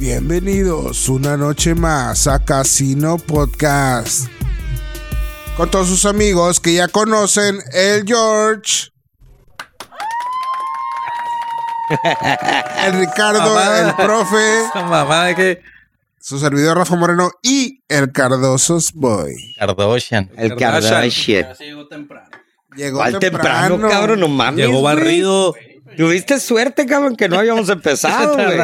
Bienvenidos una noche más a Casino Podcast. Con todos sus amigos que ya conocen, el George. El Ricardo, Mamá. el profe, Esa mamá de que su servidor Rafa Moreno y el Cardosos Boy. Kardashian. El Kardashian. Kardashian. Llegó ¿Cuál temprano, cabrón? No mames. llegó güey. barrido. Tuviste suerte, cabrón, que no habíamos empezado. güey.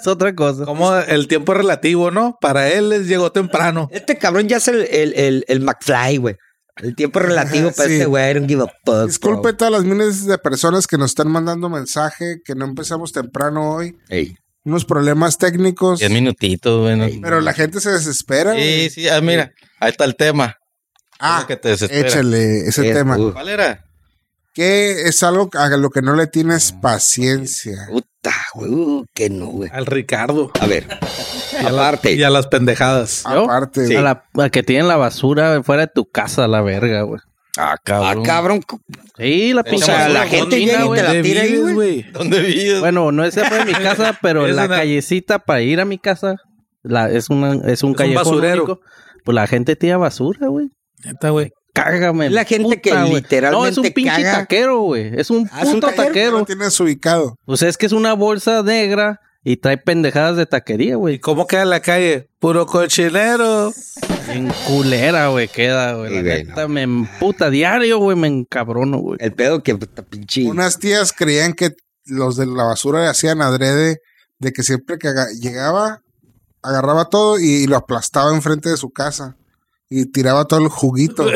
es otra cosa. Como el tiempo es relativo, ¿no? Para él les llegó temprano. Este cabrón ya es el, el, el, el McFly, güey. El tiempo relativo para Sí. este güey. I don't give a fuck. Disculpe bro. todas las miles de personas que nos están mandando mensaje, que no empezamos temprano hoy. Ey. Unos problemas técnicos. Diez minutitos, güey. ¿no? Pero la gente se desespera. güey. Sí, sí, ah, mira, ahí está el tema. ah, lo que te desespera. échale ese Eh, tema. uh, ¿Cuál era? Que es algo a lo que no le tienes Mm. paciencia. Puta, güey. uh, que no, güey. Al Ricardo. A ver. aparte. Y a las pendejadas. Ah, ¿Yo? Aparte, Sí. güey. A la, a que tienen la basura fuera de tu casa, la verga, güey. Ah, Ah, cabrón. cabrón. Sí, la O pinche sea, basura la gente cochina, llega y güey. te la ¿Dónde tira ahí, vives, güey? ¿Dónde vives? Bueno, no es afuera de mi casa, pero Es la una- callecita para ir a mi casa la, es, una, es un un callejón basurero. único. Pues la gente tira basura, güey. Neta, güey. Cágame. La gente que güey. No, es un literalmente pinche caga. taquero, güey. Es un Ah, es un puto Ya taquero, lo taquero. tienes ubicado. O sea, es que es una bolsa negra y trae pendejadas de taquería, ¿Y güey. cómo queda la calle? Puro cochinero. En culera, güey, queda, güey. Sí, La güey, neta me emputa diario, güey. Me encabrono, güey. El pedo que puta, pinche. Unas tías creían que los de la basura hacían adrede de que siempre que aga- llegaba, agarraba todo y lo aplastaba enfrente de su casa. Y tiraba todo el juguito.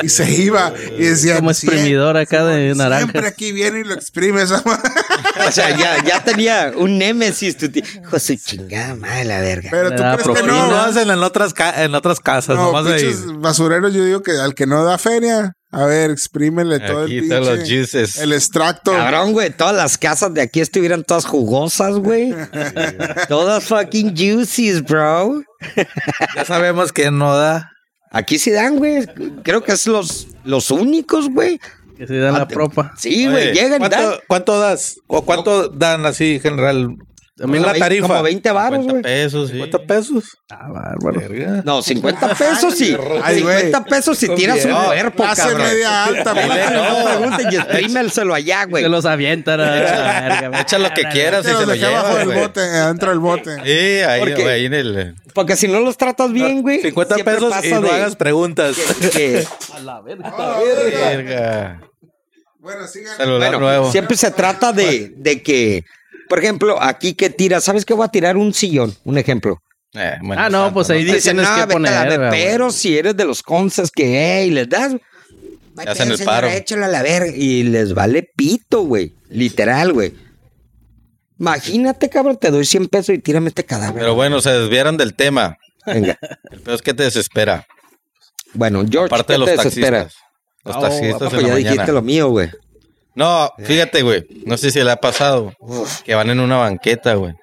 y se iba. Y decía, Como exprimidor acá de Siempre naranja. aquí viene y lo exprime esa madre. O sea, ya, ya tenía un némesis. Tu tío. Hijo de su chingada madre, la verga. Pero Le tú da crees que No, propina. no. no ¿verdad? hacen en otras, ca- en otras Pues casas, No, nomás ahí. pinches basureros, yo digo que al que no da feria, a ver, exprímele todo Aquí el están los pinche. Jesus. El extracto. Cabrón, güey, todas las casas de aquí estuvieran todas jugosas, güey. todas fucking juices, bro. Ya sabemos que no da. Aquí sí dan, güey. Creo que es los, los únicos, güey. Que se dan la Ante- propa. Sí, Oye, güey, llegan, dan. ¿Cuánto, cuánto das? ¿O cuánto dan así, general? También la Como vein- tarifa. Como 20 baros, 50 güey. pesos, sí. 50 pesos. Ah, bárbaro. Verga. No, 50 pesos sí. Ay, güey. 50 pesos si Son tiras un bien. cuerpo, Clase cabrón. media alta, Y le- pues. No pregunten y exprímelselo allá, güey. Se los avientan a la verga. Echa lo que quieras Te y los se lo dejé abajo llevas, del güey. bote, adentro del bote. Sí, ahí, ¿Por qué? güey, ahí en el... Porque si no los tratas bien, güey. 50 siempre pesos pasa y no de- hagas preguntas. que- A la verga. Verga. Bueno, sigan. Celular Bueno, nuevo. siempre se trata de, de que, por ejemplo, aquí que tiras, ¿sabes qué? Voy a tirar un sillón, un ejemplo. Eh, bueno, Ah, no, pues ahí Dicen, tienes "No, que vete a la poner. ver", ¿verdad, güey? pero si eres de los conces que, hey, les das. "Ay, hacen pero, el señora, paro. Échalo a la verga. Y les vale pito, güey. Literal, güey. Imagínate, cabrón, te doy 100 pesos y tírame este cadáver. Pero bueno, se desviaron del tema. Venga. El peor es que te desespera. Bueno, George, Aparte ¿qué de los te desespera? taxistas. Los taxistas Pues en la ya dijiste mañana. lo mío, güey. No, fíjate, güey. No sé si le ha pasado. Que van en una banqueta, güey.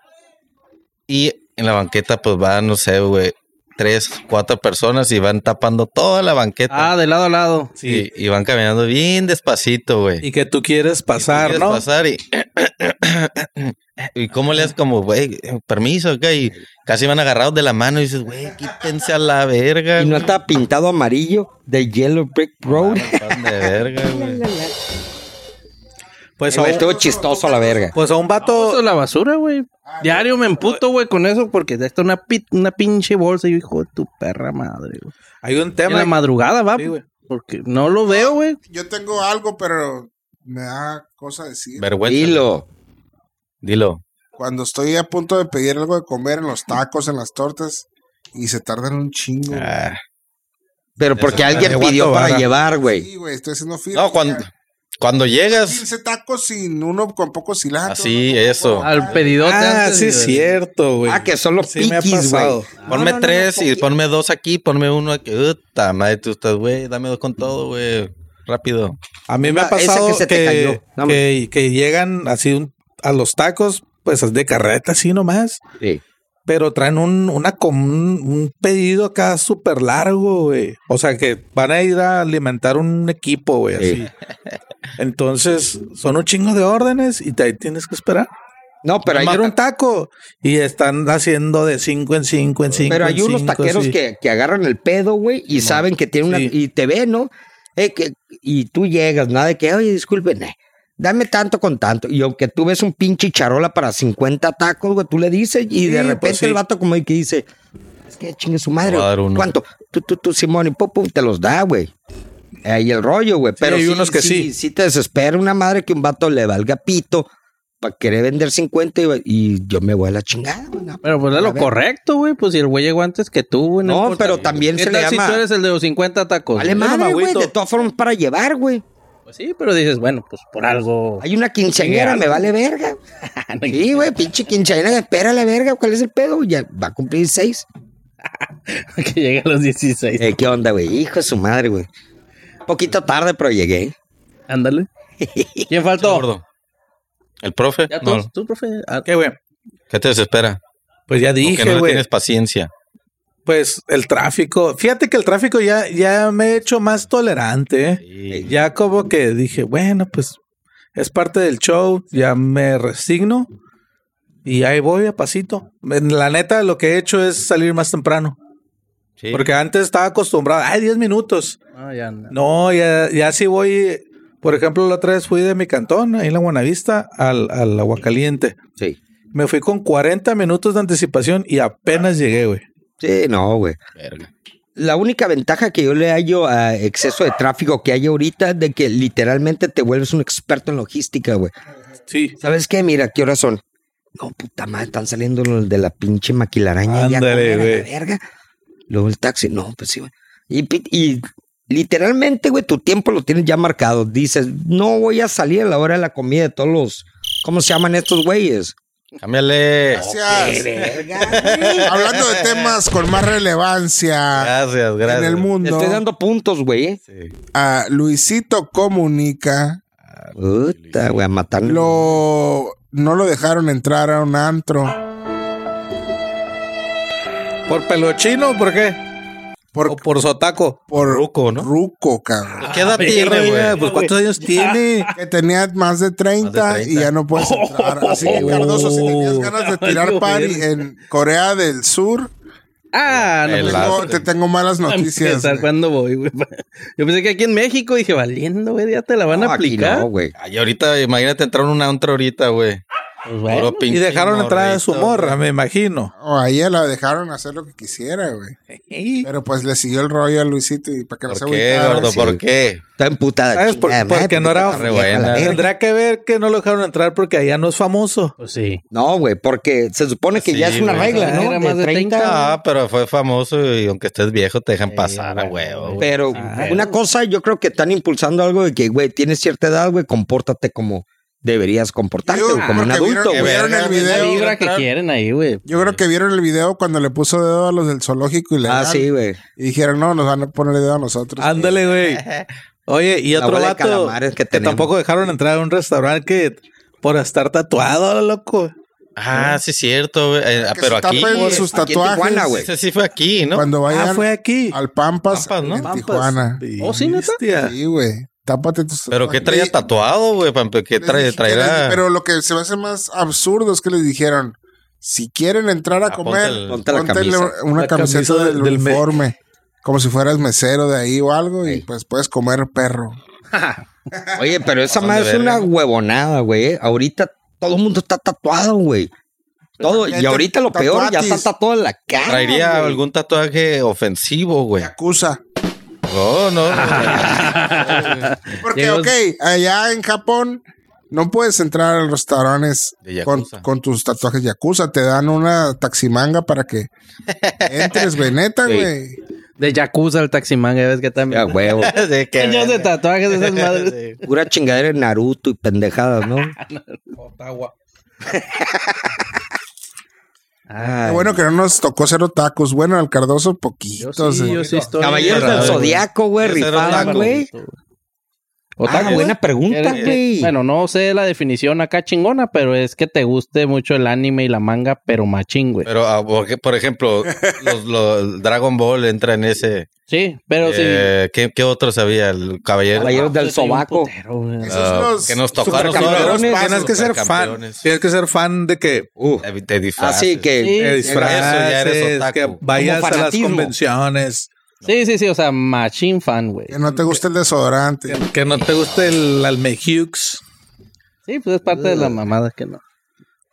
Y en la banqueta, pues van, no sé, güey, tres, cuatro personas y van tapando toda la banqueta. Ah, de lado a lado. sí. Y, y van caminando bien despacito, güey. Y que tú quieres pasar, Quieres ¿no? pasar y. ¿Y cómo le das como, güey, permiso acá? Y casi van agarrados de la mano y dices, güey, quítense a la verga. Y no güey. está pintado amarillo de Yellow Brick Road. Están de verga, güey. Pues, a Güey, un, Estuvo chistoso a la verga. pues a un Eso vato. es la basura, güey. Diario me emputo, güey, con eso porque está una, pi- una pinche bolsa. Y yo, hijo de tu perra madre, güey. Hay un En la tema. Ah, madrugada, va. Sí, güey. porque no lo veo, güey. Yo tengo algo, pero me da cosa decir. Vergüenza. Dilo. Dilo. Cuando estoy a punto de pedir algo de comer en los tacos, en las tortas, y se tardan un chingo. güey. Ah. Pero porque alguien pidió para llevar, güey. Sí, güey, estoy haciendo fila. No, cuando, cuando llegas. 15 tacos sin uno con poco cilantro. Así, ¿no? eso. Al pedidote. Ah, antes, sí, es güey. cierto, güey. Ah, que son los Sí me ha piquis, güey. pasado. Ponme No, no, no, tres no, y poquito. ponme dos aquí, ponme uno aquí. Uta, madre, tú estás, güey, dame dos con todo, güey. Rápido. A mí me ha Esa que pasado se que, te cayó. No, que, que llegan así un- a los tacos, pues de carreta, así nomás. Sí. Pero traen un, una, com- un, un pedido acá súper largo, güey. O sea, que van a ir a alimentar un equipo, güey, Sí. así. Entonces, son un chingo de órdenes y te ahí tienes que esperar. No, pero hay, Quiero un taco. Y están haciendo de cinco en cinco en cinco. pero hay en unos cinco, taqueros sí. que, que agarran el pedo, güey, y saben que tienen una. sí. Y te ven, ¿no? Eh, que- y tú llegas, nada de que, oye, disculpen, eh, dame tanto con tanto. Y aunque tú ves un pinche charola para 50 tacos, güey, tú le dices, y de Sí, repente pues sí. el vato, como que dice, es que chingue su madre. Te voy a dar güey. uno. ¿Cuánto? Tú, tú, tú, Simón, y pum, pum, te los da, güey. Ahí el rollo, güey. Pero hay unos que sí. sí. te desespera una madre que un vato le valga pito para querer vender 50 y, y yo me voy a la chingada, güey. no, Pero pues es A lo ver. correcto, güey. Pues si el güey llegó antes que tú, güey. No, importa. pero también ¿Qué se tal le si llama- tú eres el de los 50 tacos? Vale güey? madre, Pues güey, agüito. de todas formas para llevar, güey. Pues sí, pero dices, bueno, pues por algo. Hay una quinceañera, Sí, me vale verga. Sí, güey, pinche quinceañera, espera la verga, ¿cuál es el pedo? Ya va a cumplir seis. que llegue a los 16. Eh, ¿Qué onda, güey? Hijo de su madre, güey. Poquito tarde, pero llegué. Ándale. ¿Quién faltó? Gordo. ¿El profe? Ya tú, No, tú, profe. Ah, ¿Qué, güey? ¿Qué te desespera? Pues ya Porque dije, no le güey. tienes paciencia. Pues el tráfico. Fíjate que el tráfico ya, ya me he hecho más tolerante. ¿eh? Ya como que dije, bueno, pues es parte del show, ya me resigno y ahí voy a pasito. En la neta, lo que he hecho es salir más temprano. Sí. Porque antes estaba acostumbrado, ay, 10 minutos. no, ya no. No, ya, ya sí voy. Por ejemplo, la otra vez fui de mi cantón, ahí en la Buenavista, al, al Aguacaliente. Sí. Me fui con 40 minutos de anticipación y apenas llegué, güey. Sí, no, güey. Verga. La única ventaja que yo le hallo a exceso de tráfico que hay ahorita es de que literalmente te vuelves un experto en logística, güey. Sí. ¿Sabes qué? Mira, ¿qué horas son? No, puta madre, están saliendo los de la pinche maquilaraña. ya Ándale, comer a la güey. verga. Luego el taxi, no, pues sí, güey. Y, pi- y literalmente, güey, tu tiempo lo tienes ya marcado. Dices, no voy a salir a la hora de la comida de todos los. ¿Cómo se llaman estos güeyes? Cámbiale. Gracias. verga. Hablando de temas con más relevancia Gracias, gracias. en el Te mundo, estoy dando puntos, güey. eh. Sí. a Luisito Comunica Ah, Puta, güey, a matarlo. lo no lo dejaron entrar a un antro ¿Por pelochino? ¿Por qué? por ¿O por sotaco? por Ruco, ¿no? ruco, cabrón. ¿Qué edad tiene, Verga, güey? pues ¿cuántos años tiene? Que tenía más de 30, Más de 30. y ya no puedes entrar. Así que, Cardoso, si tenías ganas de tirar party en Corea del Sur, Ah, no. El pues, la- tengo- te tengo malas a noticias. empezar, güey. ¿Cuándo voy, güey? Yo pensé que aquí en México dije, valiendo, güey, ya te la van No, a aquí aplicar. no, güey. Ay, ahorita, imagínate entrar a un antro ahorita, güey. Pues, bueno. Puro Y pinche dejaron entrar a su morrito, morra, me imagino. O a ella la dejaron hacer lo que quisiera, güey. Pero pues le siguió el rollo a Luisito y para que no se ¿Por qué, agüitara, gordo? sí. ¿Por qué? Está emputada. ¿Sabes? Por- chingada madre, porque no era- puta vieja, la Rebuena. verga. Tendrá que ver que no lo dejaron entrar porque allá no es famoso. Pues sí. No, güey, porque se supone que Sí, ya es una güey. regla, ¿no? Era más de 30. Ah, pero fue famoso y aunque estés viejo te dejan pasar a huevo. güey. Pero Ah, una cosa, yo creo que están impulsando algo de que, güey, tienes cierta edad, güey, compórtate como deberías comportarte, Yo güey, como un creo que adulto, vieron- güey. vieron el Verga, Es la video. vibra que quieren ahí, güey. Yo creo que vieron el video cuando le puso dedo a los del zoológico y le Ah, sí, güey. y dijeron, no, nos van a poner dedo a nosotros. Ándale, güey. Oye, y La otro bola de vato calamares que que, tenemos. tampoco dejaron entrar a un restaurante que por estar tatuado, loco. Ah, sí, cierto, güey. Eh, ah, Que pero se aquí. tapen sus aquí en tatuajes. Tijuana, güey. Ese sí fue aquí, ¿no? Cuando vayan Ah, fue aquí. al Pampas, Pampas, ¿no? en Pampas. Tijuana. Oh, sí, neta. Bestia. Sí, güey. Tápate tus Pero qué tatuajes. traía tatuado, güey. pa- ¿Qué Les trae, dije- les- traerá? Pero lo que se me hace más absurdo es que les dijeron, si quieren entrar a Ah, comer, ponte el- Ponte la póntele camisa. una La camiseta camisa del, del me- uniforme, como si fueras mesero de ahí o algo, Ey. y pues puedes comer perro. Oye, pero esa Pasan madre de es una verga. huevonada, güey. Ahorita todo el mundo está tatuado, güey. Todo, y Gente, ahorita lo peor, ya tatuatis. está tatuado en la ah, cara. Traería güey. algún tatuaje ofensivo, güey. Te acusa. No, no. Porque, Llegó- ok, allá en Japón no puedes entrar a los restaurantes De con, yakuza. con tus tatuajes yakuza. Te dan una taximanga para que entres, güey, neta, Ey. güey. De Yakuza al Taximán, ya ves que Ya, también. huevo. De que- Años de tatuajes de esas madres. Pura chingadera de Naruto y pendejadas, ¿no? Ah, Qué bueno que no nos tocó cero tacos. Bueno, al Cardoso, poquitos. yo sí, eh. yo sí estoy. Caballeros Para del ver, güey. Zodiaco, güey, Ese era un rifaban, taco. güey. Ah, Otaku, buena pregunta, Eres- güey. eh, Bueno, no sé la definición acá chingona, pero es que te guste mucho el anime y la manga, pero machín, güey. Pero, ah, porque, por ejemplo, los, los Dragon Ball entra en ese. Sí, pero sí. Eh, ¿qué, qué otro sabía? El caballero. Caballeros Ah, del yo soy un sobaco. putero, güey. Esos Ah, los que nos tocaron supercampeones. solo los pasos, Tienes que ser fan. supercampeones. Tienes que ser fan de que Uh, Te- te disfraces. así que Sí. eh, eso ya eres disfraces, otaku. que Como vayas a las fanatismo. convenciones, Sí, sí, sí, o sea, machín fan, güey. Que no te gusta el desodorante. que no te guste el almejux. Sí, pues es parte de la mamada que no.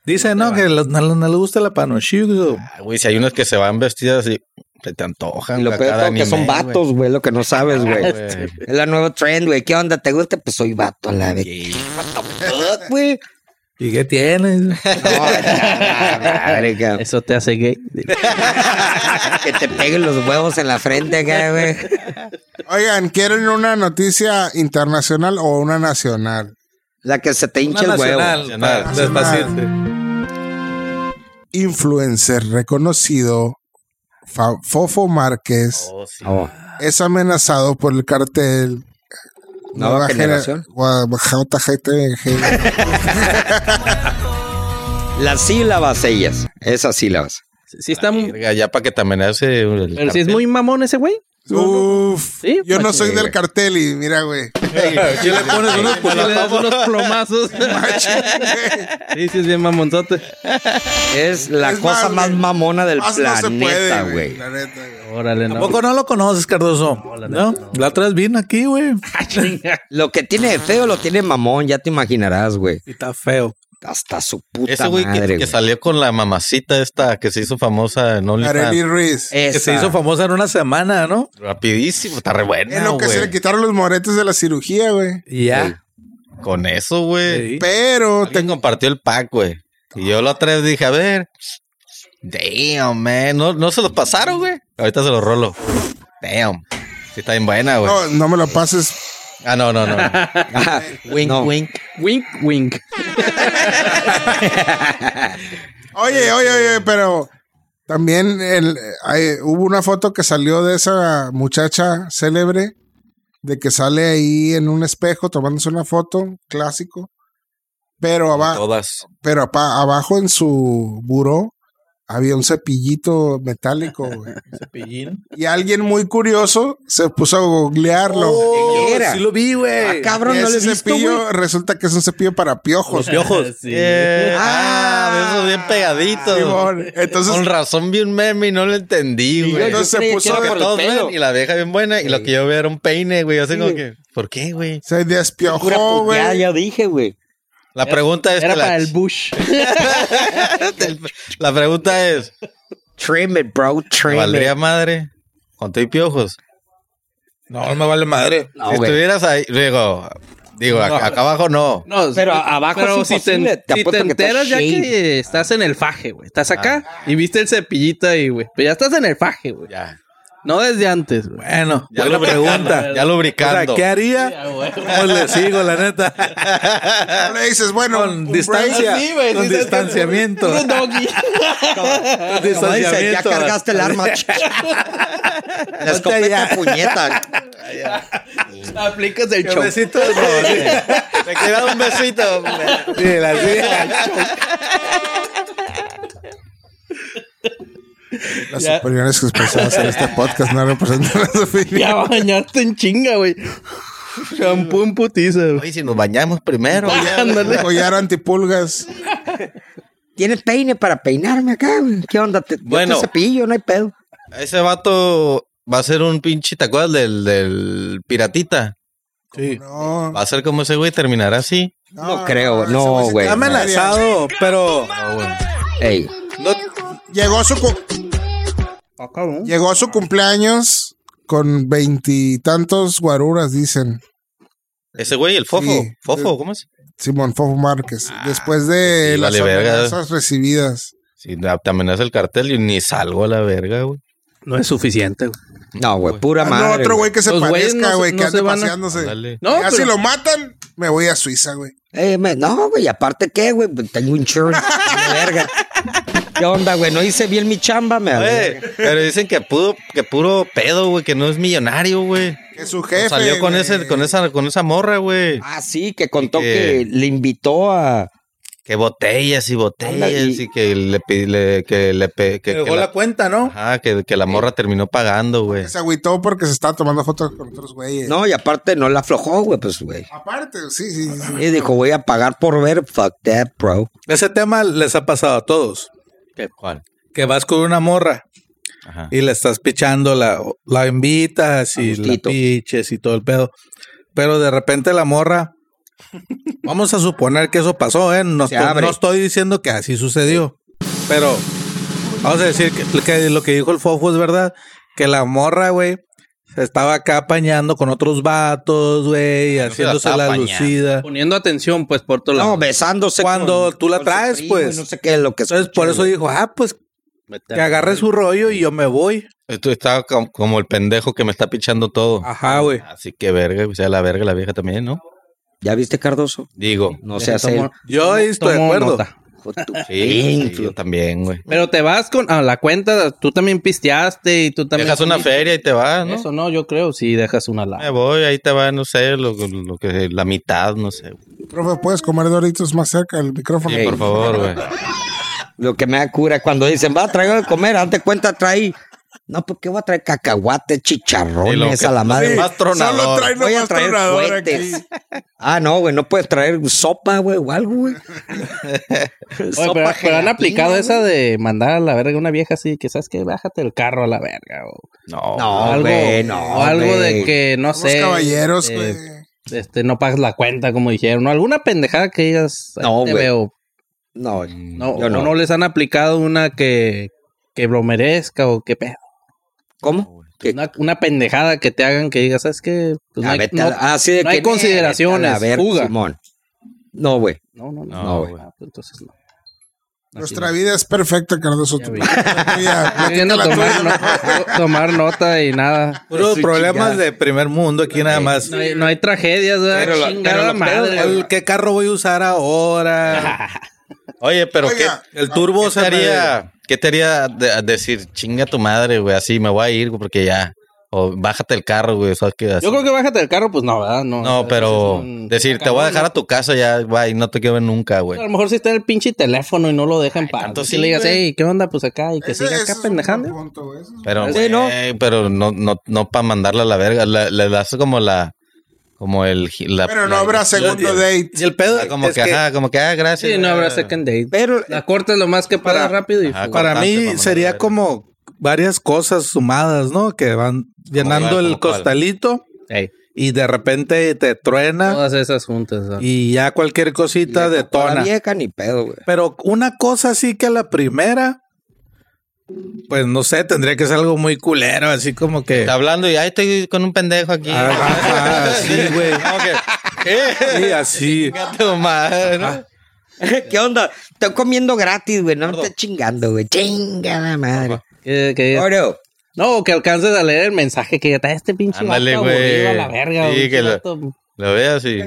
Dice, no, que los- no, no le gusta la panoshuk. Ah, güey, si hay unos que se van vestidas y se te antojan. y lo a peor de cada todo que anime, son güey. vatos, güey, lo que no sabes, güey. Güey. Es la nueva trend, güey. ¿Qué onda? ¿Te gusta? Pues soy vato a la vez. Fuck, güey. ¿Y qué tienes? No, madre, cabrón. Eso te hace gay. que te peguen los huevos en la frente acá, güey. Oigan, ¿quieren una noticia internacional o una nacional? La que se te hincha el Una huevo. nacional, Nacional. para- despacito. Influencer reconocido Fa- Fofo Márquez Oh, sí. Oh, es amenazado por el cartel Nueva gene- generación. Gua- JGTG. Las sílabas ellas. Esas sílabas. Sí está... mu- Verga, ya para que también hace. el Pero si es cartel. muy mamón ese güey. Uf, Sí, yo no machín, soy del güey. cartel y mira, güey. ¿Qué le pones unos Pues le das unos plomazos. sí, sí, es bien mamonzote. Es la Es cosa más, más güey. mamona del Más Ah, no se planeta, puede, güey. güey. La neta, güey. Órale, no. Tampoco no lo conoces, Cardoso. No, la otra vez vino aquí, güey. Lo que tiene de feo lo tiene mamón, ya te imaginarás, güey. Y está feo. Hasta su puta Ese güey que, madre, que güey. salió con la mamacita esta que se hizo famosa en Arely OnlyFans. Ruiz. Que se Esa. hizo famosa en una semana, ¿no? Rapidísimo, está re Es buena, lo que se le güey. quitaron los moretes de la cirugía, güey. Y ya. Con eso, güey. Eh, Sí. Pero Alguien compartió el pack, güey. Y yo la otra vez dije, a ver. Damn, man. ¿No, no se los pasaron, güey? Ahorita se los rolo. Damn. Sí está bien buena, güey. no, no me lo pases. Ah, no, no, no. Ah, no. Wink, wink. Oye, oye, oye, pero también el, eh, hay- hubo una foto que salió de esa muchacha célebre, de que sale ahí en un espejo tomándose una foto, clásico. Pero, aba- Todas. pero apa- abajo en su buró había un cepillito metálico. güey. Y alguien muy curioso se puso a googlearlo. Oh, Era. Ah, sí lo vi, güey. Cabrón, no Ese lo he visto, cepillo güey. resulta que es un cepillo para piojos. Los piojos. Sí. Eh, Ah. ah, de esos bien pegaditos. Simón. Entonces, Con razón vi un meme y no lo entendí, güey. entonces se creía que puso era de- por el Todos ven pelo. y la vieja bien buena y lo que yo veo era un peine, güey. Así como que, ¿por qué, güey? se Pura despiojó, puteada, güey. ya dije, güey. La pregunta es Era que la, para el Bush. la pregunta es, Trim it, bro, ¿te trim valdría it. madre con tu y piojos? No, no me vale madre. No, si güey. estuvieras ahí, digo, digo, acá, acá abajo no. No, eh, Pero abajo pero es si te, imposible, te si apuesto te que te enteras ya shade. que estás en el faje, güey. Estás acá y viste el cepillito ahí, güey. Pero ya estás en el faje, güey. Ah, Ya, No desde antes, güey. Bueno, ya buena lubricando, pregunta. ya O sea, lubricando. ¿qué haría? Pues le sigo, la neta. No le dices, bueno, un Con break. distancia. Sí, güey, Con sí, sí, sí. distanciamiento. Un doggy. Con Como dice, ya distanciamiento. cargaste el arma. la escopeta allá. puñeta. Aplicas el Que show. besito de rodilla. Te queda un besito. Sí, la silla. Las opiniones expresadas en este podcast no representan las opiniones. Ya bañaste en chinga, güey. Shampoo en putiza, güey. Oye, si nos bañamos primero. ya, güey. Ándale. Collar antipulgas. ¿Tienes peine para peinarme acá, güey? ¿Qué onda? Te, bueno. Bueno. Yo te cepillo, no hay pedo. Ese vato va a ser un pinche, ¿te acuerdas del, del piratita? Sí. No, Va a ser como ese güey, terminará así. No creo, no, ese sí güey. está Está amenazado, pero Ey, Llegó su, cu- llegó su cumpleaños con veintitantos guaruras, dicen. Ese güey, el fofo. Sí. Fofo, ¿cómo es? Simón Fofo Márquez. Después de sí, las vale verga. amenazas recibidas. Si te amenaza el cartel y ni salgo a la verga, güey. No es suficiente, güey. no, güey, pura Ah, madre. no, otro güey que se Los güeyes parezca, no- güey, no que se ande van a- paseándose. Ándale. No, ya si pero- lo matan, me voy a Suiza, güey. Pues, Eh, me- no, güey, aparte qué, güey, tengo un churro. verga. ¿Qué onda, güey? No hice bien mi chamba, me Güey, pero dicen que pudo, que puro pedo, güey, que no es millonario, güey. Que su jefe. Pues Salió con güey. ese, con esa, con esa morra, güey. Ah, sí, que contó Que- que le invitó a. Que botellas y botellas Ándale, y- y que le pi- le- que le pe- que, Llegó que la, la, cuenta, ¿no? ajá, que, que la morra terminó pagando, güey. Se agüitó porque se estaba tomando fotos con otros güeyes. No, y aparte no la aflojó, güey, pues, güey. Aparte, sí, sí, sí. Y dijo, voy a pagar por ver. Fuck that, bro. Ese tema les ha pasado a todos. ¿Cuál? Que vas con una morra Ajá. y le estás pichando, la, la invitas y la Agustito. piches y todo el pedo. Pero de repente la morra, vamos a suponer que eso pasó, ¿eh? No, Se estoy, abre. no estoy diciendo que así sucedió, pero vamos a decir que, que lo que dijo el Fofo es verdad, que la morra, güey, se estaba acá apañando con otros vatos, güey, se la haciéndose estaba la apañando. lucida. Poniendo atención, pues, por todo No, lado. besándose. Cuando con- tú la con su traes, primo pues. y No sé qué, lo que Entonces por eso dijo, ah, pues que agarre su rollo y yo me voy. Esto estaba com- como el pendejo que me está pichando todo. Ajá, güey. Así que verga, o sea, la verga, la vieja también, ¿no? ¿Ya viste, Cardoso? Digo. No se hace. Tomó- Yo ahí estoy de tomó acuerdo. nota. Sí, sí, yo también, güey. Pero te vas con a la cuenta, tú también pisteaste y tú también. Dejas una feria y te vas, ¿no? Eso no, yo creo, sí, dejas una Me lana. voy, ahí te va, no sé, lo, lo que la mitad, no sé. Profe, ¿puedes comer doritos más cerca del micrófono? Sí, por favor, güey. Lo que me da cura cuando dicen, va a traer algo de comer, date cuenta, trae. No, ¿por qué voy a traer cacahuates, Y lo chicharrones que- a la madre? Más tronador. Solo trae Voy a nomás traer tronador cohetes. aquí. Ah, no, güey, no puedes traer sopa, güey, o algo, güey. Oye, Sopa pero, pero han gelatina, aplicado güey. esa de mandar a la verga a una vieja así, que sabes que bájate el carro a la verga. O, No. o No, algo, Oh, güey, no. o algo de Ah, güey. que, no Somos sé. caballeros, eh, güey. este, no pagas la cuenta, como dijeron. O alguna pendejada que digas. ahí No, te güey. veo. No, No, Yo o no. no les han aplicado una que, que lo merezca o qué pedo. ¿cómo? Que- Una, una pendejada que te hagan que digas, ¿sabes qué? Pues no Ah, hay- vete no- a la- ah, sí, de no que- hay consideraciones, vete a la verga, fuga. Simón. No, güey. No, no, no. No, no, güey. güey. Ah, pues entonces no. Nuestra vida es perfecta, Cardoso. Ya Tú- vi. la tuya, Estoy viendo platícala tú. tomar, no- tomar nota y nada. Puros Su problemas chingada. de primer mundo aquí nada más. No hay, no hay tragedias, ¿verdad? Pero la- Chingada pero los pedos- madre. El, ¿Qué carro voy a usar ahora? Oye, pero ¿qué, Oiga, El turbo qué te se me- haría, qué te haría de- a decir, chinga tu madre, güey, así me voy a ir, güey, porque ya. O bájate el carro, güey, o sea, que así. Yo creo que bájate del carro, pues no, ¿verdad? No, No, pero Eso es un- decir, te voy a dejar a tu casa ya, güey, no te quiero ver nunca, A güey. lo mejor si está en el pinche teléfono y no lo dejan para. tanto Si sí, le digas, güey. hey, ¿qué onda? Pues acá y que ese- siga ese acá es un buen pendejando. punto, güey, ese es un- Pero, Sí, güey, ¿no? pero no, no, no para mandarla a la verga, la- le das como la, como el, gi- la- Pero no la- habrá segundo date. Y el pedo Ah, como es que, que ajá, como que, ah, gracias. Sí, no habrá ah. second date. Pero La corta es lo más que para Para- rápido y Ajá, fuga. para Cortante, mí mamá, sería la como varias cosas sumadas, ¿no? Que van llenando cuál, el como cuál? costalito Ey, y de repente te truena todas esas juntas. ¿verdad? y ya cualquier cosita la detona. vieja ni pedo, güey. Pero una cosa así que la primera, pues no sé, tendría que ser algo muy culero, así como que... Está hablando y ahí estoy con un pendejo aquí. Ah. Ajá, ajá, sí, güey. Como que, ¿qué? Sí, así. Chinga tu madre, ¿no? ¿Qué onda? Estoy comiendo gratis, güey. No me estés chingando, güey. Chinga la madre. Que- que- Oreo. no, que alcances a leer el mensaje que ya está este pinche Ándale, vato güey. aburrido a la verga. Sí, pinche que lo- vato. Lo veas y.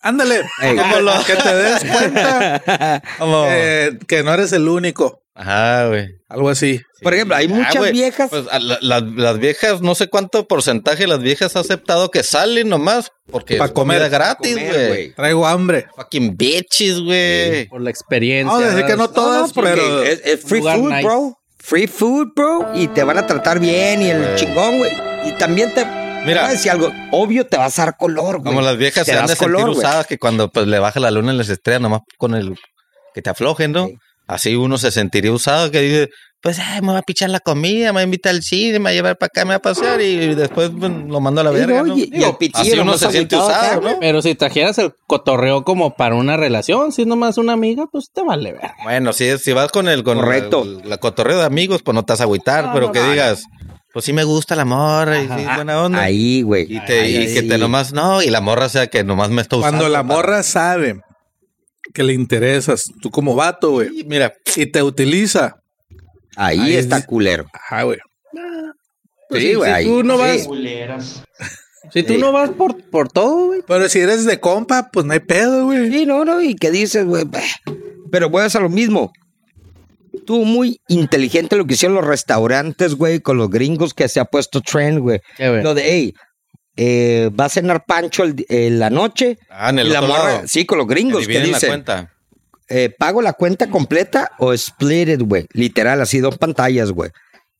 Ándale, Ey. como lo que te des cuenta Como- eh, que no eres el único, Ajá, güey. algo así. Por ejemplo, hay Ah, muchas güey, viejas. Pues, a la- la- las viejas, no sé cuánto porcentaje de las viejas ha aceptado que salen nomás porque Pa' es comer. comida gratis, Comer, güey. güey. Traigo hambre. Fucking bitches, güey. Por la experiencia. Vamos a decir que ¿verdad? no todas, porque pero es, es free lugar food, nice. bro. Free food, bro. Y te van a tratar bien y el chingón, güey. Y también te. Mira. te voy a decir algo. Obvio te vas a dar color, güey. Como las viejas Te se han das de sentir color, güey. usadas que cuando pues, le baja la luna y las estrellas nomás con el que te aflojen, ¿no? Sí. Así uno se sentiría usado que dice, pues ay, me va a pichar la comida, me va a invitar al cine, me va a llevar para acá, me va a pasear y después pues, lo mando a la Sí, verga, no, ¿no? y- y el pitillo así uno nomás se siente agüitado acá, usado, güey. Ah, ¿no? Pero si trajeras el cotorreo como para una relación, si es nomás una amiga, pues te vale verga. Bueno, si, si vas con el con Correcto. La, la cotorreo de amigos, pues no te vas a agüitar, pero que digas, pues sí me gusta la morra y sí, buena onda. Ahí, güey. Y, te- Ahí, y ahí, que te sí. nomás, no, y la morra sea que nomás me está usando. ah, cuando la para- morra sabe que le interesas, tú como vato, güey, Sí, Mira, y te utiliza. Ahí, ahí está es- culero. Ajá, güey. Pues sí, si- güey. si ahí, tú no sí. vas- Si tú Sí. no vas por, por todo, güey. Pero si eres de compa, pues no hay pedo, güey. pues. Sí, no, no. Y que dices, güey. bah. Pero vuelves a lo mismo. Estuvo muy inteligente lo que hicieron los restaurantes, güey, con los gringos que se ha puesto trend, güey. ¿Qué, güey? Lo de, hey, eh, va a cenar Pancho el di- eh, la noche. Ah, en el Y la otro morra- lado. Sí, con los gringos que Dividen la dicen, cuenta. eh, pago la cuenta completa o split it, güey. Literal, así dos pantallas, güey.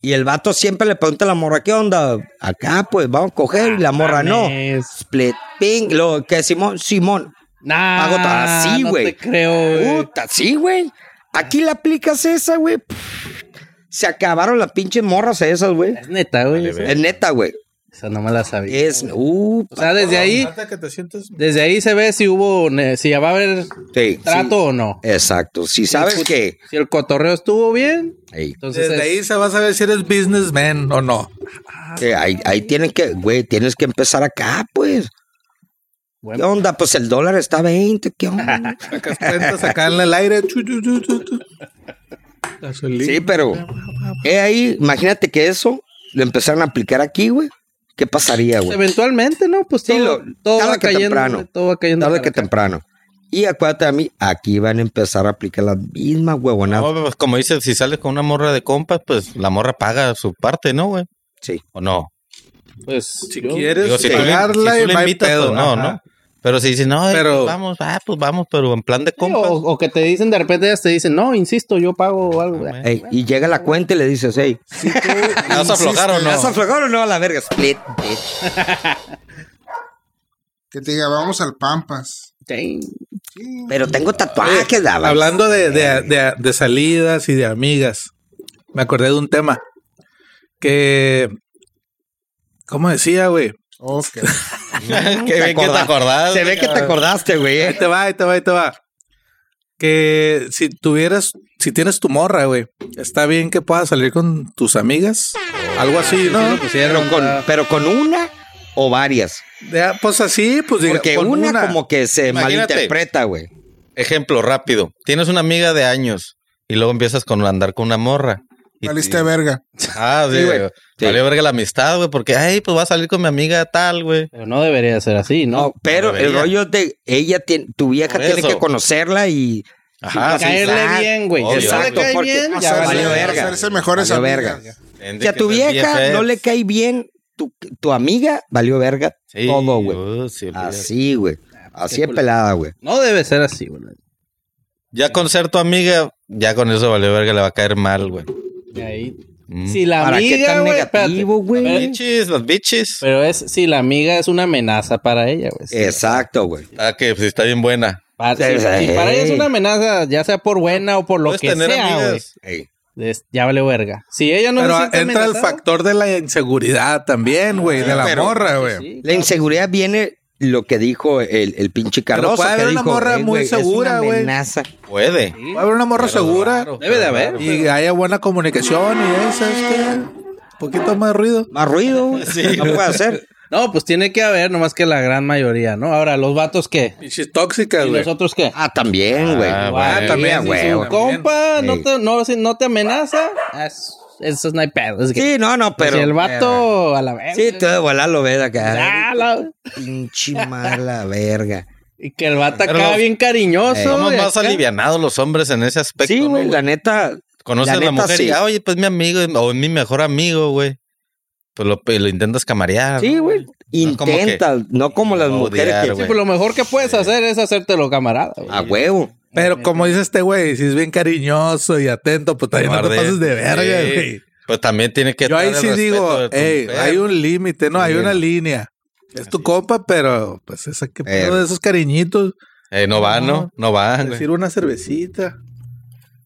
Y el vato siempre le pregunta a la morra, ¿qué onda? Acá, pues, vamos a coger. Y la morra, no. Mames. Split, ping. Lo que Simón, Simón. Nah, Pago todo así, güey. No te creo, güey. Puta, sí, güey. Aquí la aplicas esa, güey. Pff, Se acabaron las pinches morras esas, güey. Es neta, güey. Vale, esa- ve. Es neta, güey. Esa no me la sabía. Es, uh, Eh. O sea, desde ahí, que te sientes. desde ahí se ve si hubo, ne- si ya va a haber sí, trato sí. o no. Exacto. Si sabes que. Si el cotorreo estuvo bien, Ey, entonces Desde es- ahí se va a saber si eres businessman o no. que ahí, ahí tienen que, güey, tienes que empezar acá, pues. ¿Qué bueno, onda? Pues el dólar está a 20, ¿qué onda? Sacas cuentas acá en el aire. chu, chu, chu, chu, chu. Gasolina. Sí, pero he ahí, imagínate que eso lo empezaron a aplicar aquí, güey. ¿Qué pasaría, güey? eventualmente, ¿no? Pues Sí, todo, lo- todo tarde va que cayendo, temprano. todo va cayendo. Tarde para que acá. temprano. Y acuérdate a mí, aquí van a empezar a aplicar las mismas huevonadas. No, pues, como dices, si sales con una morra de compas, pues la morra paga su parte, ¿no, güey? Sí. ¿O no? Pues, Si yo- quieres Digo, si tú le- pagarla, si tú y le no hay invitas, pedo, pues, no, ajá. ¿no? Pero si dices, no, eh, Pero- pues, vamos, ah, pues vamos, pero en plan de Sí, o, compas. o que te dicen de repente ellas te dicen, no, insisto, yo pago o algo. Ah, Ey, y llega la cuenta y le dices, hey, ¿Me vas a aflojar o ¿vas a no? aflojar o no a la verga? Split, bitch. Que te diga, vamos al Pampas. Sí. Pero tengo tatuajes, daba. Hablando de, de- de- de salidas y de amigas, me acordé de un tema que. ¿Cómo decía, güey? Ok. Qué bien que te acordás. Se ve que te acordaste, güey. Ahí eh. te va, ahí te va, ahí te va. Que si tuvieras, si tienes tu morra, güey, está bien que puedas salir con tus amigas, algo así, ¿no? Pero con, pero con una o varias. Ya, pues así, pues diga, Porque con una, como que se Imagínate. malinterpreta, güey. Ejemplo rápido. Tienes una amiga de años y luego empiezas con andar con una morra. Y- Valiste verga. Ah, sí, Sí, güey. güey. Sí. Valió verga la amistad, güey, porque, ay, pues va a salir con mi amiga tal, güey. Pero no debería ser así, ¿no? No, pero el debería. rollo de ella, tiene- tu vieja Por tiene eso. que conocerla y Ajá, sí. caerle Ah, exacto. bien, güey. Si no le Exacto, cae porque- bien, ya Hacerse- valió verga. Hacerse mejores Valió amigas. verga. Tiene si a que tu ser vieja BFF. no le cae bien, tu, tu amiga valió verga Sí, todo, güey. uh, sí, olvídate. Así, güey. Así qué es culero. pelada, güey. No debe ser así, güey. Ya con ser tu amiga, ya con eso valió verga, le va a caer mal, güey. De ahí. Mm. Si la ¿Para qué amiga, tan güey, espérate. negativo, güey? Bitches, las bitches. Pero es si la amiga es una amenaza para ella, güey. Si- Exacto, güey. Ah, que pues, está bien buena. pa- si- Eh, Sí, sí. si para ella es una amenaza, ya sea por buena o por lo Puedes que tener sea, güey. amigas. Ey. es- Ya vale verga. Si ella no Pero se siente entra el amenazada, factor de la inseguridad también, güey, de la morra, güey. sí, La inseguridad viene lo que dijo el, el pinche Pero Carlos. puede haber que una dijo, morra "Ey, muy güey, es una segura, güey". amenaza. Puede. Va a haber una morra segura Debe de haber. y haya buena comunicación y eso, es que un poquito más ruido. Más ruido, güey. No puede hacer. No, pues tiene que haber, nomás que la gran maría, ¿no? Ahora, los vatos, ¿qué? Pinches tóxicas, ¿Y güey. los otros qué? Ah, también, güey. Ah, Ah, güey. también, si güey, su güey. compa Ey. no te, no, si no te amenaza, es- eso es no hay pedo. Es que, Sí, no, no, pero. Pues si el vato a la vez. Sí, todo de volar lo ves acá. Ah, la- Pinche mala verga. y que el vato Pero acá los- bien cariñoso. Somos y más acá. alivianados los hombres en ese aspecto. Sí, ¿no, güey, güey? la neta. Conoces la a neta, la mujer sí. y, ah, oye, pues mi amigo o es mi mejor amigo, güey. Pues lo, lo intentas camarear. Sí, ¿no, güey. No como que- Intenta, no como las Odiar, mujeres que. Sí, güey. pues lo mejor que puedes hacer es hacértelo camarada. güey. A huevo. Pero como dice este güey, si es bien cariñoso y atento, pues también no te Cobarde. pases de verga, Sí. güey. Pues también tiene que Yo ahí estar sí el respeto digo, de tu "Ey, mujer". hay un límite, ¿no? Hay una línea. Es tu compa, pero pues esa que pedo de esos cariñitos. Eh, no va, no, no va. güey. Decir una cervecita.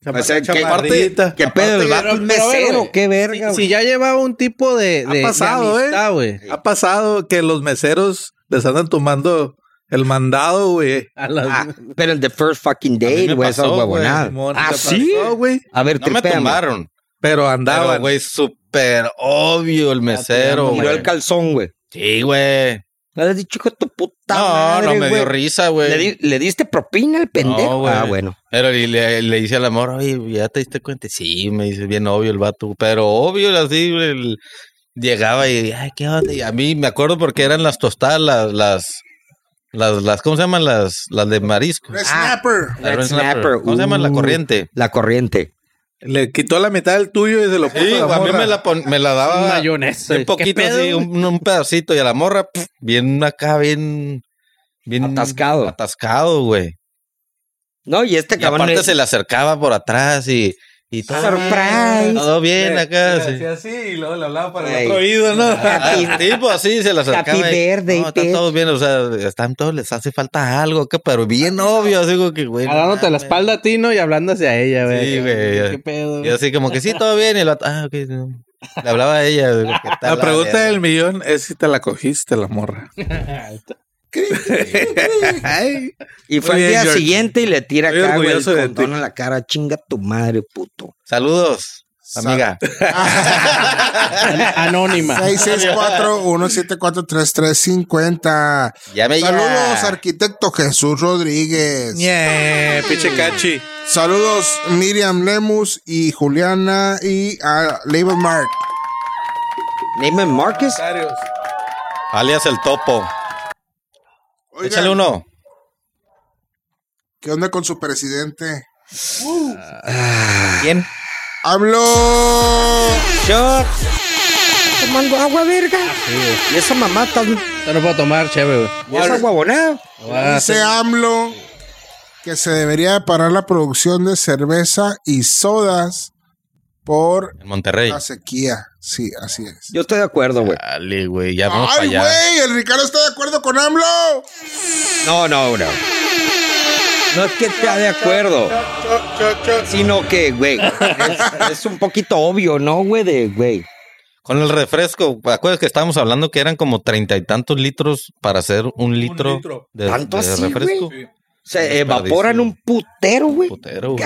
O sea, ¿qué- chamarrita. ¿Qué pedo? ¿El vato es pero, pero, mesero? güey, ¿Qué Si, verga, si güey? ya llevaba un tipo de, Ha de- de pasado, ¿eh? amistad, güey. Ha pasado que los meseros les andan tomando el mandado, güey. A las- Ah, Pero el de First Fucking A mí Date, me güey, esa pasó, huevonada. Simón, ¿Ah, ¿te sí? pasó, güey? A ver, No me tripéame. tomaron. Pero Pero, andaban. güey, súper obvio el mesero, Tiró güey. el calzón, güey. Sí, güey. Le has dicho que tu puta No, madre, no me dio güey. risa, ¿Le, güey. di- le diste propina al pendejo? No, güey. ah, bueno. Pero y le, le dice al amor, oye, ¿ya te diste cuenta? Sí, me dice, bien obvio el vato. Pero obvio, así, güey, el- llegaba y, ay, ¿qué onda? Y a mí me acuerdo porque eran las tostadas, las, las, las, las ¿cómo se llaman? Las, las de marisco. Ah, Red Snapper. La Red Red Ah, Snapper, Snapper. ¿Cómo se llama? La uh. corriente. La corriente. Le quitó la mitad del tuyo y se lo puso Sí, a la a mí morra. me la, pon- me la daba Mayonesa. un ah, poquito ¿Qué pedo, así, güey? un, un pedacito. Y a la morra, pf, bien acá, bien... bien Atascado. Atascado, güey. No, y este Y cabrón. aparte le- se le acercaba por atrás y... y todo, Surprise. Todo bien Le- acá, le sí. hacía así y luego le hablaba para Güey. el otro oído, ¿no? Ah, el tipo así se la acercaba. Happy y, birthday, no, están bitch". todos bien, o sea, están todos, les hace falta algo, que, pero bien obvio, así como que, güey. no Ah, Dándote la mames. espalda a ti, ¿no? Y hablando hacia ella, güey. Sí, güey. ¿Qué pedo? Y así como que sí, todo bien. Y el vato, ah, ok. no. Le hablaba a ella. güey, que está La pregunta verga. del millón es si te la cogiste, la morra. Ay, Y fue Muy al bien, día George. siguiente y le tira Estoy acá, güey, el orgulloso de condón ti. en la cara. Chinga tu madre, puto. Saludos, amiga. Anónima. 664-174-3350. Ya me Saludos, arquitecto Jesús Rodríguez. ñe, pinche cachi. Saludos, Miriam Lemus y Juliana y a Labor Mark. Neyman Márquez. Alias el topo. Oigan, Échale uno. ¿Qué onda con su presidente? Uh. ¿Quién? ¡Hablo! Tomando agua, verga. Y esa mamá está. y Yo no puedo tomar, chévere, güey. Esa guabonada. Ah, Dice AMLO que se debería parar la producción de cerveza y sodas por En Monterrey. la sequía. Sí, así es. Yo estoy de acuerdo, güey. Dale, güey, ya vamos ¡Ay, para allá. güey! El Ricardo está de acuerdo con AMLO. No, no, no. No es que esté de acuerdo. Sino que, güey, es, es un poquito obvio, ¿no, güey? De, güey. Con el refresco, acuerdas que estábamos hablando que eran como treinta y tantos litros para hacer un litro, litro. de, ¿Tanto de así, refresco? güey? Se evaporan Desperdiciado. un putero, güey. God Putero, güey.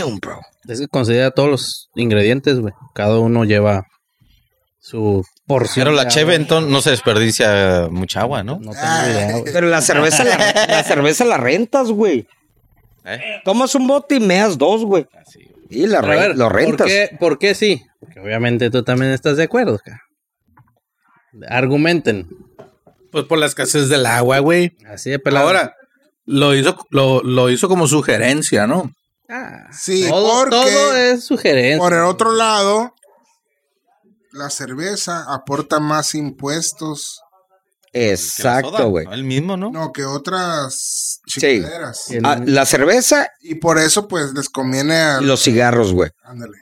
damn, bro. Es que considera todos los ingredientes, güey. Cada uno lleva su porción. Pero la de cheve agua. entonces no se desperdicia mucha agua, ¿no? No Ah. tengo idea, güey. Pero la cerveza la, la cerveza la rentas, güey. ¿Eh? Ah, Tomas un bote y meas dos, güey. Y la Pero re- a ver, lo rentas. ¿por qué, por qué sí? Porque obviamente tú también estás de acuerdo, cara. Argumenten. Pues por la escasez del agua, güey. Así de pelado. Ahora, lo hizo, lo, lo hizo como sugerencia, ¿no? Ah, Sí, todo, porque todo es sugerencia. por el otro lado, la cerveza aporta más impuestos Que la soda, Exacto, güey. ¿no? El mismo, ¿no? no que otras chingaderas. Sí. Ah, la cerveza Y por eso, pues, les conviene a y los cigarros, güey. Ándale.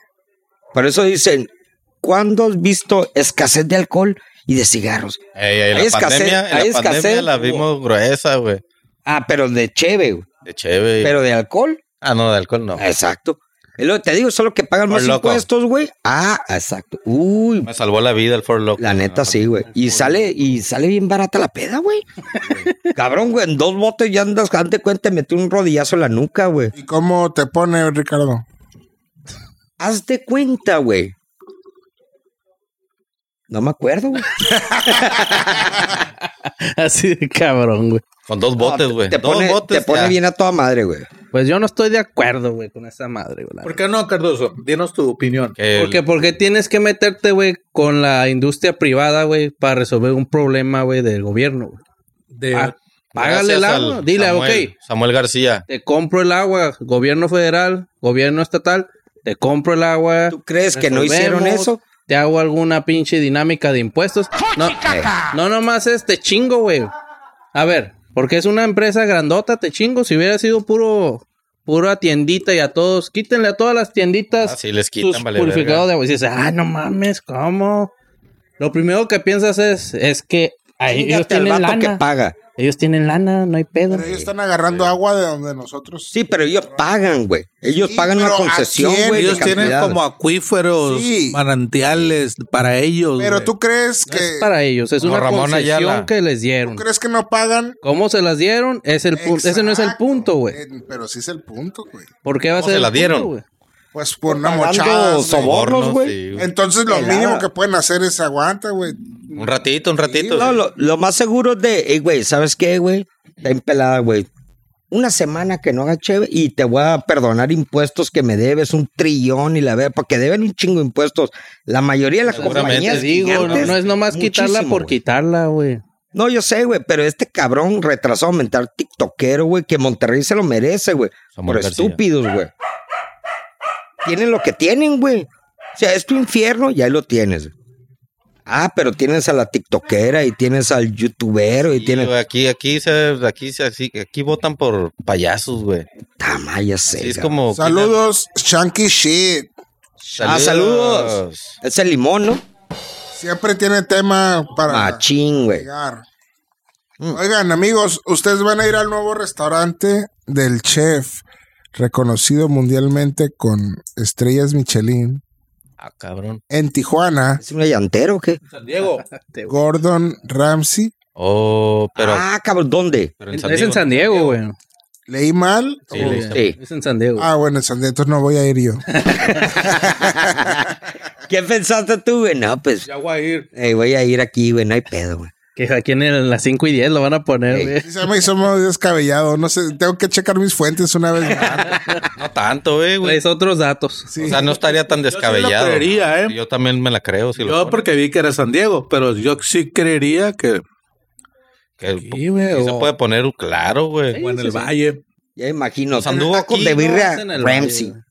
Por eso dicen, ¿cuándo has visto escasez de alcohol y de cigarros? Ey, ey, la Hay escasez, pandemia, en hay la pandemia escasez. la vimos gruesa, güey. Ah, pero de cheve, güey. De cheve. Pero de alcohol. ah, no, de alcohol no. Exacto. Es lo que te digo, solo que pagan Por más loco. impuestos, güey. Ah, exacto. Uy, Me salvó la vida el Ford Ah, Loco. la neta sí, güey. Y sale, y sale bien barata la peda, güey. Cabrón, güey, en dos botes ya andas, date cuenta, te metí un rodillazo en la nuca, güey. ¿Y cómo te pone, Ricardo? Haz de cuenta, güey. No me acuerdo, güey. Así de cabrón, güey. Con dos botes, güey. Te Dos pone, botes. te pone ya. bien a toda madre, güey. Pues yo no estoy de acuerdo, güey, con esa madre, güey. la ¿Por qué no, Cardoso? Dinos tu opinión. Que Porque, el- porque tienes que meterte, güey, con la industria privada, güey, para resolver un problema, güey, del gobierno. güey. De- Ah, Págale el gracias agua. al Dile, Samuel- ok, Samuel García. te compro el agua, gobierno federal, gobierno estatal, te compro el agua. ¿Tú crees que no resolvemos, hicieron eso? Te hago alguna pinche dinámica de impuestos. No, no nomás este chingo, güey. A ver, porque es una empresa grandota, te chingo. Si hubiera sido puro, pura tiendita y a todos, quítenle a todas las tienditas Ah, sí, les sus quitan, vale. verga. purificador de agua. Y dices, ah, no mames, ¿cómo? Lo primero que piensas es, es que ahí ellos Chingate al tienen vato que lana. paga. Ellos tienen lana, no hay pedo. Pero ellos están agarrando agua de donde nosotros. Sí, pero ellos pagan, güey. Ellos Sí, pagan una pero ¿a concesión, quién? güey. de ellos tienen cantidades. como acuíferos, Sí. manantiales para ellos. Pero güey. tú crees que. pues, Es para ellos, es Como una Ramón concesión Ayala. que les dieron. ¿Tú crees que no pagan? ¿Cómo se las dieron? Es el punto. Ese no es el Exacto. punto, güey. Eh, Pero sí es el punto, güey. ¿Por qué va a ¿Cómo ser se el la punto, dieron? güey? Pues por una Pagando mochada. güey. soborno. sobornos, güey. sí, Entonces lo Pelada. mínimo que pueden hacer es aguanta, güey. Un ratito, un ratito. No, lo, lo más seguro es de, "Ey, güey, ¿sabes qué, güey? Está empelada, güey. Una semana que no haga chévere y te voy a perdonar impuestos que me debes, un trillón y la ver, porque deben un chingo de impuestos. La mayoría de las Seguramente, Te compañías. digo, no, gigantes, no es nomás quitarla muchísimo, por güey. quitarla, güey. No, yo sé, güey, pero este cabrón retrasado mental tiktokero, güey, que Monterrey se lo merece, güey. Samuel Por García. estúpidos, güey. tienen lo que tienen, güey. O sea, es tu infierno y ahí lo tienes. Ah, pero tienes a la tiktokera y tienes al youtubero y Y, tienes... güey, Aquí, aquí, se, aquí, se- así- aquí votan por payasos, güey. Tama, ya Así sé. es cabrón. como. Saludos, chunky shit. Ah, saludos. Es el limón, ¿no? Siempre tiene tema para Ah, Machín, güey. llegar. Oigan, amigos, ustedes van a ir al nuevo restaurante del chef, reconocido mundialmente con estrellas Michelin, Ah, cabrón. en Tijuana, ¿Es un llantero o qué? San Diego. Gordon Ramsay. Oh, pero. ah, cabrón, ¿dónde? pero en San Es en Diego. San Diego, güey. ¿Leí mal? Sí, le hice- Sí. Es en San Diego. Ah, bueno, en San Diego, entonces no voy a ir yo. ¿Qué pensaste tú, güey? No, pues Ya voy a ir. eh, voy a ir aquí, güey, no hay pedo, güey. Que aquí en el- en las 5 y 10 lo van a poner, Ey. güey. Sí, Se me hizo muy descabellado, no sé, tengo que checar mis fuentes una vez más. No tanto, eh, güey. Traes otros datos. Sí. O sea, no estaría tan sí lo descabellado. creería, ¿eh? Yo también me la creo. Si lo Yo ponen. porque vi que era San Diego, pero yo sí creería que Que- Sí, güey, sí se o- puede poner, claro, güey. o en el valle. Ya imagino. Pues anduvo tacos aquí, de ¿no? birria En el Ramsey. valle.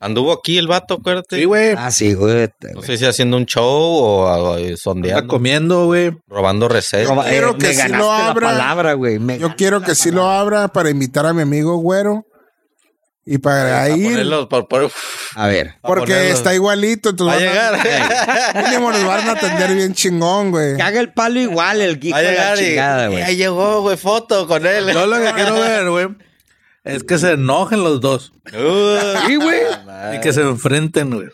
Anduvo aquí el vato, acuérdate. Sí, güey. Ah, sí, güey. No sé si haciendo un show o, ah, Está sondeando, comiendo, güey. robando recetas. Roba- eh, Quiero que me sí lo ganaste la abra. palabra, güey. Me Yo quiero que sí lo abra para invitar a mi amigo güero y para Para ir. ponerlos, por- por- A ver. para Porque ponerlos. está igualito, Va entonces a van a- llegar. mínimo nos van a atender bien chingón, güey. Caga el palo igual el guico Va a de la llegar chingada, y, y güey. ahí llegó, güey, foto con él. Yo lo que quiero ver, güey, es que se enojen los dos Uh, Sí, güey. y que se enfrenten, güey.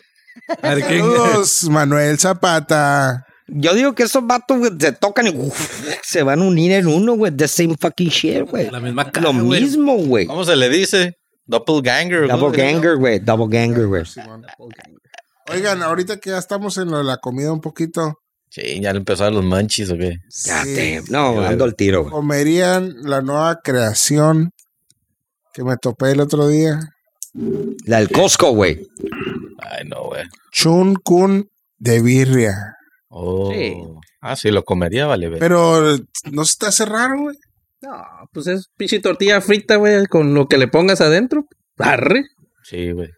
Ah. A ver quién- Saludos, Manuel Zapata. Yo digo que esos vatos, güey, se tocan y uf, se van a unir en uno, güey. The same fucking shit, güey. La misma cara, Lo güey. mismo, güey. ¿Cómo se le dice? Doppelganger. ¿cómo Double se llama? ganger, güey. Double ganger, güey. Oigan, ahorita que ya estamos en lo de la comida un poquito, Sí, ya le empezaron los manchis o qué. Ya Sí. te. No, ando al tiro, güey. comerían la nueva creación que me topé el otro día. La del Costco, güey. Ay, no, güey. Chun Kun de birria. Oh. Sí. Ah, sí, lo comería, vale, ver. Pero no se te hace raro, güey. No, pues es pinche tortilla frita, güey, con lo que le pongas adentro. Arre. Sí, güey.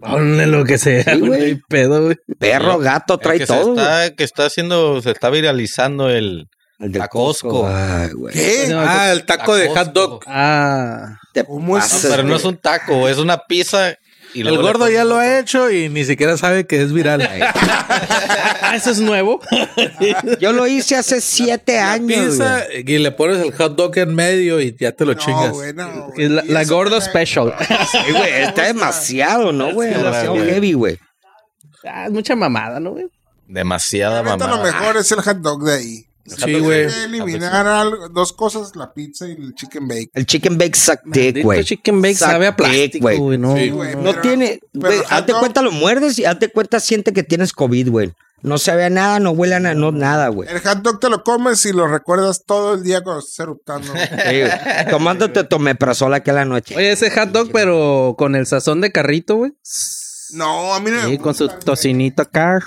Ponle lo que sea, Sí, güey. güey. pedo, güey. Perro, gato, El trae que todo, Se güey. está, que está haciendo, se está viralizando el El del a Costco. Ay, güey. ¿Qué? Ah, el taco de hot dog. Ah. Te ¿Cómo es? No, pasas, pero no güey. es un taco, es una pizza. Y El luego le gordo ponen- ya lo ha hecho y ni siquiera sabe que es viral. Ah, eso es nuevo. Yo lo hice hace siete años, güey. Pizza y le pones el hot dog en medio y ya te lo No, chingas. güey, no, güey. Es la, Y la eso gordo me- special. Sí, güey, está demasiado, ¿no, güey? Demasiado güey. heavy, güey. Ah, es mucha mamada, ¿no, güey? Demasiada La neta, mamá. lo mejor es el hot dog de ahí. Sí, güey. Hay que eliminar algo- dos cosas, la pizza y el chicken bacon. El chicken bake suck dick, güey. Maldito chicken bake Suck sabe a dick, plástico, güey. güey. No, Sí, no, güey, no. No Pero- tiene, pero güey, hot hazte dog- cuenta, lo muerdes y hazte cuenta, siente que tienes COVID, güey. No se vea nada, no huele a nada, no nada, güey. El hot dog te lo comes y lo recuerdas todo el día cuando estás eruptando. Sí, güey. Tomándote tomeprazola aquella noche. Oye, ese hot dog, pero con el sazón de carrito, güey. No, Ah, a mí no me Sí, con su gusta, tocinito acá.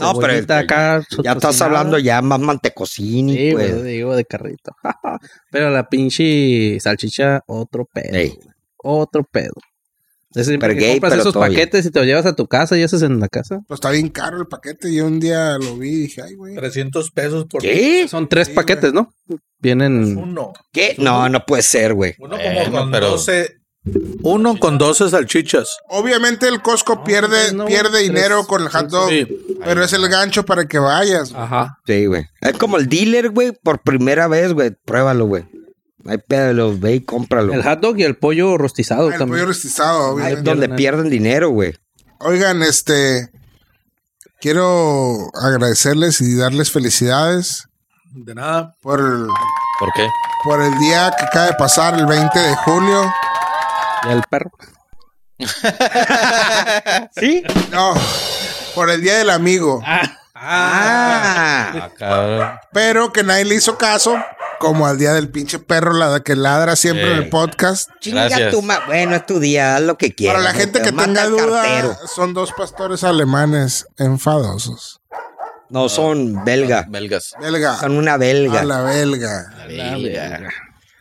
No, pero el- cebollita acá, su ya estás tocinada. hablando ya más mantecosini, pues. Sí, güey. güey, digo de carrito. pero la pinche salchicha, otro pedo. Ey. güey. Otro pedo. Es decir, Pero que gay, compras pero esos todo bien. paquetes y te los llevas a tu casa y haces en la casa. Pues está bien caro el paquete. Yo un día lo vi y dije, ay, güey. 300 pesos por ¿Qué? Son tres Sí, paquetes, ¿no? Vienen. uno. ¿Qué? No, no puede ser, güey. Uno Bueno, pero- Uno con 12 salchichas. Obviamente el Costco pierde, pues no, pierde tres- dinero con el hot dog, Sí. pero es el gancho para que vayas. Ah, güey. Ajá. Sí, güey. Es como el dealer, güey, por primera vez, güey. Pruébalo, güey. No hay pedo, lo ve y cómpralo. El hot dog y el pollo rostizado El también. pollo rostizado, Ahí obviamente. es donde pierden dinero, güey. Oigan, este. Quiero agradecerles y darles felicidades De nada. por el, ¿Por qué? por el día que acaba de pasar, el 20 de julio. Y el perro. ¿Sí? No, por el día del amigo. Ah. Ah, cabrón. Pero que nadie le hizo caso, como al día del pinche perro, la que ladra siempre en el Sí. podcast. Chinga Gracias. tu ma- Bueno, es tu día, haz lo que quieras. Para la gente que Mata tenga al cartero. duda, son dos pastores alemanes enfadosos. No, son belga. Belgas. Belga. Son una A belga. la belga. Belga.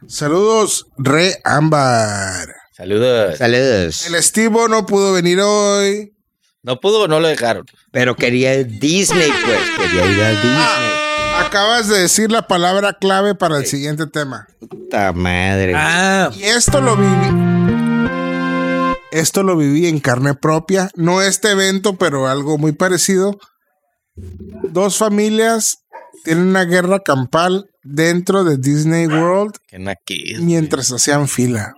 Saludos, Re Ámbar. Saludos. Saludos. El Estivo no pudo venir hoy. No pudo, no lo dejaron. Pero quería ir Disney, pues. Quería ir a Ah. Disney. Acabas de decir la palabra clave para el siguiente tema. Puta madre. Ah, Y esto lo viví. Esto lo viví en carne propia. No este evento, pero algo muy parecido. Dos familias tienen una guerra campal dentro de Disney World Que naquis. mientras hacían fila.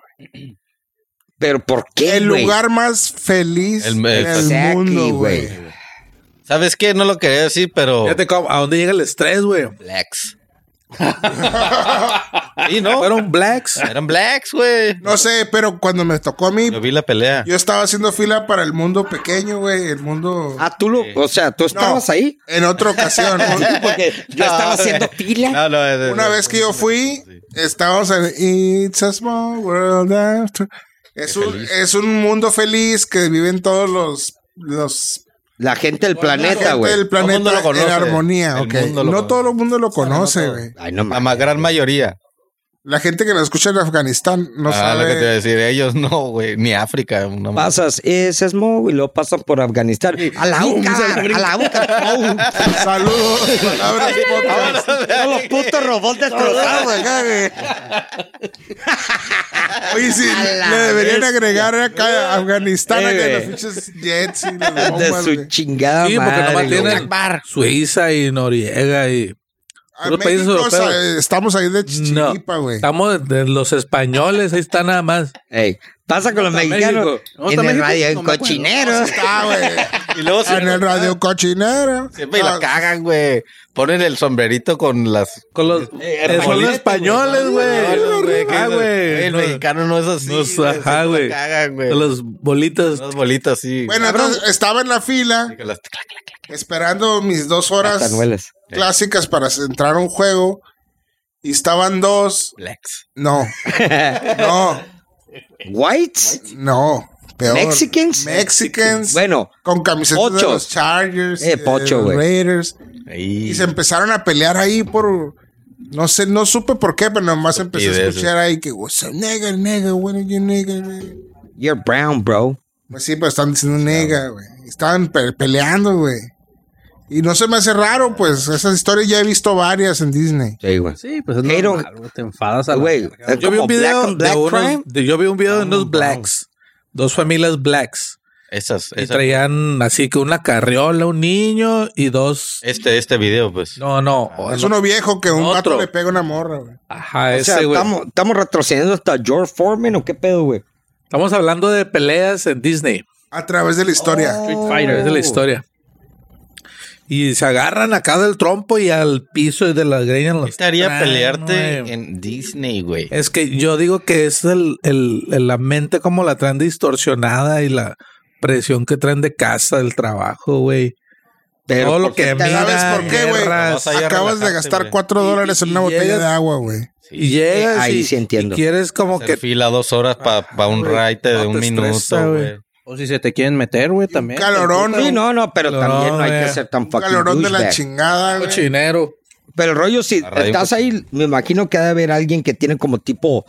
Pero ¿por qué, El güey? lugar más feliz El- del Exactly, mundo, güey. güey. ¿Sabes qué? No lo quería decir, Oh. pero. fíjate cómo- a dónde llega el estrés, güey. Blacks. sí, ¿no? Fueron blacks. Eran blacks, güey. No sé, pero cuando me tocó a mí, Yo vi la pelea. yo estaba haciendo fila para el mundo pequeño, güey. El mundo. Ah, tú lo. O sea, tú estabas ahí. En otra ocasión. ¿no? Porque yo estaba haciendo pila. Ah, No, no, es- es- Una vez que yo fui, estábamos en It's a Small World After. Es un, es un mundo feliz que viven todos los, los La gente del planeta, gente güey. del Todo el mundo planeta lo conoce. en armonía. El ok. mundo lo no conoce. todo el mundo lo conoce, güey. Ay, no La mames. ma- gran mayoría. La gente que nos escucha en Afganistán no ah, sabe. lo que te iba a decir. Ellos no, güey. Ni África. una ma- Pasas ese es y lo pasan por Afganistán. A la UCA, a la UCA. Saludos, palabras podcast. Todos los putos robots destrozados. Oye, sí, A la le deberían bestia. agregar acá a Afganistán, Eh, acá güey. los pinches jets y las De bombas, su güey. chingada Sí, porque nomás madre. güey. tienen Suiza y Noriega y A Los países México, europeos. sa- Estamos ahí de No. chichilipa, güey. Estamos de los españoles, ahí está nada más. Ey, pasa con los está mexicanos. México? ¿Dónde En está el México? radio, No en me acuerdo. cochinero. Está, güey. Y luego Ah, En el radio cochinero. Siempre la Ah, cagan, güey. Ponen el sombrerito con las. Con los, eh, son los arbolito, españoles, güey. que Ah, es- güey. El No, mexicano no es así. no, güey, ajá, siempre la güey. cagan, güey. con los bolitas. Unas bolitas así. Bueno, Cabrón. entonces estaba en la fila Que las- esperando mis dos horas Tanuelas. clásicas para entrar a un juego. Y estaban dos. Blacks. No. No. Whites. No. Peor. Mexicans. Mexicans. Bueno, Con camisetas de Pochos. los Chargers. Eh, de pocho, los güey. Raiders. Ahí. Y se empezaron a pelear ahí por. No sé, no supe por qué, pero nomás empecé a Estupidez, escuchar ahí que, what's up, nigga, nigga, what are you nigga, nigga?" you're brown, bro. Pues sí, pero están diciendo nega, güey. Estaban pe- peleando, güey. Y no se me hace raro, pues. Esas historias ya he visto varias en Disney. Sí, güey. Sí, pues es Pero- normal, güey, te enfadas a la Güey, es Yo vi como un video black on black de unos- crime. de- yo vi un video de unos blacks, dos familias blacks, Esas. y esas- traían así que una carriola, un niño y dos. Este, este video, pues. No, no, Es uno viejo que un vato Otro. le pega a una morra, güey. ajá, Ah, O sea, ese güey. estamos, estamos retrocediendo hasta George Foreman o qué pedo, güey. Estamos hablando de peleas en Disney. A través de la historia. Street Es Fighter. Oh. de la historia. Y se agarran acá del trompo y al piso y de las greñas. los ¿Qué te haría traen, pelearte güey. en Disney, güey? Es que yo digo que es el, el- el- la mente como la traen distorsionada y la presión que traen de casa, del trabajo, güey. Pero Todo lo ¿por qué que te mira, ¿Sabes por qué, güey? guerras. Vas ahí a Acabas de relajarte, gastar güey. cuatro dólares en una y botella llegas- de agua, güey. Y llegas Ahí y, sí entiendo. y quieres como Hacer que... Ah, fila dos horas para un güey. raite de No te un minuto, estresa, güey. güey. O si se te quieren meter, güey, también. Calorón, Sí, no, no, pero No, también no hay que güey. ser tan un fucking calorón de la douchebag. chingada, güey. Cochinero. Pero el rollo, si La radio estás ahí, me imagino que ha de haber alguien que tiene como tipo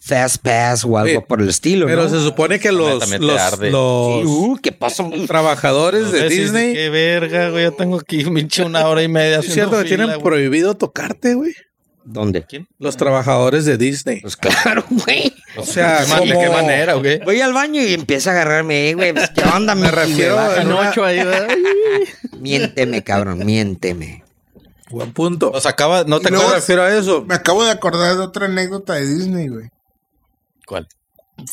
fast pass o algo Sí. por el estilo, Pero ¿no? se supone que los, También te los, arde. los Uh, ¿qué pasó? trabajadores de Entonces, Disney... Qué verga, güey. Yo tengo aquí pinche una hora y media. Es cierto que tienen prohibido tocarte, güey. ¿Dónde? Los trabajadores de Disney. Pues claro, güey. O sea, sea, ¿de como- qué manera, güey? Voy al baño y empieza a agarrarme, eh, güey. pues, ¿Qué onda? Me refiero bajan en una- ocho ahí, güey. Miénteme, cabrón, miénteme. Buen punto. Los acaba, no te Y luego- acuerdas. refiero a eso. Me acabo de acordar de otra anécdota de Disney, güey. ¿Cuál?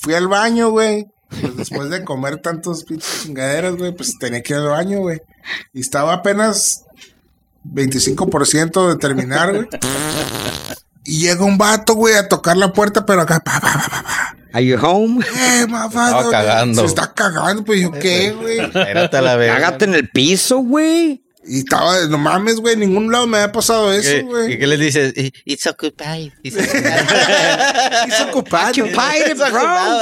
Fui al baño, güey. Pues después de comer tantos pinches chingaderas, güey, pues tenía que ir al baño, güey. Y estaba apenas 25% de terminar, güey. Y llega un vato, güey, a tocar la puerta, pero acá, pa, pa, pa, pa, pa. ¿Are you home? Eh, mafado, Estaba cagando. Se está cagando, pues yo qué, güey. Espérate a la verga. Cágate en el piso, güey. Y estaba, no mames, güey, en ningún lado me había pasado ¿Qué- eso, ¿Y güey. qué les dices? "I- It's occupied. It's occupied. Hizo ocupar. Occupied, bro.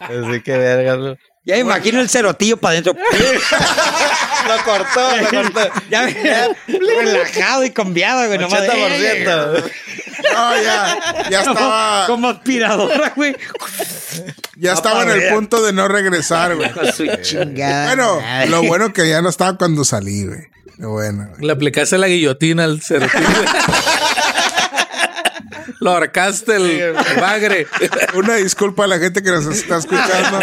Así que verga, güey. Ya me imagino el cerotillo para adentro. Lo cortó, lo cortó. Ya, ya, relajado y cambiado, güey. Nomás, eh, 80%. No, ya, ya como, estaba. como aspiradora, güey. Ya estaba en el punto de no regresar, güey. Con su chingada. Bueno, madre. lo bueno que ya no estaba cuando salí, güey. Lo bueno, güey. Le aplicaste la guillotina al cerotillo. Lo ahorcaste el bagre. Una disculpa a la gente que nos está escuchando.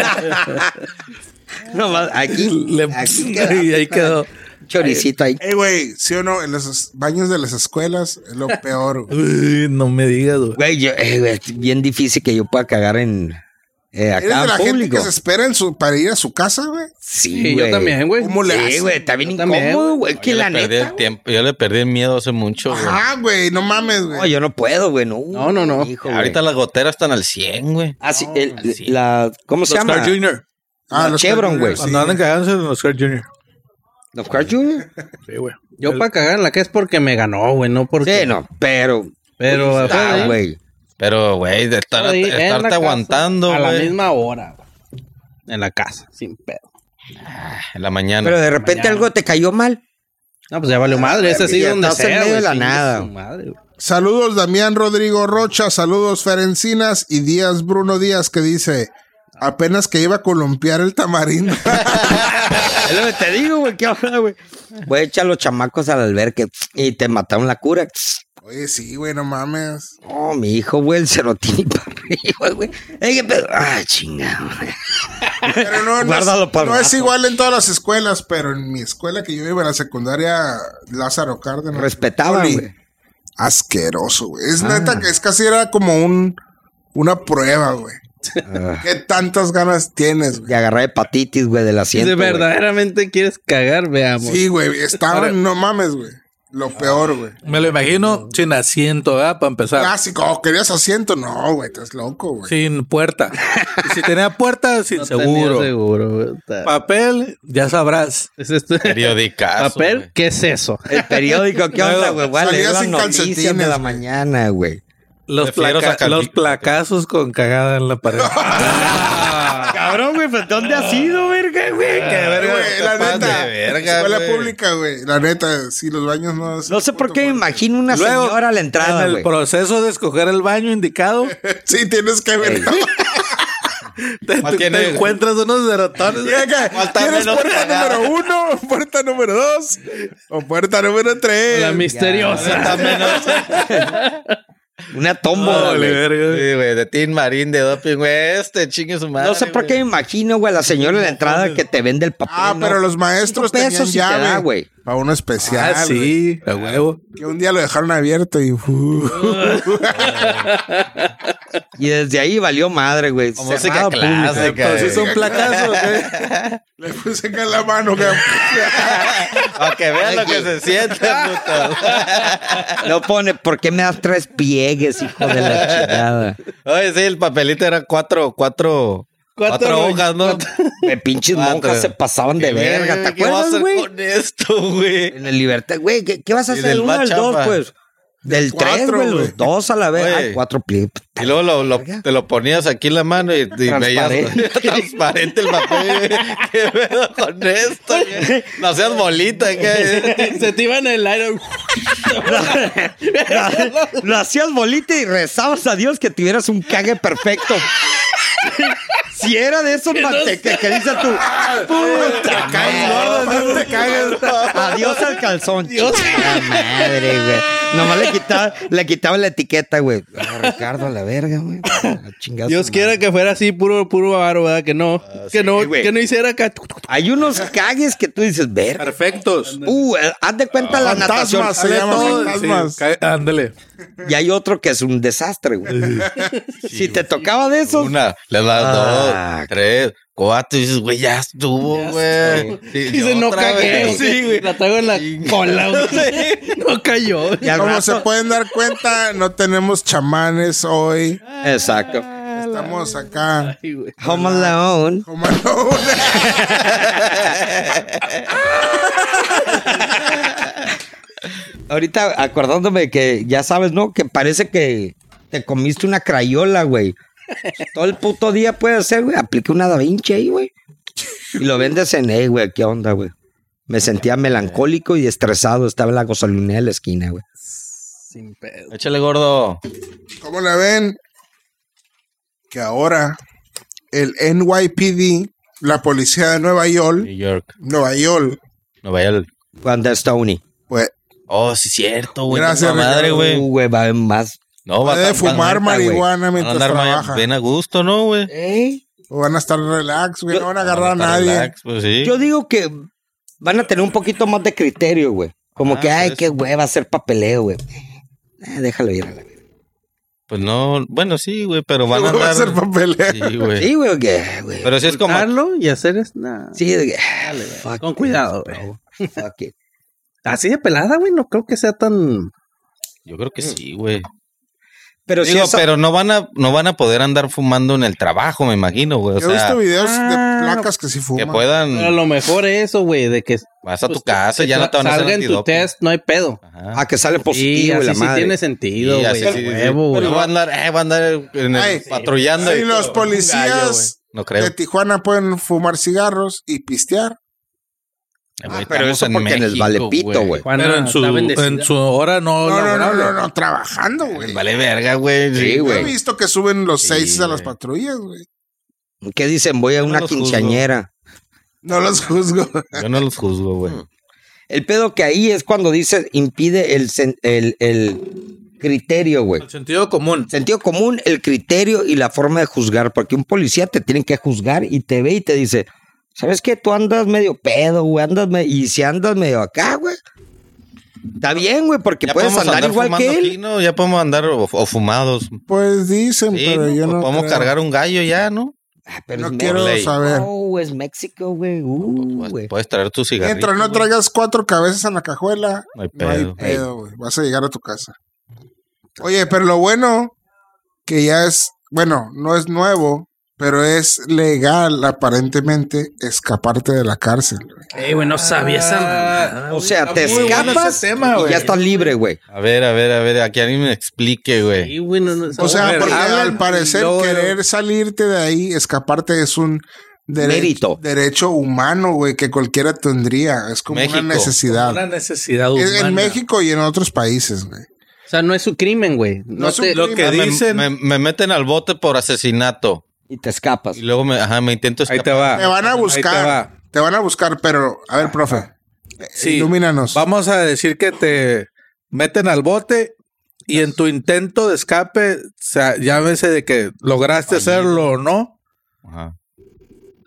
Nomás aquí. Le- aquí queda- y ahí quedó. Choricito ahí. Ey, güey, ¿sí o no? En los es- baños de las escuelas es lo peor, güey. Uy, no me digas, güey. Güey, yo- eh, güey, es bien difícil que yo pueda cagar en. ¿Eres eh, acá de en la gente público. que se espera en su, para ir a su casa, güey? Sí, Sí, yo güey. también, güey. ¿Cómo le Sí, haces? güey, está bien Yo también, incómodo, güey. Que Yo la le perdí neta. el tiempo. Yo le perdí el miedo hace mucho, güey. Ajá, güey, no mames, No, güey. yo no puedo, güey. No, No, no, no. hijo, güey. Ahorita las goteras están al 100, güey. Ah, sí, el- al 100. la, ¿Cómo se llama? Oscar Jr. Ah, no, los Chevron, güey. sí. Cuando andan cagándose en Oscar Jr. ¿Los Carl Jr.? Sí, güey. Yo para cagar en la que es porque me ganó, güey, no porque. Sí, no, pero. Pero afuera, Ah, ahí, güey. Pero, güey, de estar, ahí, en la estarte casa, aguantando, A la güey. misma hora, güey. En la casa, sin pedo. En la mañana. Pero de repente algo te cayó mal. No, pues ya valió madre. Ese sí, Ah, Ya donde estás en sea, medio de güey, la chingue nada. su madre, güey. Saludos Damián Rodrigo Rocha, saludos Ferencinas y Díaz Bruno Díaz que dice, apenas que iba a columpiar el tamarindo. Es lo que te digo, güey. ¿Qué onda, güey? Voy a echar los chamacos al albergue y te mataron la cura. Oye, sí, güey, no mames. Oh, mi hijo, güey, el cerotín para arriba, güey. Ey, qué pedo. Ah, chingado. güey. Pero no, no, Guárdalo es, para no rato. es igual en todas las escuelas, pero en mi escuela que yo iba a la secundaria Lázaro Cárdenas. Respetaba, Oli, güey. Asqueroso, güey. Es Ah. neta que es casi era como un una prueba, güey. Ah, ¿Qué tantas ganas tienes, güey? De agarrar hepatitis, güey, del Si asiento. de güey. verdaderamente quieres cagar, veamos. Sí, güey, estaban, no mames, güey. Ah. Lo peor, güey. Me lo imagino sin asiento, ¿verdad? Para empezar. Clásico, oh, querías asiento. No, güey, estás loco, güey. Sin puerta. Y si tenía puerta, sin No tenía seguro. Seguro, güey. Ta- Papel, ya sabrás. Es esto- Periodicazo, Papel, güey. ¿qué es eso? El periódico, ¿qué onda, güey? Voy a Salía leer las sin noticias de calcetines, la güey. mañana, güey. Los, Prefiero placa- sacar los mi- placazos con cagada en la pared. Cabrón, güey, pues ¿dónde has ido, verga, Ah, güey? Güey, la capaz neta. de verga, escuela güey. pública, güey. La neta, sí, los baños no. es- No sé por qué me imagino una Luego, señora a la entrada, en el güey. proceso de escoger el baño indicado, Sí, tienes que ver. Ey. todo. te, ¿Cuál te- tiene? te encuentras unos derrotones. Falta ¿Tienes menos puerta cagada. número uno, puerta número dos o puerta número tres? La misteriosa. Falta menos. Una tómbola, Ole, güey. verga. Sí, güey, de Team Marín, de Doping, güey. Este chingue su madre. No sé por qué me imagino, güey, a la señora en la entrada que te vende el papel. Ah, ¿no? pero los maestros Cinco tenían pesos sí te da, llave güey. para uno especial. Ah, güey, sí, a huevo. Que un día lo dejaron abierto y. uh, Y desde ahí valió madre, güey. Como música Ah, Cerrado público. clásica. Entonces güey. pues, son placazos, güey. le puse acá la mano, güey. Para que vean lo que se siente, puto. No pone, ¿por qué me das tres pliegues, hijo de la chingada? Oye, sí, el papelito era cuatro, cuatro, Cuatro, cuatro, güey. hojas, ¿no? Me pinches Cuatro. monjas se pasaban de Qué verga, ¿te ¿Qué vas a acuerdas, hacer güey? con esto, güey? En el libertad, güey, ¿qué, qué vas a Y hacer? del ¿El uno más al dos, chafa. pues? Del cuatro, tres, güey, güey. los dos a la vez. Güey. Ay, cuatro pliegues. Y luego lo- lo- te lo ponías aquí en la mano y, y veías Transparente. transparente el papel. güey. ¿Qué pedo con esto? güey? No seas bolita, ¿qué? Se te iba en el aire. Lo hacías bolita y rezabas a Dios que tuvieras un cague perfecto. si era de esos manteques que dices tú, puta madre. te cagas. Adiós al calzón. Dios. madre, güey. Nomás le quitaba, le quitaba la etiqueta, güey. Ah, Ricardo, a la verga, güey. A chingar a su Dios madre. quiera que fuera así, puro, puro avaro, ¿verdad? Que no, Ah, que no, güey. que no hiciera acá. Hay unos cagues que tú dices, ver. Perfectos. Uh, eh, haz de cuenta la natación. Fantasmas, se llaman fantasmas. ca- ándale. Y hay otro que es un desastre, güey. si te tocaba de esos, Una, le das Ah, dos, tres, cuatro. Y dices, güey, ya estuvo, güey. Sí, Dice, no otra cagué. vez. Sí, güey. La traigo en la cola, güey. No cayó. y al Como rato- se pueden dar cuenta, no tenemos chamanes hoy. Exacto. Estamos acá. Ay, güey. Home Alone. Como no, una- Ahorita acordándome que ya sabes, ¿no? Que parece que te comiste una crayola, güey. Todo el puto día puede ser, güey. Apliqué una Da Vinci ahí, güey. Y lo vendes en, eh, güey, ¿qué onda, güey? Me sentía melancólico y estresado. Estaba en la gasolinera de la esquina, güey. Sin pedo. Échale, gordo. ¿Cómo la ven? Que ahora el NYPD, la policía de Nueva York, New York. Nueva York, Nueva York. Cuando está uni. pues Oh, sí, cierto, güey. Gracias, Gracias, madre, Ricardo. Uh, güey. güey, va a haber más. No, va a puede estar- van- fumar andar, güey. marihuana Van a mientras andar trabaja. ma- bien a gusto, ¿no, güey? ¿Eh? O van a estar relax, güey, no van a agarrar a Para nadie. relax, pues sí. Yo digo que van a tener un poquito más de criterio, güey. Como Ah, que, ay, pues. qué hueva hacer papeleo, güey. Eh, déjalo ir a la vida. Pues no, bueno, sí, güey, pero van a Luego va a andar. hacer papeleo. Sí, güey. Sí, güey, que, güey. Pero sí es como. Darlo y hacer es nada. Sí, de que, fuck Con it, cuidado, bro. güey. Fuck it. Así de pelada, güey, no creo que sea tan. Yo creo que sí, güey. Pero Digo, si esa- pero no van a, no van a poder andar fumando en el trabajo, me imagino, güey. O Yo he sea, visto videos ah, de placas que sí que fuman. puedan, Pero a lo mejor eso, güey, de que. vas a tu pues, casa, que ya no te van a hacer Pues salga en tu antidoping. test, no hay pedo. Ajá. a ah, que sale Sí, positivo, güey, así la sí madre. tiene sentido, Y güey. así, a sí, sí, sí. huevo, güey. Pero van a andar, eh, van a andar en el- Ay, patrullando. Y ahí los como un gallo, policías güey. no creo. de Tijuana pueden fumar cigarros y pistear. Eh, Ah, güey, pero estamos eso en porque les vale México, pito, güey. Juana Pero en está su, bendecida. en su hora no. No, no, no, Oh, laborable. no, no, trabajando, Les güey. Vale verga, güey. Sí, Yo he güey. visto que suben los Sí, seis a las güey. patrullas, güey. ¿Qué dicen? Voy a No una los juzgo. quinceañera. No los juzgo. Yo no los juzgo, güey. El pedo que ahí es cuando dice impide el, sen- el, el criterio, güey. El sentido común. Sentido común, el criterio y la forma de juzgar, porque un policía te tiene que juzgar y te ve y te dice, ¿sabes qué? Tú andas medio pedo, güey, andas me- y si andas medio acá, güey. Está bien, güey, porque Ya puedes podemos andar, igual fumando que él. aquí, ¿no? Ya podemos andar o, o fumados. Sí, Pues dicen, pero ¿no? yo Pues no. podemos creo. cargar un gallo ya, ¿no? Ah, pero No es quiero ley. saber. México, güey, Oh, es México, güey. Uh, Puedes, güey. puedes traer tu cigarrillo. Mientras no güey. traigas cuatro cabezas en la cajuela, No hay no hay pedo. pedo, güey. Vas a llegar a tu casa. Oye, pero lo bueno que ya es, bueno, no es nuevo, pero es legal aparentemente escaparte de la cárcel. güey. Ey, güey, no sabía esa mamada, O güey. sea, te muy bueno escapas ese tema, y güey. ya estás libre, güey. A ver, a ver, a ver. Aquí alguien me explique, güey. Sí, güey, no, no- O sea, Pero porque hablan al parecer y luego- querer salirte de ahí, escaparte es un dere- Mérito. derecho humano, güey, que cualquiera tendría. Es como México. una necesidad. Una necesidad humana. Es en México y en otros países, güey. o sea, no es su crimen, güey. No, es un te- Lo que Ah, me- dicen. Me, me meten al bote por asesinato. Y te escapas. Y luego me, ajá, me intento Ahí te va. escapar. Te van a Ah, Ahí te buscar. Te, va. Ah, van a buscar, pero a ver, profe. Sí. Ilumínanos. Vamos a decir que te meten al bote y en tu intento de escape, o sea, llámese de que lograste hacerlo o no, Ajá.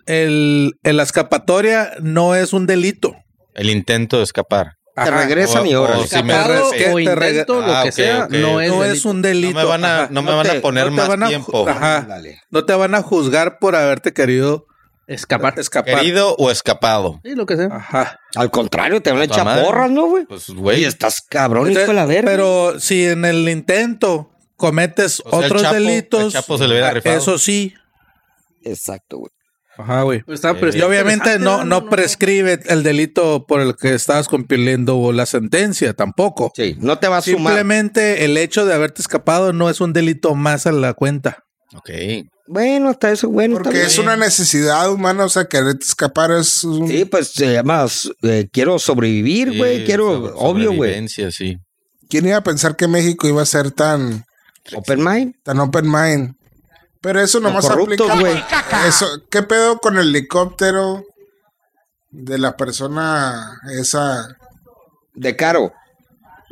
el, el- la escapatoria no es un delito. El intento de escapar. Te Ajá. regresan y O- órale. o si me escapado res- que o te intento, rega- lo Ah, que ok, sea, ok. no es, No es delito. un delito. No me van a, Ajá. no me van te- a poner no te más van a ju- tiempo. Ajá. Ándale. No te van a juzgar por haberte querido escapar. escapar. Querido o escapado. Sí, lo que Ah. sea. Ajá. Al contrario, te van a Puta echar madre. porras, ¿no, güey? Pues, Y güey. estás cabrón, hijo Entonces, de la verga. pero si en el intento cometes O sea, el otros Chapo- el delitos, ah, Chapo se le hubiera rifado. eso sí. Exacto, güey. Ajá, güey. Pero está- pero Eh, Sí. Y está obviamente interesante, Ah, no, no prescribe el delito por el que estabas cumpliendo la sentencia tampoco. Sí, no te va a sumar. Simplemente el hecho de haberte escapado no es un delito más a la cuenta. Ok. Bueno, hasta eso, bueno. está Porque bien. es una necesidad humana, o sea, quererte escapar es un... Sí, pues se llama eh, Quiero sobrevivir, Sí, güey. quiero, sobre- obvio, güey. sobrevivencia, sí. ¿Quién iba a pensar que México iba a ser tan, Open mind. tan open mind? Pero eso nomás corruptos, aplica... güey. Eso, ¿Qué pedo con el helicóptero de la persona esa, De caro.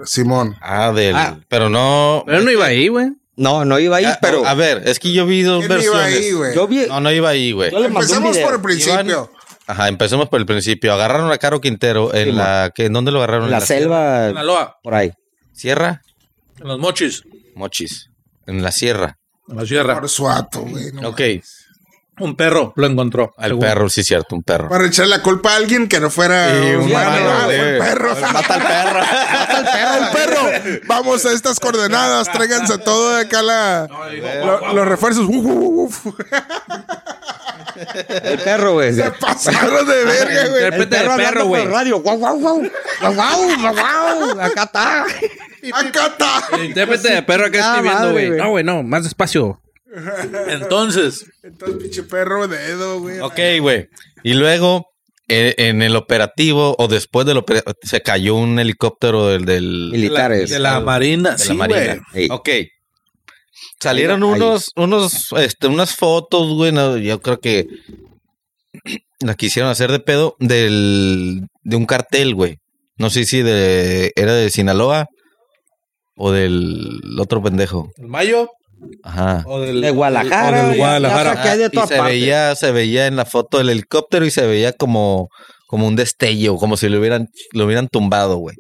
Simón? Ah, del. Ah. Pero no. Pero él no iba ahí, güey. No, no iba ahí, Ah, pero. A ver, es que yo vi dos ¿Quién iba versiones. ahí, güey? yo vi. No, no iba ahí, güey. yo le mandé un Empezamos video. por el principio. Ajá, empecemos por el principio. Agarraron a Caro Quintero en Sí, la. ¿qué? ¿En dónde lo agarraron? La, ¿En selva. Sinaloa, Por ahí. sierra? ¿Sierra? en los mochis, Mochis. En la sierra. en la sierra. Por suato, güey. no Ok. Un perro lo encontró. Al según. perro, sí, cierto, un perro. Para echar la culpa a alguien que no fuera Sí, un humano, humano, ah, güey. fue el perro. Mata al perro. el perro. Vamos a estas coordenadas, tráiganse todo de acá la, lo- los refuerzos. Uf, uf, uf. El perro, güey. Se pasaron de verga, güey. El Interpreta perro del perro, hablando por güey. el radio. Guau, guau, guau. Guau, guau, guau, guau. Acá está. Acá está. El intérprete de perro acá chingada escribiendo, madre, güey. güey. No, güey, no, más despacio. Entonces, Entonces, pinche perro dedo, güey. Ok, güey. Y luego, eh, en el operativo o después del operativo, se cayó un helicóptero del. del de la, Militares. de la marina, de sí, la güey. Marina. Ey. Ok. Salieron Ahí va, ahí. unos, unos, este, unas fotos, güey. no, yo creo que las quisieron hacer de pedo del, de un cartel, güey. No sé si de, era de Sinaloa o del otro pendejo. ¿Mayo? Ajá. Ah, ¿O del, De Guadalajara. o del ya- ya Guadalajara. saqué de Y toda se parte. veía, se veía en la foto del helicóptero y se veía como, como un destello, como si lo hubieran, lo hubieran tumbado, güey.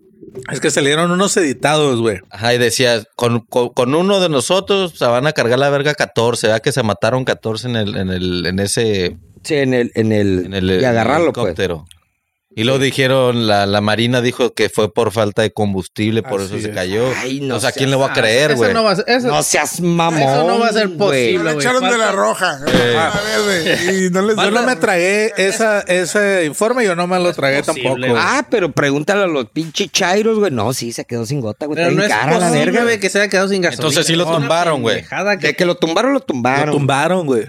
Es que salieron unos editados, güey. Ajá, y decía, con, con- con uno de nosotros se van a cargar la verga 14, ¿verdad? Que se mataron 14 en el, en el, en ese, Sí, en el, en el, en el, y agarrarlo, pues. helicóptero. Y lo dijeron, la, la marina dijo que fue por falta de combustible, por Así eso se es. cayó. Ay, no o sea, seas- ¿quién le va a creer, Eso güey? no va a ser. Eso, No seas mamón. Eso no va a ser güey. posible. La güey, echaron de falta- la roja. a verde. Y no les Yo no me tragué esa, ese informe, yo no me lo tragué posible, tampoco. güey. Ah, pero pregúntale a los pinches chairos, güey. No, sí, se quedó sin gota, güey. pero Está no bien es cara la posible, verga, güey, que se haya quedado sin gasolina. Entonces sí lo Es una tumbaron, güey. pendejada que- De que lo tumbaron, lo tumbaron. Lo tumbaron, güey.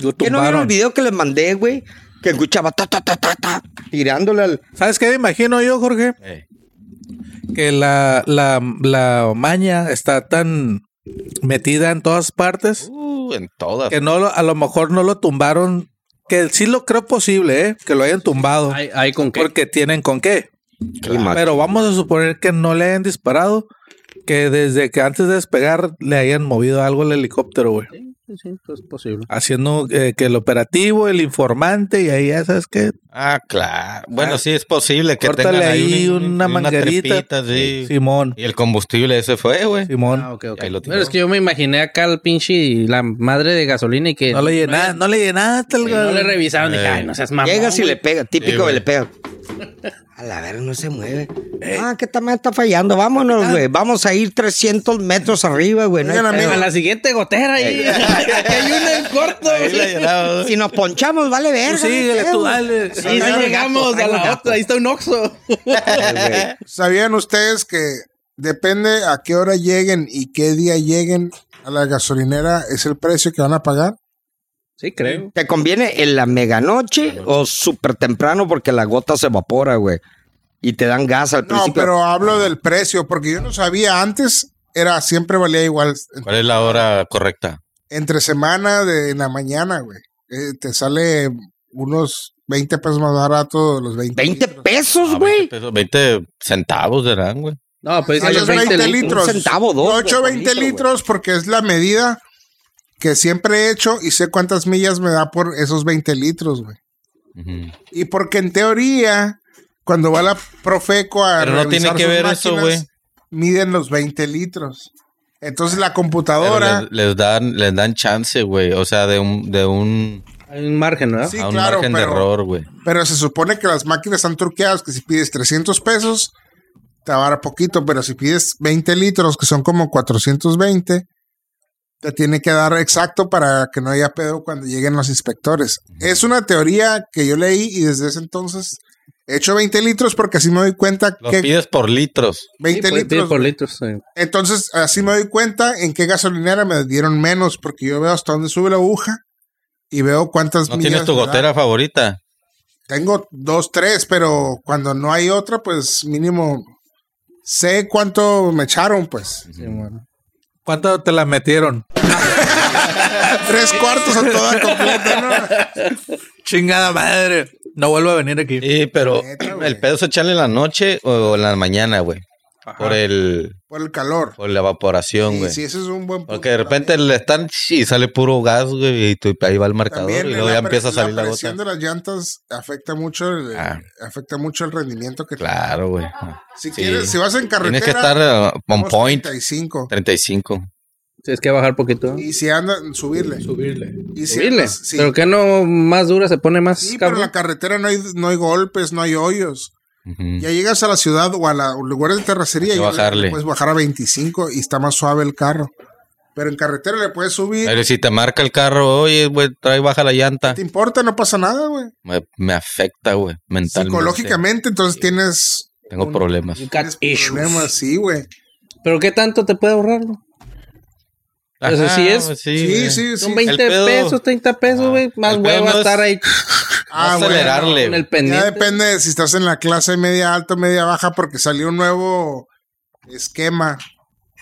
Lo ¿Qué no vieron el tumbaron. video que les mandé, güey? Que escuchaba ta, ta, ta, ta, ta, tirándole al... ¿Sabes qué? Imagino yo, Jorge, Eh, que la, la, la maña está tan metida en todas partes uh, en todas. que no lo- a lo mejor no lo tumbaron. Que sí lo creo posible, ¿eh? Que lo hayan tumbado. Hay, hay con qué. Porque tienen con qué. Y ma- Pero vamos a suponer que no le hayan disparado, que desde que antes de despegar le hayan movido algo al helicóptero, güey. Sí, sí, es posible. Haciendo eh, que el operativo, el informante, y ahí ya sabes que Ah, claro. Bueno, Ah, sí es posible que córtale tengan ahí ahí un- una manguerita. tripita, sí. Simón, Y el combustible ese fue, güey. Simón. Ah, ok, ok. Ahí lo tiró. Pero es que yo me imaginé acá el pinche y la madre de gasolina y que No le llenaste, no le llenaste el y no le revisaron. Dije, Eh. ay, no seas mamón. Llegas y le pega, típico güey. que le pega. A la verga, no se mueve. Ah, que también está fallando. Vámonos, güey. Vamos a ir 300 metros arriba, güey. No hay Oigan, pedo. amigo. A la siguiente gotera ahí. Aquí hay una en corto. Ahí la llenaba, güey. Si nos ponchamos, vale verga. Tú síguele, no hay pedo, tú güey. dale. Y Traigo no gato, llegamos a traigo la gato. otra. Ahí está un oxo. Eh, güey. ¿Sabían ustedes que depende a qué hora lleguen y qué día lleguen a la gasolinera es el precio que van a pagar? Sí, creo. ¿Te conviene en la meganoche o súper temprano porque la gota se evapora, güey? Y te dan gas al No, principio. pero hablo del precio, porque yo no sabía antes, era siempre valía igual. ¿Cuál es la hora correcta? Entre semana de en la mañana, güey. Eh, te sale unos 20 pesos más barato los 20. 20 litros. pesos, Ah, Pues, güey. 20 pesos, 20 centavos de rang, güey. No, pues Ah, a los 20 litros. litros. Un centavo, dos, Yo güey, he hecho por 20 litro, güey. litros porque es la medida que siempre he hecho y sé cuántas millas me da por esos 20 litros, güey. Ujú. Y porque en teoría, cuando va la Profeco a. Pero no tiene revisar que sus ver eso, máquinas, güey. Miden los 20 litros. Entonces la Pero computadora. les, les dan, les dan chance, güey. O sea, de un, de un, Hay un margen, ¿no? Sí, a un claro, margen de pero- error, güey. Pero se supone que las máquinas están truqueadas, que si pides 300 pesos, te va a dar poquito, pero si pides 20 litros, que son como 420, te tiene que dar exacto para que no haya pedo cuando lleguen los inspectores. Es una teoría que yo leí y desde ese entonces he hecho 20 litros porque así me doy cuenta Los que pides por litros. 20 Sí, pues, litros. por litros. sí. Entonces así me doy cuenta en qué gasolinera me dieron menos porque yo veo hasta dónde sube la aguja y veo cuántas ¿No tienes millas tu me da. gotera favorita? Tengo dos, tres, pero cuando no hay otra, pues mínimo sé cuánto me echaron, pues. Sí, bueno. ¿Cuánto te la metieron? Tres cuartos a toda completa, ¿no? Chingada madre. No vuelvo a venir aquí. Sí, pero Neta, güey. el pedo es echarle en la noche o en la mañana, güey. Por el, Por el calor. por la evaporación, Y güey. sí, ese es un buen punto. Porque de repente le están y sale puro gas, güey, y tú- ahí va el marcador También y luego la ya pre- empieza a salir la, presión gota. de las llantas afecta mucho el, Ah. afecta mucho el rendimiento que Claro, güey. Si Sí. quieres, si vas en carretera, Tienes que estar eh, on unos point 35. 35. Tienes que bajar poquito. Y si andas, subirle. Subirle. Y si Subirle. andas- sí. Pero que no más dura se pone más. Sí, pero en cabrón? la carretera no hay, no hay golpes, no hay hoyos. Ujú. Ya llegas a la ciudad o a la o lugar de terracería Hay y que bajarle. puedes bajar a 25 y está más suave el carro. Pero en carretera le puedes subir. Pero si te marca el carro, oye, güey, trae baja la llanta. te importa, no pasa nada, güey. Me, me afecta, güey, mentalmente. Psicológicamente, entonces tienes, Tengo problemas. You got tienes issues. problemas, sí, güey. Pero qué tanto te puede ahorrarlo? Pues así es. pues Sí, sí, güey. sí. Son 20 El pedo- pesos, 30 pesos, güey. Más El pedo huevo no es- estar ahí Ah, No bueno. acelerarle. con el Ya pendiente. depende de si estás en la clase media alta o media baja porque salió un nuevo esquema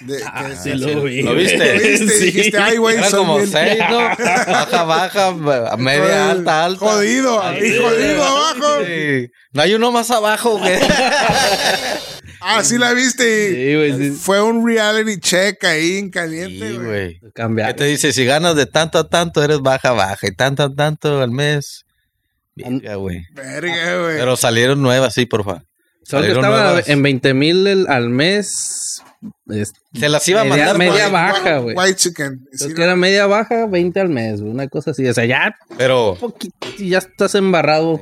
De, que- Ah, Sí, lo vi. ¿Lo güey. Lo viste? viste y Sí. dijiste, ay, güey, Era soy como bien- seis, ¿no? Baja, baja, media, Joder, alta, alta. Jodido, y jodido abajo. Sí. No hay uno más abajo, güey. Ah, sí la viste y Sí, güey, sí. fue un reality check ahí en caliente, Sí, güey. güey. Cambiar. ¿Qué te dice? Si ganas de tanto a tanto, eres baja, baja. Y tanto a tanto al mes. Verga, güey. Verga, güey. Pero salieron nuevas, sí, porfa. Solo que salieron estaba nuevas. en 20 mil al mes. es- Se las iba a Media- mandar, media güey. baja. güey. White chicken. Sí, creo que era media baja, 20 al mes, güey, una cosa así. O sea, ya Pero. poquito, y ya estás embarrado.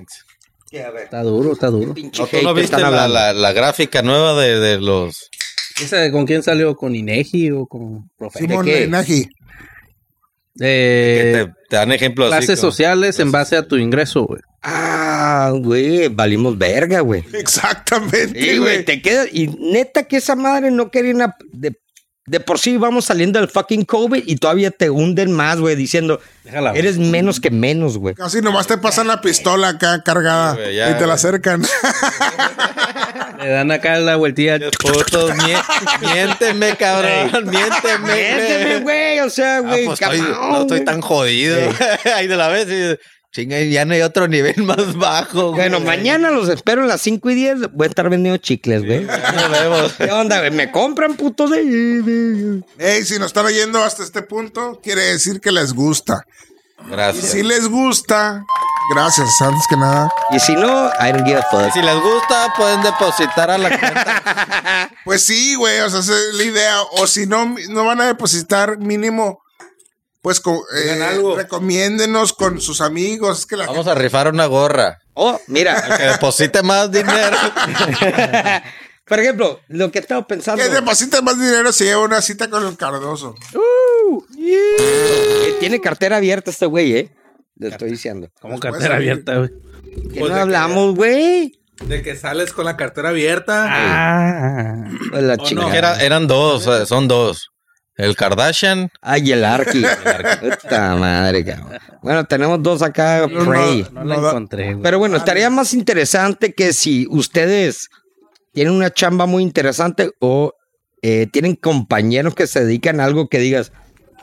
Está duro, está duro. Pinche No, tú no hate que viste están la, hablando. la- la gráfica nueva de, de los. ¿Esa de con quién salió? ¿Con Inegi o con profe? Simón ¿De qué? Naji. Eh, que te, te dan ejemplos así. clases como- sociales en base a tu ingreso, güey. Ah, güey, valimos verga, güey. Exactamente, Sí, güey, güey. te quedas. Y neta que esa madre no quería una. De, de por sí vamos saliendo del fucking COVID y todavía te hunden más, güey, diciendo Déjala. güey. eres menos que menos, güey. Casi nomás te pasan la pistola acá cargada Sí, güey, ya, y te la güey. acercan. Le dan acá la vueltilla. Putos, mie- miénteme, cabrón. Miénteme. Véndeme, güey, o sea, Ah, güey, pues, estoy- come on, no estoy güey. tan jodido. Ahí de la vez. y- Chinga, ya no hay otro nivel más bajo. güey. Bueno, mañana los espero a las 5 y 10. Voy a estar vendiendo chicles, güey. Ya Nos vemos. ¿Qué onda, güey? ¿Me compran, puto? De... Ey, si nos están oyendo hasta este punto, quiere decir que les gusta. Y Gracias. si les gusta, gracias, antes que nada. Y si no, I don't give a fuck. Si les gusta, pueden depositar a la cuenta. Pues sí, güey, o sea, esa es la idea. O si no, no van a depositar mínimo, pues con, eh, recomiéndenos con sus amigos. Es que la Vamos a rifar una gorra. Oh, mira. Que deposite más dinero. Por ejemplo, lo que estaba pensando. gente que deposita más dinero se lleva una cita con el Cardoso. Eh, tiene cartera abierta este güey, ¿eh? Le estoy diciendo. Como cartera abierta, güey. Que Pues no de hablamos, güey. De que sales con la cartera abierta. Ah. Pues la no. chingada. Era- eran dos, eh, son dos. El Kardashian. Ay, el Arqui. Puta madre, cabrón. Bueno, tenemos dos acá, Prey. No la encontré, güey. Pero bueno, estaría más interesante que si ustedes tienen una chamba muy interesante o eh, tienen compañeros que se dedican a algo que digas,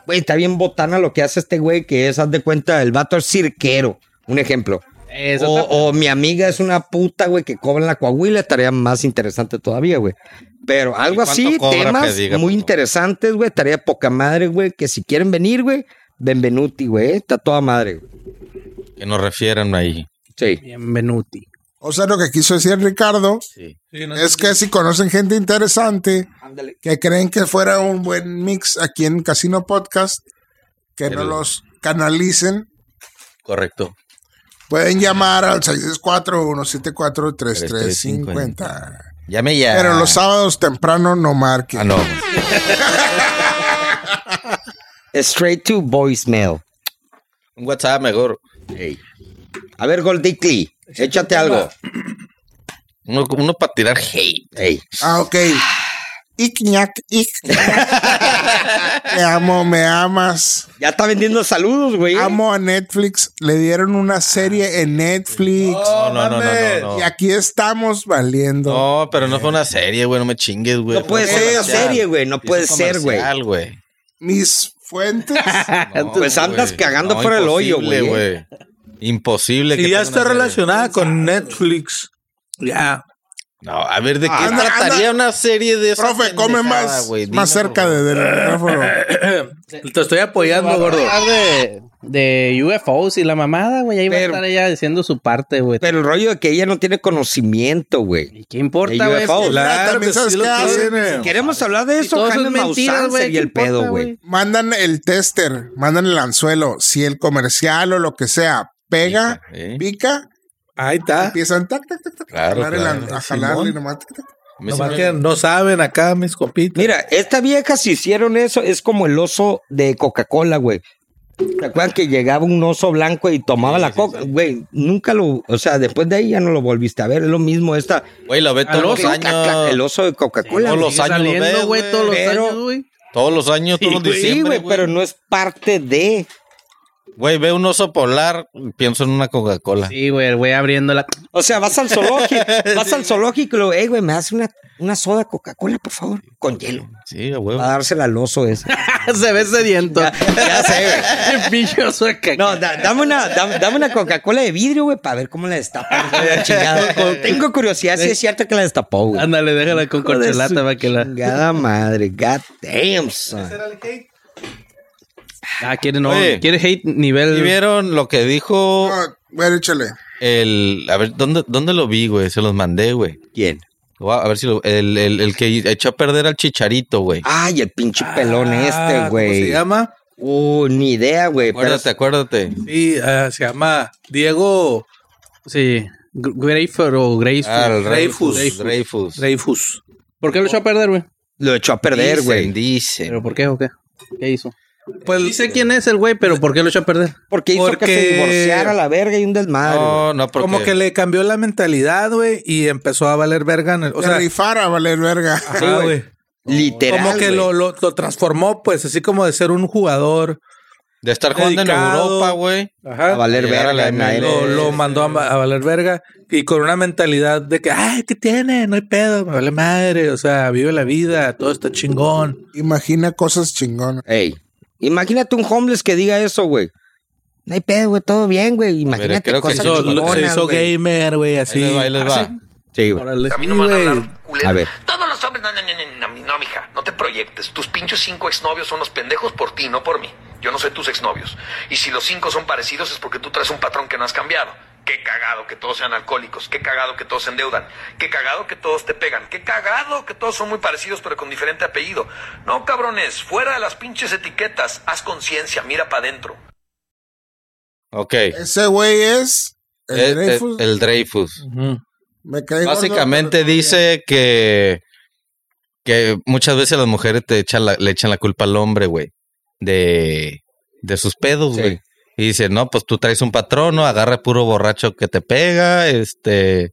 güey, está bien botana lo que hace este güey, que es, haz de cuenta, el vato es cirquero. Un ejemplo. Eso O, está- o mi amiga es una puta, güey, que cobra en la Coahuila, estaría más interesante todavía, güey. Pero algo cuánto así, cobra, que temas diga, por muy favor? interesantes, güey, estaría poca madre, güey, que si quieren venir, güey, benvenuti, güey, eh, está toda madre, güey. Que nos refieran ahí. Sí. Bienvenuti. O sea, lo que quiso decir Ricardo Sí. es que si conocen gente interesante Ándale. que creen que fuera un buen mix aquí en Casino Podcast, que no Pero- los canalicen, Correcto. pueden llamar al 664-174-3350. Llame ya. Pero los sábados temprano no marquen. Ah, no. Straight to voicemail. Un WhatsApp mejor. A ver, Goldickley, échate algo. Uno, uno para tirar hate. Ey. Ah, ok. Ik, ñac, ik. Te amo, me amas. Ya está vendiendo saludos, güey. eh. Amo a Netflix. Le dieron Ah, una serie en Netflix. No, no, no, no, no. Y No, aquí estamos valiendo. No, pero no fue una serie, güey. No me chingues, güey. No puede Fue un ser una comercial. serie, güey, no Hizo puede un ser, güey. comercial, güey. Mis fuentes. No, Pues andas güey. cagando No, fuera del hoyo, imposible, güey, eh. Imposible. que Si ya tenga está una serie. relacionada con Netflix. Ya. No, a ver, ¿de qué Ah, Anda, trataría anda. una serie de esa Profe, come pendejada, más, güey? Dime, más cerca por de, del micrófono. Te estoy apoyando, gordo. Ah, De, de UFOs y la mamada, güey. Ahí va a Pero- estar ella diciendo su parte, güey. Pero el rollo de que ella no tiene conocimiento, güey. ¿Y qué importa, De güey? ah, UFOs. Si Claro También que sabes sí lo qué hacen. tiene. Queremos hablar de eso, todo eso Jaime es mentiras, Maussan güey. sería ¿qué el importa, pedo, güey. Mandan el tester, mandan el anzuelo. Si el comercial o lo que sea pega, Pica, ¿eh? pica, Ahí está. empiezan tac, tac, tac, tac, Claro, a jalar el claro. an- a jalarle Simón. nomás, tac, tac. A mí sí Nomás me- que no saben acá mis compitas. Mira, esta vieja si hicieron eso es como el oso de Coca-Cola, güey. ¿Te acuerdas que llegaba un oso blanco y tomaba la coca? Güey, nunca lo, o sea, después de ahí ya no lo volviste a ver. Es lo mismo esta. Güey, lo ve todos los que- años. El oso de Coca-Cola. todos güey. los Sigue años lo saliendo, ves, güey, güey. todos los Pero- años, güey. Todos los años, todos los Sí, diciembre, güey, pero no es parte de. Güey, ve un oso polar, pienso en una Coca-Cola. Sí, güey, el güey abriendo la. O sea, vas al zoológico, vas al zoológico y luego, "Ey, güey, me das una, una soda Coca-Cola, por favor, con hielo. Sí, a Para huevo. dársela al oso ese. Ah, Se ve sediento. Ya sé, güey. El pinche oso de caca. No, da- dame una, dame, dame una Coca-Cola de vidrio, güey, para ver cómo la destapan. hijo de la chingada. Con- Tengo curiosidad si es cierto que la destapó, güey. Ándale, déjala con Hijo de su corchelata para que la. Chingada madre, god damn, son. Ah, quiere no. Oye. Quiere hate ¿Y nivel. vieron lo que dijo Ah, bueno, échale. el. A ver, ¿dónde, dónde lo vi, güey? Se los mandé, güey. ¿Quién? Voy A a ver si lo. El, el, el que echó a perder al chicharito, güey. Ay, el pinche pelón este, Ah, ¿Cómo se güey. llama? Uh, ni idea, güey. Pero Acuérdate, acuérdate. Sí, ah, se llama Diego Sí. Gr- Greyford o Greyford. Ah, el Dreyfus. Dreyfus. Dreyfus. Dreyfus. ¿Por qué lo echó a perder, güey? lo echó a perder, Dicen, güey. Dicen. ¿Pero por qué o qué? ¿Qué hizo? Pues Sí sé quién es el güey, pero ¿por qué lo echó a perder? Porque hizo que Porque- se divorciara la verga y un desmadre. güey. No, no, porque. como que le cambió la mentalidad, güey, y empezó a valer verga. en el- o Se sea, rifara, valer verga. ajá, güey. Literal. como que güey. lo, lo- lo transformó, pues, así como de ser un jugador. De estar jugando en Dedicado. Europa, güey. Ajá. A valer Llegar a la verga en la lo, NFL. lo mandó a, ma- a valer verga y con una mentalidad de que, ay, ¿qué tiene? No hay pedo, me vale madre. O sea, vive la vida, todo está chingón. Imagina cosas chingonas. Ey, imagínate un homeless que diga eso, güey. No hay pedo, güey, todo bien, güey. Imagínate creo que cosas Hizo- lo- chingonas, se hizo güey. gamer, güey, así. Ahí les va, ahí les va. Pues Sí, güey. Órale. A mí Sí, no me van a güey. hablar culero. A ver. Todos los hombres, no, no, no, no, no, no, mija, no te proyectes. Tus pinchos cinco exnovios son los pendejos por ti, no por mí. Yo no soy tus exnovios. Y si los cinco son parecidos es porque tú traes un patrón que no has cambiado. Qué cagado que todos sean alcohólicos, qué cagado que todos se endeudan, qué cagado que todos te pegan, qué cagado que todos son muy parecidos pero con diferente apellido. No, cabrones, fuera de las pinches etiquetas, haz conciencia, mira para adentro. Ok. Ese güey es. El Eh, eh, Dreyfus. el Dreyfus. Ujú. Me cae gordo, Básicamente pero- dice que, que muchas veces las mujeres te echan la- le echan la culpa al hombre, güey, de, de sus pedos, Sí. güey. Y dice, no, pues tú traes un patrón, ¿no? agarra puro borracho que te pega, este,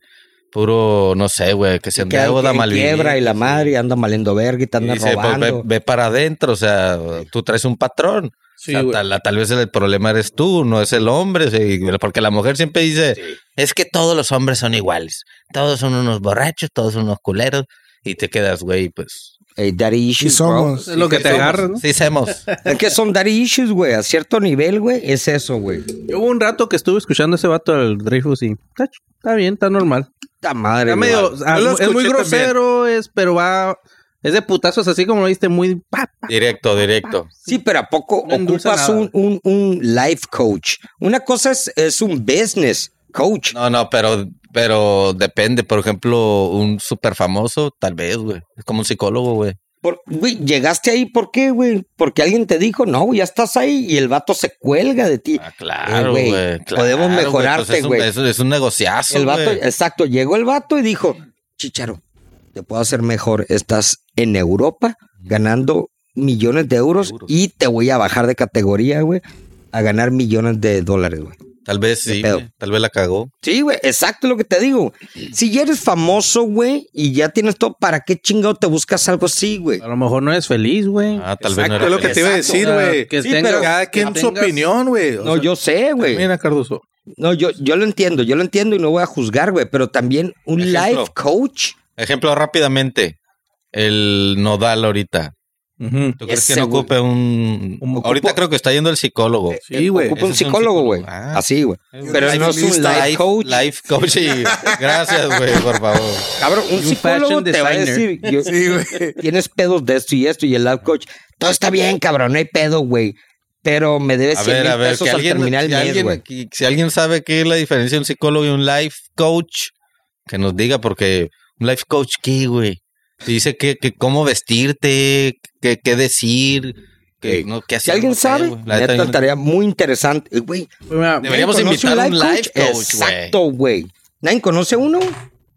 puro, no sé, güey, que se Que alguien endeuda, mal quiebra y la madre y anda malendo verga y te anda dice, pues ve, robando. ve para adentro, o sea, tú traes un patrón. Sí, O sea, güey. tal, tal vez el problema eres tú, no es el hombre. o sea, porque la mujer siempre dice, es que todos los hombres son iguales. Todos son unos borrachos, todos son unos culeros. Y te quedas, güey, pues... Ey, daddy issues, Y somos. Es lo que te agarra, ¿no? Sí, sabemos. bro. Es que son daddy issues, güey. A cierto nivel, güey, es eso, güey. Yo hubo un rato que estuve escuchando a ese vato del Dreyfus y está, ch- está bien, está normal. Puta madre, Está güey. medio, ah, Yo lo es muy escuché grosero, es, pero va, es de putazos así como lo viste, muy pa, pa. Directo, directo. Sí, pero ¿a poco No endulza ocupas nada. un, un, un life coach? Una cosa es, es un business coach. No, no, pero, pero depende. Por ejemplo, un súper famoso, tal vez, güey. Es como un psicólogo, güey. Por- güey, llegaste ahí, ¿por qué, güey? Porque alguien te dijo, no, güey, ya estás ahí y el vato se cuelga de ti. Ah, claro, Eh, güey, güey. podemos claro, güey, mejorarte, pues es un- güey. Es, es un negociazo, el vato, güey. exacto, llegó el vato y dijo, Chicharo, te puedo hacer mejor. Estás en Europa ganando millones de euros Euros. y te voy a bajar de categoría, güey, a ganar millones de dólares, güey. Tal vez qué sí, pedo. güey, tal vez la cagó. Sí, güey, exacto lo que te digo. Si ya eres famoso, güey, y ya tienes todo, ¿para qué chingado te buscas algo así, güey? A lo mejor no es feliz, güey. Ah, tal vez no Exacto, era es lo que feliz. te iba a Exacto. decir, O sea, güey. que Sí, tengas- pero cada quien que su tengas- opinión, güey. O No, sea, yo sé, güey. Mira, Cardoso. No, yo, yo lo entiendo, yo lo entiendo y no voy a juzgar, güey, pero también un Ejemplo. life coach. Ejemplo rápidamente. El nodal ahorita. Ujú. ¿Tú crees Ese, que no güey. ocupe un... Un- Ahorita ocupo- creo que está yendo el psicólogo. Sí, güey. Ocupa Ese un es un psicólogo, psicólogo. güey. Ah. Así, güey. Pero no es un Life- life coach. Life coach. y- Gracias, güey, por favor. Cabrón, un Un psicólogo fashion te va a decir, designer. yo- Sí, güey. tienes pedos de esto y esto, y el life coach, todo está bien, cabrón, no hay pedo, güey. Pero me debes A 100 ver, a mil ver, pesos que al alguien, terminar el si, mes, alguien, güey. que- si alguien sabe qué es la diferencia de un psicólogo y un life coach, que nos diga, porque un life coach, ¿qué, güey? Te dice que, que cómo vestirte, que, qué decir, que, Sí. no, qué hacer. Si alguien no sé, sabe, güey. La neta, yo neta, no- estaría muy interesante. Eh, Güey, Pues mira, Debería- Deberíamos ¿nadie conoce invitar un life coach, güey. Exacto, güey. ¿Nadie conoce uno?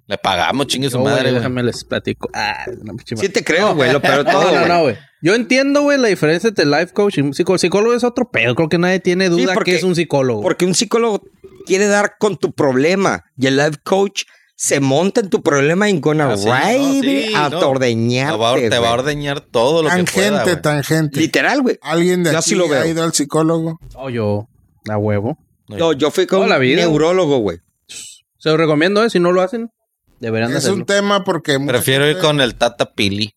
Le pagamos, chingue su yo, güey, madre, güey. déjame les platico. Ah, no, pinche Sí te creo, güey, lo peor de todo, No, no, güey. no, güey. Yo entiendo, güey, la diferencia entre life coach y un psicólogo. Psicólogo es otro pedo. Creo que nadie tiene duda porque- que es un psicólogo. Porque un psicólogo quiere dar con tu problema y el life coach se monta en tu problema y gonna Ah, sí, no, ride sí, a no. ordeñarte, Te va a, or- te va a güey. ordeñar todo lo que pueda, Tangente, güey. tangente. Literal, güey. Alguien de Yo aquí así lo veo. ha ido al psicólogo. Oh, yo. A huevo. No, yo fui con Toda la un vida, güey. neurólogo, güey. Se los recomiendo, eh, si no lo hacen, deberían de Es hacerlo. un tema porque. mucha Prefiero ir gente- con el Tata Pili.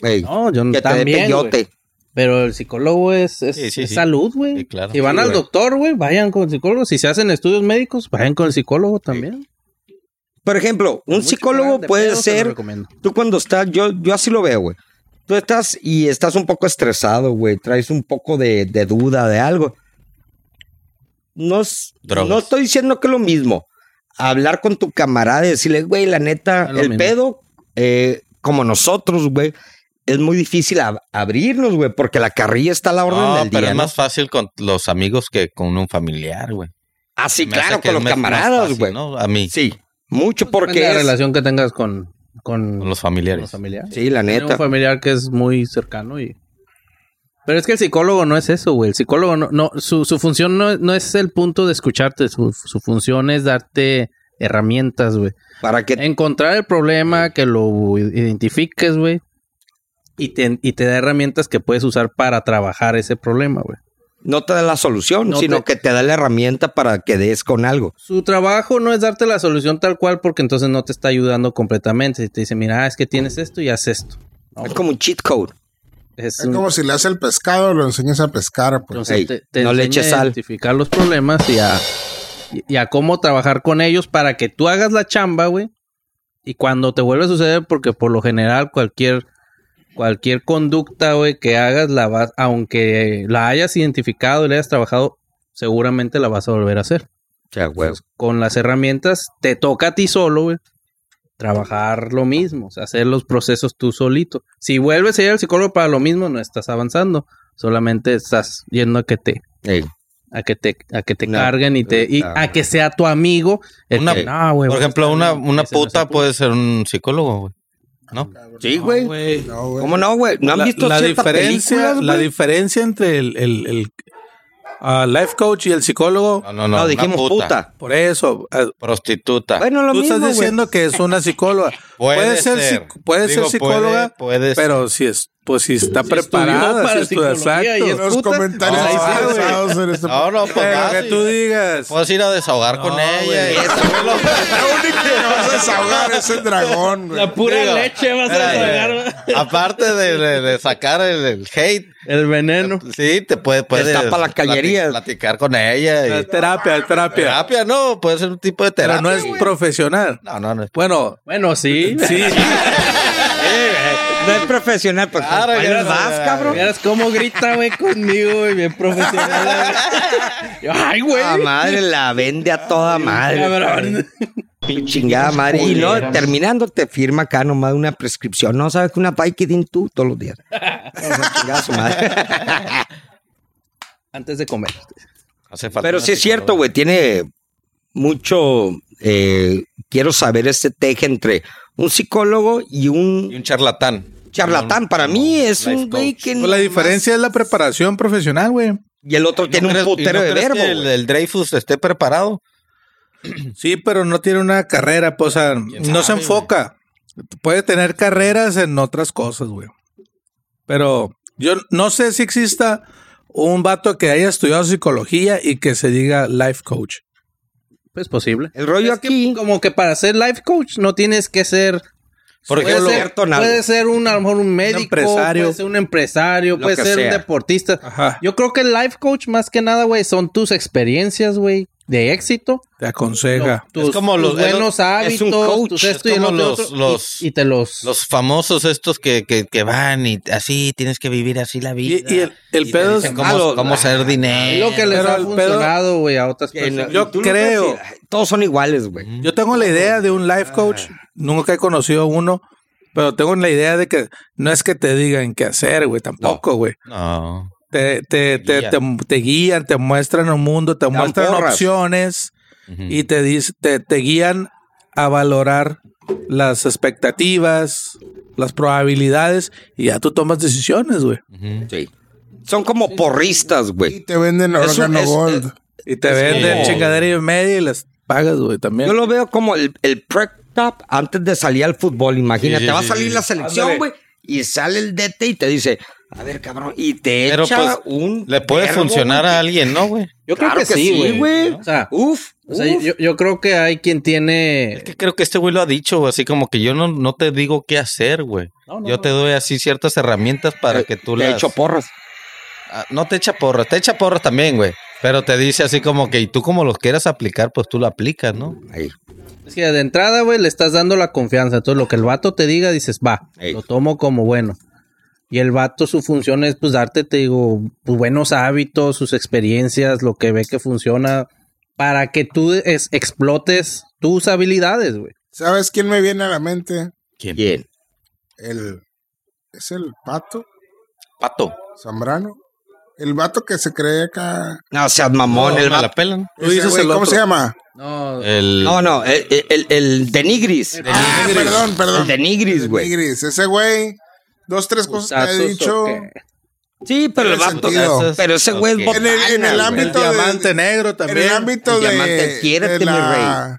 Ey, No, yo que te dé también, güey. peyote. Pero el psicólogo es, es- Sí, sí, es sí. salud, güey. Sí, claro. Si van Sí, al güey. doctor, güey, vayan con el psicólogo. Si se hacen estudios médicos, vayan con el psicólogo también. Por ejemplo, un Mucho psicólogo plan de puede pedo, se lo ser recomiendo. Tú cuando estás, yo, yo así lo veo, güey. Tú estás y estás un poco estresado, güey. Traes un poco de, de duda de algo. No, es- Drogas. no estoy diciendo que es lo mismo. Hablar con tu camarada y decirle, güey, la neta, Es el lo mismo. pedo, eh, como nosotros, güey, es muy difícil ab- abrirnos, güey, porque la carrilla está a la orden No, del pero día. es ¿no? más fácil con los amigos que con un familiar, güey. Ah, sí, Me hace claro, que con los me es más camaradas, fácil, güey. ¿no? A mí, Sí, mucho Porque porque Pues la es... relación que tengas con, con, con los con familiares. los familiares. Sí, la Tiene neta. un familiar que es muy cercano y... Pero es que el psicólogo no es eso, güey. El psicólogo no... no su, su función no, no es el punto de escucharte. Su, su función es darte herramientas, güey. Para eh, que... Encontrar el problema, que lo identifiques, güey. Y te, y te da herramientas que puedes usar para trabajar ese problema, güey. no te da la solución, No sino te- que te da la herramienta para que des con algo. Su trabajo no es darte la solución tal cual porque entonces no te está ayudando completamente. Si te dice, mira, es que tienes esto y haz esto. No, Es como un cheat code. es Es un- como si le haces el pescado, lo enseñas a pescar. Pues. Entonces, Ey, te, te no le enseña eches a sal. identificar los problemas y a, y- y a cómo trabajar con ellos para que tú hagas la chamba, güey. Y cuando te vuelve a suceder, porque por lo general cualquier, cualquier conducta, güey, que hagas, la vas, aunque la hayas identificado y la hayas trabajado, seguramente la vas a volver a hacer. Ya, güey. Con las herramientas, te toca a ti solo, güey. Trabajar lo mismo, o sea, hacer los procesos tú solito. Si vuelves a ir al psicólogo para lo mismo, no estás avanzando. Solamente estás yendo a que te Ey, a que te, a que te Una- carguen y te y una- a que sea tu amigo. el Ah. Una- que, "No, güey, Este, Por ejemplo, está una, bien, una ese no es el puta punto". puede ser un psicólogo, güey. ¿No? Sí, güey. No, güey. ¿Cómo no, güey? ¿No han la, visto la ciertas diferencia, películas, la güey? diferencia entre el, el- el, ah, life coach y el psicólogo, No, no, no. No, una dijimos puta. por eso, ah, Prostituta. Bueno, lo tú mismo, estás güey. diciendo que es una psicóloga. Puede Puede, ser, ser. psic- puede Digo, ser psicóloga, puede- puede ser. pero si es, pues si está preparada, estudió para si estudia- psicología y exacto. es- Los puta. comentarios No, ahí sí, güey. avanzados en este no, no, pues Pero vas que y- tú digas. Puedes ir a desahogar con ella. y- La única que vas a desahogar es el dragón, güey. pura Digo, leche vas a espérate, tragar. Aparte de, de- de sacar el, el hate, El veneno. sí, te puede, puede tapa la cañería. platicar con ella. Es Y, terapia, es terapia. eh, terapia, no, puede ser un tipo de Pero terapia. no es güey. profesional. no, no, no es- Bueno, Bueno, sí. sí. No es profesional, pero Claro, ahí ya las no, vas, ya, cabrón. Vieras cómo grita, güey, conmigo, güey, bien profesional. güey. Yo, Ay, güey. La Ah, madre la vende a toda madre. Cabrón. Chingada madre. Y no, terminando te firma acá nomás una prescripción. No sabes que una Vicodin tú todos los días. Chingada su madre. Antes de comer. hace falta Pero una sí es cierto, psicóloga. güey, tiene mucho. eh, quiero saber este teje entre un psicólogo y Y un un charlatán. charlatán. Un- Para mí un es un life güey coach. que. Pues la nomás- diferencia es la preparación profesional, güey. Y el otro ¿No tiene un crees- y putero no de crees verbo. que el, güey. el Dreyfus esté preparado? Sí, pero no tiene una carrera, pues, o sea, no se sabe, enfoca. Puede tener carreras en otras cosas, güey. Pero yo no sé si exista un vato que haya estudiado psicología y que se diga life coach. Pues posible. El rollo Es que aquí. como que para ser life coach no tienes que ser Porque puede lo- ser, Experto en algo. puede ser un, a lo mejor un médico, empresario. puede ser un empresario, Lo puede que ser un sea. deportista. Ajá. Yo creo que el life coach más que nada, güey, son tus experiencias, güey, de éxito. Te aconseja. Tus, como tus los- es lo- buenos es un hábitos, coach, tus es esto y el como otro, los- otro, y- los- y, te los, Los famosos estos que, que, que van y así tienes que vivir así la vida. Y- y el- el te pedo dicen es- cómo, ah, lo- cómo hacer es dinero. lo que les Pero ha el pedo- funcionado, güey, a otras que personas. no- yo tú no puedes creo- decir, "Ay, Todos son iguales, güey. Yo tengo la idea de un life coach. Nunca he conocido uno, pero tengo la idea de que no es que te digan qué hacer, güey, tampoco, güey. No. Te, te, te, Guía. te, te guían, te muestran un mundo, te dan muestran porras. opciones. Ujú. y te, dice- te, te guían a valorar las expectativas, las probabilidades, y ya tú tomas decisiones, güey. Ujú. Sí. Son como porristas, Y güey. te venden Es un- órgano es- eh, gold. Y te venden como- chingadera y media y las pagas, güey, también. Yo lo veo como el, el prep-top antes de salir al fútbol. Imagínate, Sí, sí, va a sí, salir sí. la selección, güey. Y sale el DT y te dice, A ver, cabrón. Y te Pero, echa pues, un. Le puede vergo, funcionar güey. a alguien, ¿no, güey? Yo Claro creo que, sí, güey. O O sea, uf. o sea, uf. yo, yo creo que hay quien Es tiene. que creo que este güey lo ha dicho, güey, así como que yo no, no te digo qué hacer, güey. No, no, yo no. te doy así ciertas herramientas para Te- que tú Eh, te las... echo porras. Ah, no te echa porras, te echa porras también, güey. Pero te dice así como que, y tú como los quieras aplicar, pues tú lo aplicas, ¿no? Ahí. Es que de entrada, güey, le estás dando la confianza. Entonces, lo que el vato te diga, dices, va, Ey. lo tomo como bueno. Y el vato, su función es, pues, darte, te digo, pues, buenos hábitos, sus experiencias, lo que ve que funciona, para que tú es- explotes tus habilidades, güey. ¿Sabes quién me viene a la mente? ¿Quién? Bien. El. ¿Es el pato? Pato. ¿Zambrano? El vato que se cree acá. No seas mamón. No, el me vato- la pelan. Tú Ese dices güey, el ¿Cómo otro. se llama? No, El, No, no. El, el, el, el de Nigris. Ah, perdón, El perdón. de Nigris, güey. Nigris. Ese güey. Dos, tres cosas que ha putazos, dicho. ¿o qué? Sí, pero el Tiene vato. sentido. Pero ese güey es Ok. En el- en el botana, ámbito güey. El diamante negro también. En el ámbito El de, diamante, quiérete, de mi la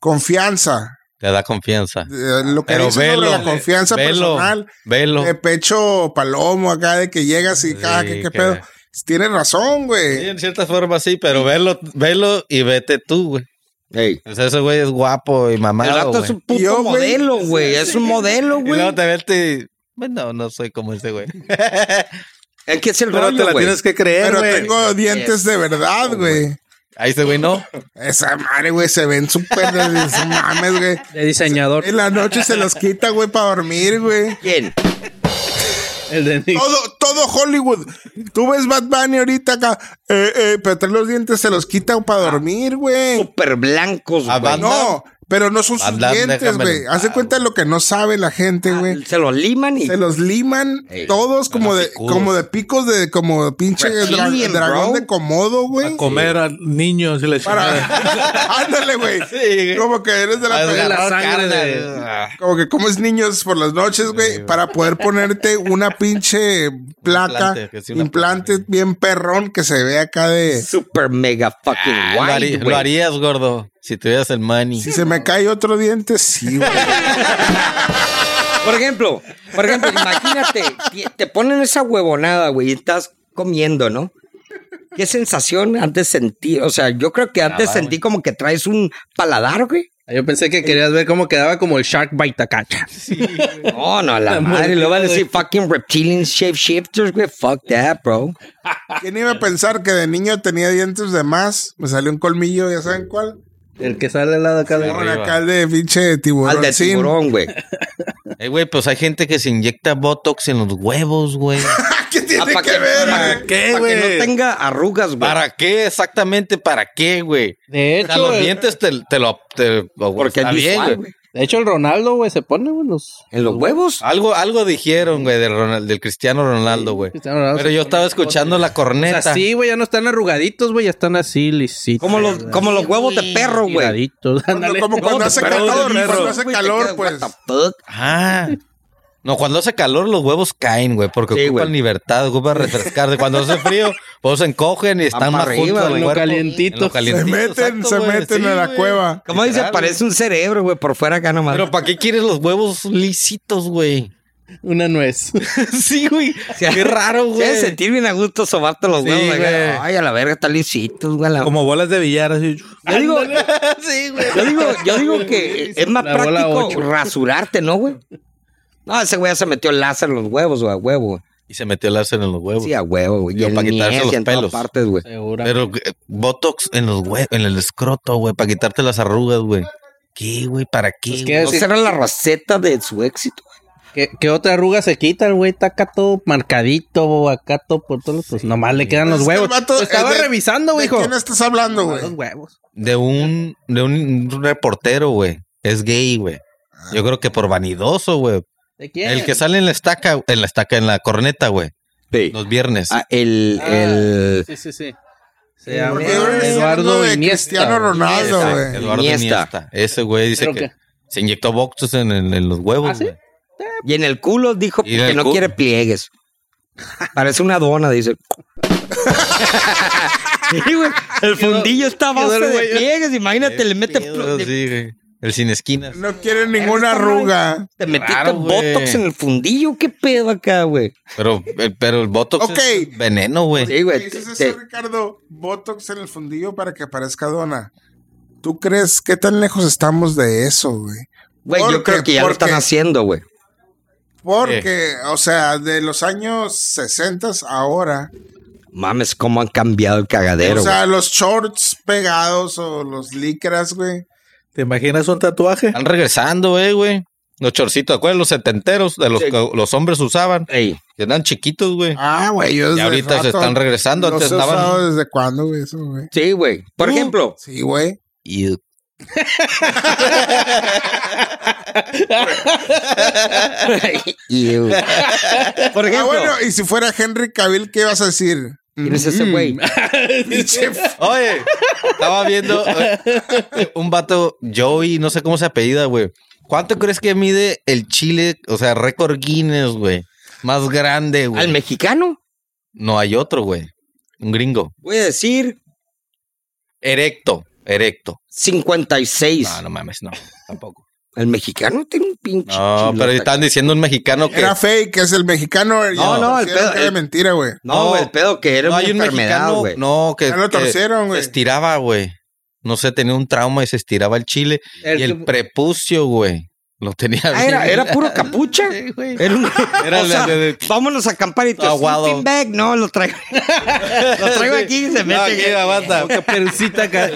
confianza, Te da confianza. de lo que Pero dice sobre velo. la confianza velo, personal, eh, Velo. de pecho palomo acá de que llegas y cada Sí, que qué que- pedo. Tienes razón, Sí, güey. en cierta forma sí, pero velo, velo y vete tú, güey. Ey. O sea, ese güey es guapo y El mamado, vato es güey. un puto Y yo, güey, modelo, güey. Es un modelo, Y güey. luego te vete y... Bueno, no soy como ese güey. Es que es el Pero te rollo, la güey. tienes que creer, Pero güey. tengo dientes de verdad, güey. Ahí ese güey no. Ah, Esa madre, güey, se ven súper no mames, güey. De diseñador. En la noche se los quita, güey, para dormir, güey. ¿Quién? El de Nick. Todo, todo Hollywood. Tú ves Bad Bunny ahorita acá, eh, eh, pero trae los dientes se los quita para dormir, güey. Super blancos, Ah, güey. van- No, pero no son sus Van Damme, dientes, déjame güey. en Haz de paz, cuenta lo que no sabe la gente, güey. Se lo liman y. Se los liman Ey, todos como de, picudos. como de picos de como pinche dra- Reptilian, dragón bro. de comodo, güey. A comer a niños y la chingada. Para. Ándale, güey. Sí, Como que eres de la, de la sangre de- Como que comes niños por las noches, güey, para poder ponerte una pinche placa, Implante, que sí, una implante placa, bien perrón que se ve acá de. Super mega fucking ah, Lo, white, harí- güey. lo harías, gordo, si tuvieras el money. Si se me cae otro diente, sí, güey. Por ejemplo, por ejemplo, imagínate, te- te ponen esa huevonada, güey, y estás comiendo, ¿no? ¿Qué sensación has de sentir? O sea, yo creo que antes va, sentí como que traes un paladar, güey. Yo pensé que querías ver cómo quedaba como el Shark Bite acá. No, no, la madre. Le van a decir fucking reptilian shapeshifters, güey. Fuck that, bro. ¿Quién iba a pensar que de niño tenía dientes de más? Me salió un colmillo, ya saben cuál. El que sale al lado acá de. Por arriba. acá el de pinche Al tiburón. de sin. tiburón, güey. Eh, güey, pues hay gente que se inyecta Botox en los huevos, güey. ¿Qué tiene Ah, pa' que que- ver? pa' güey? ¿Qué, Para que no güey? tenga arrugas, güey. ¿Para qué? Exactamente, ¿para qué, güey? De O sea, hecho, los el, dientes te, te lo... te- oh, güey, Porque es está visual, güey. güey. de hecho, el Ronaldo, güey, se pone, güey, los- En los huevos. Algo, algo dijeron, güey, del, Ronald- del Cristiano Ronaldo, güey. Cristiano Ronaldo Pero se yo pone estaba escuchando la O sea, corneta. sí, güey, ya no están arrugaditos, güey, ya están así lisitos. Como los, como los huevos de perro, güey. Estiraditos, ándale. Como cuando hace pero de calor, perro. cuando hace calor, pues. What the fuck? Ah. No, cuando hace calor los huevos caen, güey, porque Sí, ocupan güey. libertad, ocupan refrescarse. Cuando hace frío, pues se encogen y están Van más para arriba, juntos al en lo cuerpo. calientito. En lo Se calientito, meten, exacto, se güey. meten Sí, a la güey. cueva. Como dice, Literal, parece un cerebro, güey, por fuera acá nomás. Pero ¿para qué quieres los huevos lisitos, güey? Una nuez. sí, güey. Sí. Qué raro, Se ha de güey. sentir bien a gusto sobarte los Sí, huevos. acá. güey. Ay, a la verga, están lisitos, güey. a la- Como bolas de billar, así. Yo digo, sí, güey. yo digo, yo digo que es más La bola práctico ocho. rasurarte, ¿no, güey? No, ese güey ya se metió láser en los huevos, güey, a huevo. güey. Y se metió láser en los huevos. Sí, a huevo, güey. Y Yo, en para quitarse niés y los en todas pelos. partes, güey. Segura. Pero eh, Botox en los huevos, en el escroto, güey, para quitarte las arrugas, güey. ¿Qué, güey? ¿Para qué? Pues, güey? ¿qué ¿No es? Sí. será la receta de su éxito? ¿Qué, qué otra arruga se quita el güey? Está acá todo marcadito, acá todo por todos los- Pues nomás le quedan los Es que el huevos. Este vato Lo estaba es de- revisando, güey, ¿De hijo. quién estás hablando, Nomás güey? Los huevos. de un de un reportero, güey. Es gay, güey. Yo creo que por vanidoso, güey. ¿De quién? El que sale en la estaca, en la estaca, en la corneta, güey. Los viernes. Ah, el, Ah. el Sí, sí, sí. Se ¿Por llama qué ahora estás hablando Eduardo de Iniesta. Cristiano güey. Ronaldo, Esa, güey? Eduardo Iniesta. Iniesta. Ese güey dice ¿Pero que qué? se inyectó boxes en, en- en los huevos. ¿Ah, sí? güey. y en el culo dijo Y en que el no culo. quiere pliegues. Parece una dona, dice. Sí, güey, el fundillo está a base quedó el de güey. pliegues. Imagínate, le mete Pedo, pl- sí, güey. El sin esquinas. No quieren ninguna arruga. Te metiste Raro, güey. botox en el fundillo, qué pedo acá, güey. Pero, el- pero el botox Ok. es veneno, güey. Sí, ¿Qué güey. dices te- eso, Ricardo? Botox en el fundillo para que parezca dona. ¿Tú crees qué tan lejos estamos de eso, güey? Güey, yo Porque- creo que ya lo porque- están haciendo, güey. Porque, o sea, de los años 60 ahora, Mames, cómo han cambiado el cagadero. o güey. sea, los shorts pegados o los licras, güey. ¿Te imaginas un tatuaje? Están regresando, eh, güey. Los chorcitos, ¿te acuerdas? Los setenteros de los Sí. que los hombres usaban. Ey, Que eran chiquitos, güey. Ah, güey, yo Y desde ahorita se rato están regresando. los Antes he estaban. usado desde cuándo, güey, eso, güey. sí, güey. Por ejemplo, Sí, güey. Y- y, eh, por Ah, ejemplo, bueno, y si fuera Henry Cavill, ¿qué ibas a decir? ¿quién es ese güey? Pinche f- Oye, estaba viendo eh, un vato, Joey, no sé cómo se apellida, güey. ¿Cuánto crees que mide el Chile, o sea, récord Guinness, güey? Más grande, ¿Al güey. mexicano? No hay otro, güey. Un gringo. Voy a decir Erecto, erecto. 56. No, no mames, no, tampoco. El mexicano tiene un pinche. No, chilote. pero estaban diciendo un mexicano que Era fake, es el mexicano. yo no, el considero pedo- que era el- eh, mentira, güey. No, güey, el pedo que era no una hay un enfermedad, mexicano, güey. no, que, Ya lo que se torcieron, güey. estiraba, güey. No sé, tenía un trauma y se estiraba el chile El y el que- prepucio, güey. Lo tenía Ah, bien. era, era puro capucha. Sí, güey. Era un- Era o la sea, de- de- vámonos a acampar y tú, Aguado. sleeping bag. No, lo traigo. lo traigo aquí y se mete. No, aquí, aguanta. Poca perucita acá.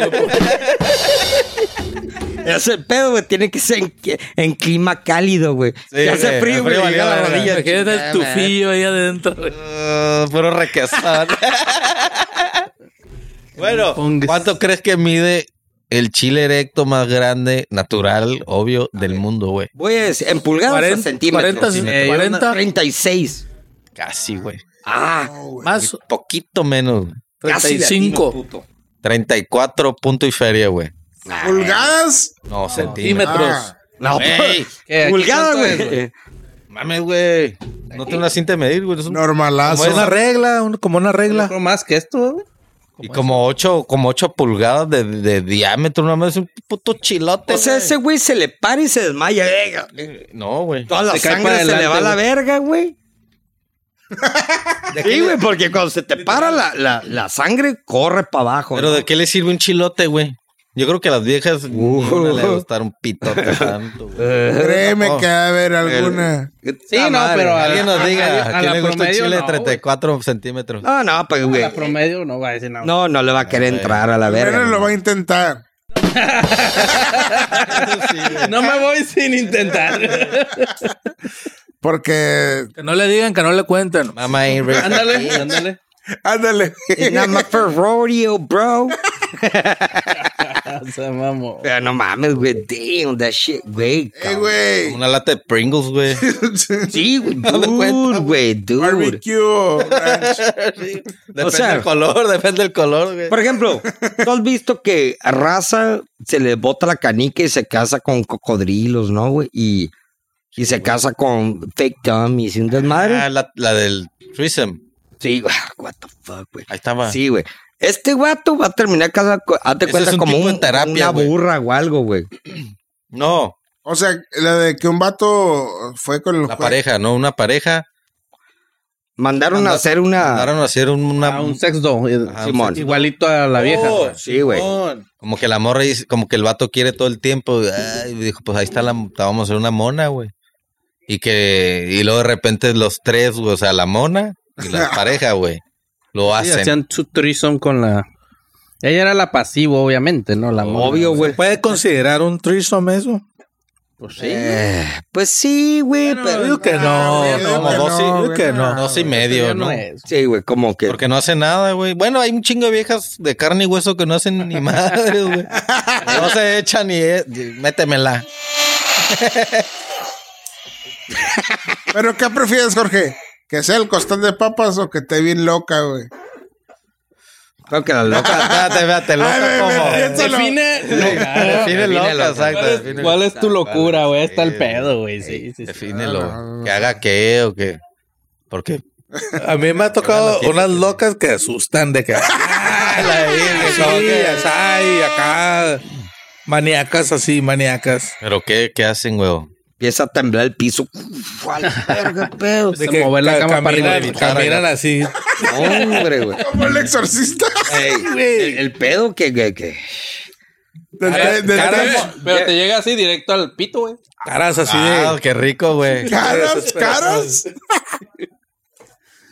Es el pedo, güey. Tiene que ser en, en clima cálido, güey. Sí, ya hace güey, frío, el güey. frío valió llega la verga. rodilla. Imagínate el tufillo ahí adentro. Ah, puro requesón. bueno, Pongas. ¿cuánto crees que mide el chile erecto más grande, natural, obvio, del mundo, güey? Voy a decir, en pulgadas o 40, centímetros. 40, Eh, 40, 36. Casi, güey. Ah, más Poquito menos. güey. casi 35 34 punto y feria, güey. ¿Pulgadas? No, centímetros. centímetros. Ah, no, pues. Güey, ¿Qué? ¿Aquí pulgada, cuánto es, güey. mames, güey. No tengo una cinta de medir, güey. Es un- normalazo. Como una regla, un- como una Yo regla. creo más que esto, güey. Y como 8, como ocho pulgadas de, de diámetro, no mames, es un puto chilote. O sea, güey. Eh, ese güey se le para y se desmaya. venga. No, güey. Toda la Se cae sangre para se le va a adelante, la verga, güey. Sí, güey, porque cuando se te para la, la, la sangre, corre para abajo. Pero ¿no? ¿de qué le sirve un chilote, güey? Yo creo que a las viejas Uh. no le va a gustar un pitote tanto, güey. Créeme que va a haber alguna. Sí, no, pero a, Alguien nos diga, a, ¿a, quién la le gusta un promedio chile de no, 34 centímetros? No, no, pues, güey. güey. A Ah, la Ah, promedio no va a decir nada. No, no le va a querer entrar a la verga. Pero lo güey. va a intentar. Ah, No me voy sin intentar. Porque. Que no le digan, que no le cuenten. Mamá ain't rich. ándale, ándale. Ándale. It's not my first rodeo, bro. O sea, vamos. Pero no mames, güey. Damn, that shit, güey. Ey, güey. Una lata de Pringles, güey. Sí, güey. Dude, güey, dude. Barbecue. ranch. Depende sea- del color, depende del color, güey. Por ejemplo, ¿tú has visto que a raza se le bota la canica y se casa con cocodrilos, no, güey? Y, y se casa con fake dummies y un Ah, desmadre. la, la del threesome. Sí, güey. What the fuck, güey. Ahí estaba. Sí, güey. Este guato va a terminar casado, con- hazte Ese cuenta, es un como tipo de un- terapia, una güey. burra o algo, güey. No, O sea, la de que un vato fue con el la juez. pareja, no, una pareja. Mandaron Manda- a hacer una... Mandaron a hacer un- una... A Ah. un sex doll. eh, Ajá, un Simón. Igualito a la vieja. Oh, güey. Sí, güey. Como que la morra dice, como que el vato quiere todo el tiempo. Ay, dijo, pues ahí está la, la vamos a hacer una mona, güey. Y que, y luego de repente los tres, güey, o sea, la mona y la pareja, güey, lo Sí, hacen. hacían su threesome con la... Ella era la pasivo, obviamente, ¿no? La morra. Obvio, güey. Pues, ¿Puede considerar un threesome eso? Pues sí. Eh, pues sí, güey, pero... Digo que Ah, no, güey, no. Como que no, dos y, güey, que no. dos y Pero medio, ya ¿no? no es. Sí, güey, como que... Porque no hace nada, güey. Bueno, hay un chingo de viejas de carne y hueso que no hacen ni madre, güey. No se echan ni eh, métemela. Pero ¿qué prefieres, Jorge? ¿Que sea el costal de papas o que te bien loca, güey? Creo que la loca... Espérate, espérate, loca Ay, ve, ve, como- piénsalo. Define... Define loca, exacto. ¿Cuál es, define cuál es loca. tu locura, güey? Está el Sí, pedo, güey. Sí, sí, sí. Defínelo. Ah, no, no, que haga qué o qué. Porque A mí me ha tocado unas locas que asustan de que. ¡Ah, la virgen! como que, ay, acá. Maníacas así, maníacas. ¿Pero qué, qué hacen, huevo? Empieza a temblar el piso. Uf, a la verga, pedo. De que mover la ca- cama para arriba caminan- y para Caminan así. No, hombre, güey. Como el exorcista. Ey, el, el pedo que, que, que- Del- del- del- cara del- de- Pero te llega así directo al pito, güey. Caras así Ah, de. qué rico, güey. Caras, caras.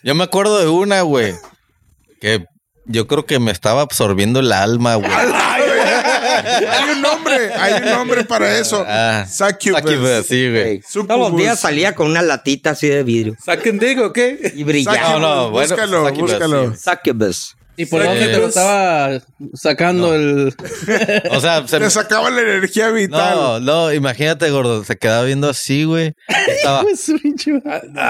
Yo me acuerdo de una, güey. Que yo creo que me estaba absorbiendo el alma, güey. Hay un nombre, hay un nombre para eso. Ah, Succubus. Sí, güey. ey. Todos los días salía con una latita así de vidrio Saquen digo, ¿ok? y No, brillaba. no, bueno, búscalo, succubus, búscalo. Succubus. ¿Y por Sí. dónde te lo estaba sacando el. O sea, se Te sacaba la energía vital. No, no, imagínate, gordo. Se quedaba viendo así, güey. Estaba.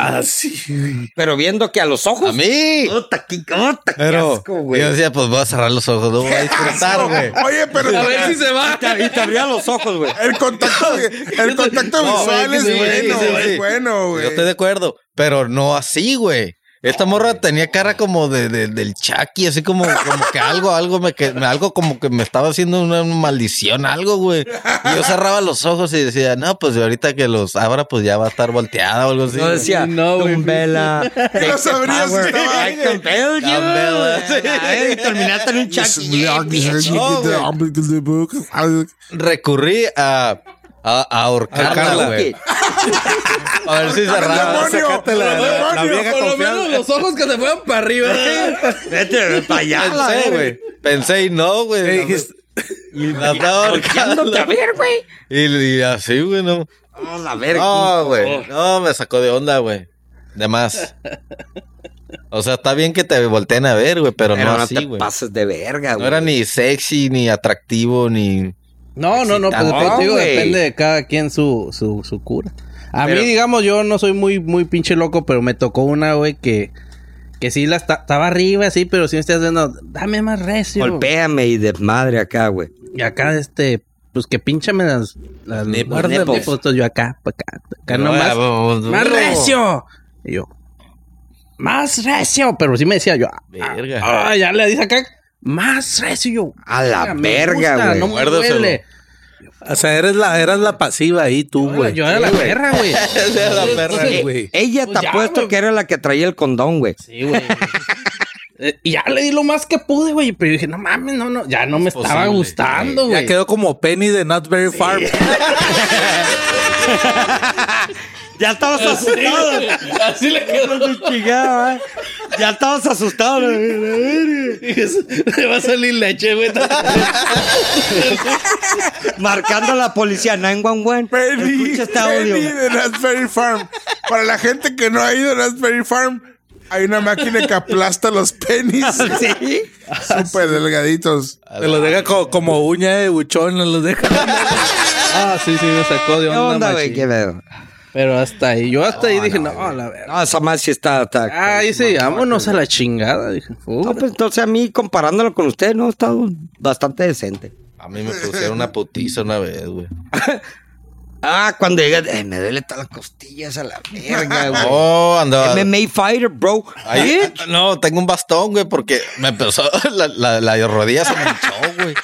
Así. Pero viendo que a los ojos. ¡A mí! Puta, qué, puta, qué Pero asco, güey. yo decía, pues voy a cerrar los ojos, no voy a disfrutar, güey. Oye, pero se va. Y te abría los ojos, güey. el contacto, el contacto No, visual güey, es sí, bueno, sí, sí, es sí. bueno, Yo güey. estoy de acuerdo, pero no así, güey. Esta morra tenía cara como de, de- del Chucky, así como, como que algo, algo me que, me- algo como que me estaba haciendo una maldición, algo, güey. Y yo cerraba los ojos y decía, no, pues ahorita que los abra, pues ya va a estar volteada o algo así. Ah, Yo decía, No, güey. Tumbela. No sabría si estaba I can build you. Tumbela, sí. A ver, y terminaste en un chac. Recurrí a, a, a ahorcarla, Ahorcarla. güey. A ver si cerraba. ¡Demonio! Sácatela, la, la vieja Por lo menos confiable. los ojos que se fueron para arriba. Vete para allá, la Pensé, verga. güey. Pensé y no, güey. dijiste? Y la estaba ahorcando. Ándote a ver, güey. Y, y así, güey, no. A la verga. No, güey. No, me sacó de onda, güey. De más. O sea, está bien que te volteen a ver, güey, pero, Pero no, no así, te güey. pases de verga, güey. No era ni sexy, ni atractivo, ni. No, no, no, pues Excitante, te digo, güey. depende de cada quien su, su, su cura. A Pero- mí, digamos, yo no soy muy, muy pinche loco, pero me tocó una, güey, que, que sí la esta- estaba arriba, sí, pero sí me estás viendo, dame más recio. Golpéame y desmadre acá, güey. Y acá, este, pues que pínchame las, las Ni los muérdeme. nipples. Entonces yo acá, pa' acá, acá No, nomás. vamos, ¡Más no. recio! Y yo, ¡más recio! Pero sí me decía yo, ah, Verga. ah, ya le dice acá, ¡más recio! Y yo, A la me verga, gusta, güey. No me Muérdaselo. duele. O sea, eres la, eras la pasiva ahí tú, güey. Yo era la perra, güey. Esa era la perra, Entonces, Eh, güey. Ella Pues te ya, ha puesto güey. que era la que traía el condón, güey. Sí, güey. Eh, Y ya le di lo más que pude, güey. Pero yo dije, no mames, no, no. Ya no me estaba posible. gustando, Ya güey. quedó como Penny de Not Very Farm. Ya estabas asustado. Así le quedó. Ya estabas asustado. Dije, Le va a salir leche, güey. Marcando a la policía 911. Penny, Escucha este audio. Penny de Raspberry Farm. Para la gente que no ha ido a Raspberry Farm, hay una máquina que aplasta los penis Sí. súper delgaditos. Te los deja co- como uña de buchón, no los deja. Ah, sí, sí, me sacó de ¿Qué onda, onda, güey? machín. ¿Qué pedo? Pero hasta ahí. Yo hasta ahí dije, no, la verga. No, pues, esa más sí está. está Ah, dice, vámonos a la chingada. Dije, No, pues entonces a mí, comparándolo con usted, no, está bastante decente. A mí me pusieron una putiza una vez, güey. Ah, cuando llega, eh, me duele todas las costillas a la verga, Ah, güey. Oh, andaba. MMA fighter, bro. Ahí- Bitch. ah, no, tengo un bastón, güey, porque me empezó. La, la, la rodilla se me hinchó, güey.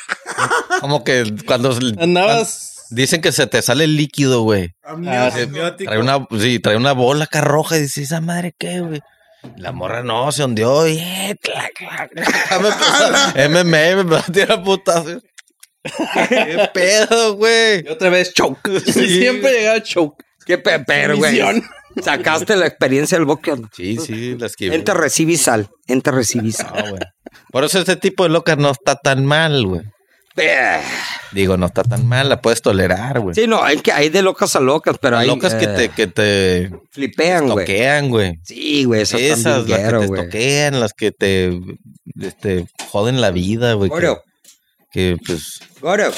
Como que cuando. Andabas. Dicen que se te sale el líquido, güey. Ah, Trae una, sí, trae una bola acá roja y dice, ¿esa madre qué, güey? La morra no, se hundió y... eh, tla, tla, tla. Ya me empezó- MMA me empezó a tirar putazos. ¿Qué pedo, güey? Y otra vez, choke. Sí. Siempre llegaba choke. Qué pe- pero, güey. Misión. Sacaste la experiencia del boque. ¿no? Sí, sí, la esquivé. Enter, recibe y sal. Enter, recibe y sal. No, güey. Por eso este tipo de locas no está tan mal, güey. Eh, Digo, no está tan mal, la puedes tolerar, güey. Sí, no, hay, que, hay de locas a locas, pero hay. locas que eh, te, que te Flipean, güey. toquean, güey. Sí, güey, esas, Esas, esas las que te güey. toquean, las que te este, joden la vida, güey. que- Gordo, que pues... gordo.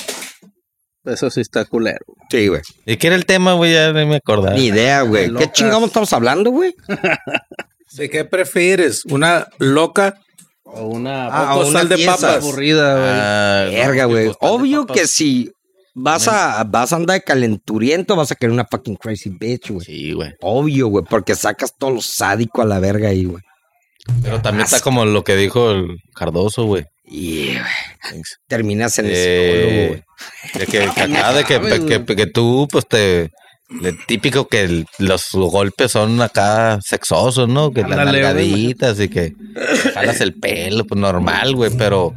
Eso sí está culero. Sí, güey. ¿Y qué era el tema, güey? Ya no me acordaba. Ni idea, güey. ¿Qué Locas. chingamos estamos hablando, güey? ¿De qué prefieres? ¿Una loca? O una. Ah, poco o una sal de pieza. papas. Aburrida, güey. Ah, Verga, no, güey. pues, tal de Obvio papas. que si vas a, vas a andar de calenturiento, vas a querer una fucking crazy bitch, güey. Sí, güey. Obvio, güey, porque sacas todo lo sádico a la verga ahí, güey. Pero también está como lo que dijo el Cardoso, güey. Y, güey. terminas en el psicólogo, Eh, güey. de que acá, de que, mames, que- que tú, pues te. le típico que el- los golpes son acá sexosos, ¿no? Que las Ándale, güey. nalgaditas y que te jalas el pelo, pues normal, güey, pero.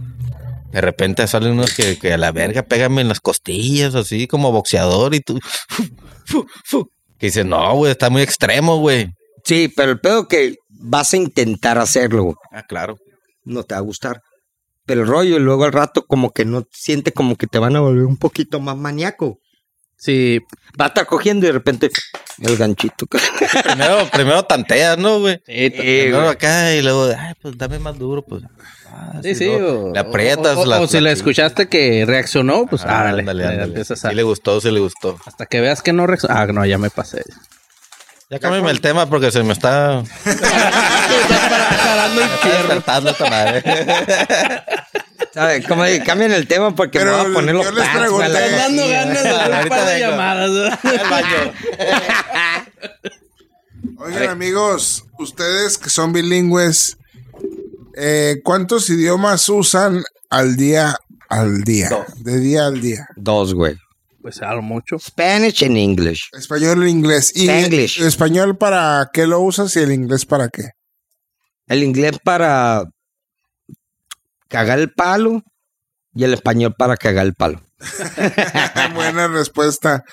De repente salen unos que, que a la verga pégame en las costillas, así como boxeador, y tú. Que dices, no, güey, está muy extremo, güey. Sí, pero el pedo que vas a intentar hacerlo, güey. Ah, claro. no te va a gustar. Pero el rollo, y luego al rato, como que no siente como que te van a volver un poquito más maníaco. Sí, Va a estar cogiendo y de repente el ganchito. Primero, primero tanteas, ¿no, güey? sí, Primero acá y luego, ay, pues dame más duro, pues. Ah, sí, sí, luego o, le aprietas. o- o- la- o si la- le escuchaste que reaccionó, pues Ah, árale, ándale, le ándale. empiezas a- Sí le gustó, sí le gustó. hasta que veas que no reaccionó. Ah, no, ya me pasé. Ya cámbiame el tema porque se me está... Parando el está despertando esta madre. ¿Sabes? Como de, cambian el tema porque Pero me van a poner los yo les pants, pregunté. güey, a la Dando cosilla. ganas de hacer un Ahorita par de vengo. llamadas. ¿no? Al baño. Oigan, amigos, ustedes que son bilingües, eh, ¿cuántos idiomas usan al día al día? De día al día. Dos, güey. Pues a lo mucho. Spanish and English. Español e inglés. ¿Y Spanglish. el español para qué lo usas y el inglés para qué? El inglés para cagar el palo y el español para cagar el palo. Buena respuesta.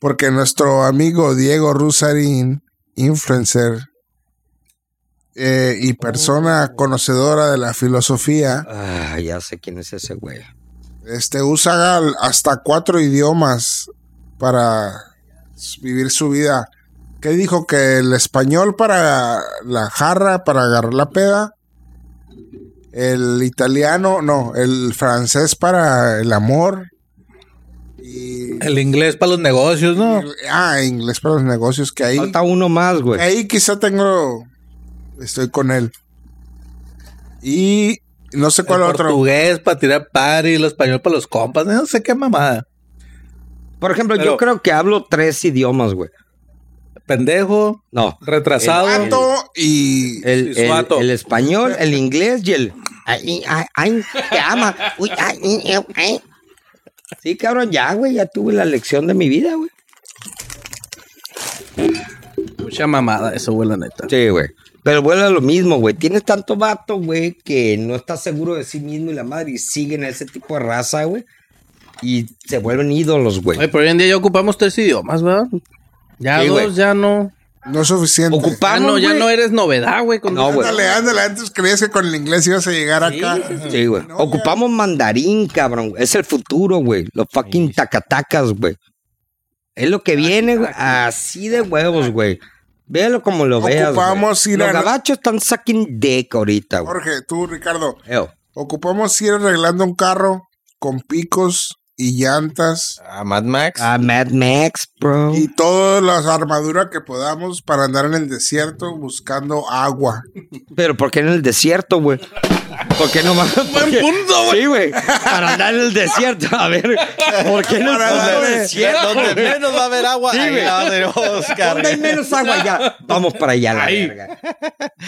Porque nuestro amigo Diego Rusarín, influencer eh, y persona conocedora de la filosofía, Ah, ya sé quién es ese güey. este, usa al- hasta cuatro idiomas para s- vivir su vida. ¿Qué dijo? Que el español para la jarra, para agarrar la peda. El italiano, no, el francés para el amor. Y El inglés para los negocios, ¿no? Ah, inglés para los negocios, que ahí, Falta uno más, güey. ahí quizá tengo, estoy con él. Y no sé El cuál otro. portugués para tirar party, el español para los compas, no sé qué mamada. Por ejemplo, yo Pero- creo que hablo tres idiomas, güey. Pendejo, No. retrasado. Pato y... El, Sí, su el- vato. el español, el inglés y el. Ay, ay, ay, te ama. Uy, ay, ay, ay. Sí, cabrón, ya, güey, ya tuve la lección de mi vida, güey. Mucha mamada eso, güey, la neta. Sí, güey. Pero vuelve a lo mismo, güey. Tienes tanto vato, güey, que no está seguro de sí mismo y la madre y siguen a ese tipo de raza, güey. Y se vuelven ídolos, güey. Oye, pero hoy en día ya ocupamos tres idiomas, ¿verdad? Ya Sí, dos, güey. ya no. No es suficiente. Ya no, Ocupamos, ya no güey. eres novedad, güey. con- No, güey. Ándale, ándale, antes creías que con el inglés ibas a llegar acá. Ah, Sí, güey. No, ya. Ocupamos mandarín, cabrón. Es el futuro, güey. Los fucking tacatacas, güey. Es lo que viene, güey. Así de huevos, güey. Véalo como lo veas. Ocupamos güey. ir Los a- gabachos están sucking dick ahorita, güey. Jorge, tú, Ricardo, Eo. ocupamos ir arreglando un carro con picos y llantas A Mad Max. Ah, Mad Max, bro. y todas las armaduras que podamos para andar en el desierto buscando agua. Pero ¿por qué en el desierto, güey? ¿Por qué no más? punto, Sí, güey. Para andar en el desierto. A ver, ¿por qué no Para en andar en el el desierto? Donde menos va a haber agua, ahí güey. la va a tener Oscar. ¿Dónde hay menos agua ya? Vamos para allá, la verga.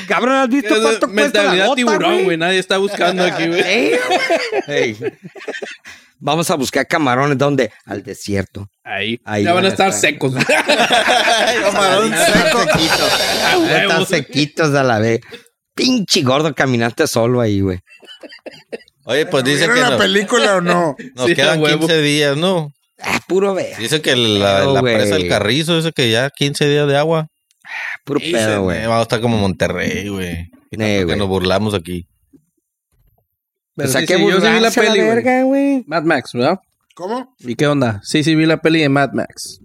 Cabrón, ¿has visto cuánto cuesta la Mentalidad gota, tiburón, güey. Nadie está buscando aquí, güey. Ey, güey. Ey. Vamos a buscar camarones, ¿dónde? Al desierto. Ahí. Ahí Ya van van a a estar estar. secos. güey. Están sequitos. Están sequitos a la vez. Pinche gordo, caminaste solo ahí, güey. Oye, pues dice ¿Vieron que la nos, película o no? nos Sí, a quedan huevo. 15 días, ¿no? Ah, puro ve, Dice que la, Pero, la güey. presa del Carrizo, dice que ya 15 días de agua. ah, puro Dicen, pedo, güey. eh, Vamos a estar como Monterrey, güey. Y tanto Eh, que güey. nos burlamos aquí. O Pero sea, sí, qué sí, yo sí vi la burlarse a peli, güey. verga, güey. Mad Max, ¿verdad? ¿Cómo? ¿Y qué onda? Sí, sí, vi la peli de Mad Max.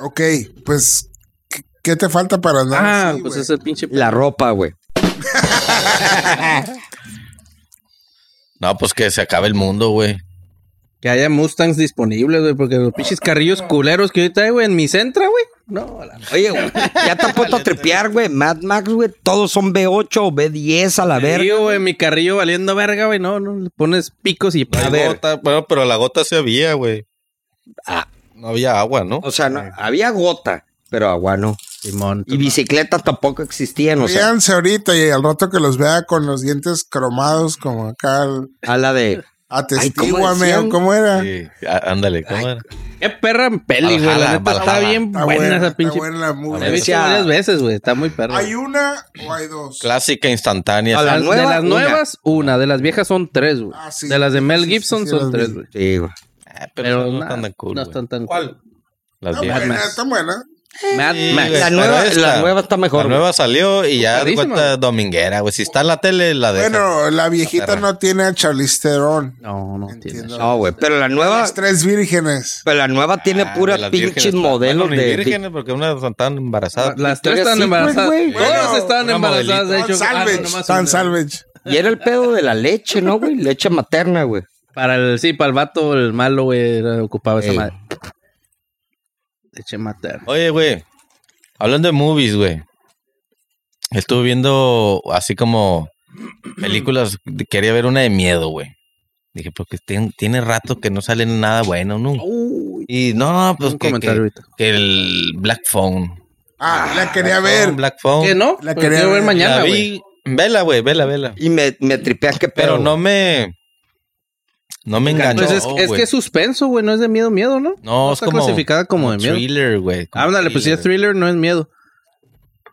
Ok, pues, ¿qué- ¿qué te falta para andar? ah, así, pues güey? ese pinche. La ropa, güey. No, pues que se acabe el mundo, güey. Que haya Mustangs disponibles, güey, porque los pinches carrillos culeros que ahorita hay, güey, en mi centra, güey. No, la Oye, güey, ya te has puesto a tripear, güey. Mad Max, güey. Todos son B8 o B10 a la verga, verga. güey, mi carrillo valiendo verga, güey. No, no, le pones picos y La gota, bueno, pero la gota se había, güey. Ah. No había agua, ¿no? O sea, no, había gota, pero agua no. Simón. Y bicicletas tampoco existían, o pues sea, Ríanse ahorita y al rato que los vea con los dientes cromados como acá. el- a la de Atestíguame, decían? ¿o ¿cómo Ah. era? Sí, á- ándale, ¿cómo era? pues. Qué perra en peli, güey. La Valhalla, neta está Valhalla. bien Está buena buena, esa está pinche. buena la La he movie. visto Decía- varias veces, güey. Está muy perra. ¿Hay una o hay dos? Clásica instantánea. A la- Las- de nueva, las una. nuevas, una. De las viejas son tres, güey. Ah, sí. De las de Mel Sí, sí, Gibson sí, son las tres, vi. güey. Sí, güey. Ah, pero, Pero no, nah, están tan cool. No güey. están tan ¿Cuál? Las Está viejas. buena, Max. está buena. Mad Sí, Max. güey, La pero nueva, esta- la nueva está mejor. La Eh, nueva salió y ya de Perrísima. cuenta dominguera, güey. Si está en la tele, la de. Bueno, la viejita perra. no tiene a Charlize Theron. No, no tiene. Entiendo. güey. No, güey, pero la nueva, Las tres vírgenes. pero la Ah, nueva tiene puras pinches modelos de. las Ah, vírgenes. pues. Bueno, ni de. vírgenes, porque unas están embarazadas. Las tres Victoria's están Secret, embarazadas. güey. Todas Bueno, están una embarazadas, de Tan hecho. Ah, no, salvage, nomás tan una. salvage. Y era el pedo de la leche, ¿no, güey? Leche materna, güey. Para el, sí, para el vato, el malo, güey, era- ocupaba esa Ey. madre. Leche materna. Oye, güey. Hablando de movies, güey. Estuve viendo así como películas. Quería ver una de miedo, güey. Dije, porque tiene, tiene rato que no sale nada bueno, ¿no? Uy, Y no, pues un que, comentario que, ahorita. que el Black Phone. Ah, la quería Phone, ver. Black Phone. ¿Qué no? La Pues quería quiero ver ver. mañana, la güey. vi. Vela, güey, vela, vela. Y me, me tripean que Pero pedo. no me. No me enganchó. Pues es, es que güey. es suspenso, güey, no es de miedo, miedo, ¿no? No, es está como- clasificada como de miedo. Thriller, güey. como Ándale, pues si es thriller, no es miedo.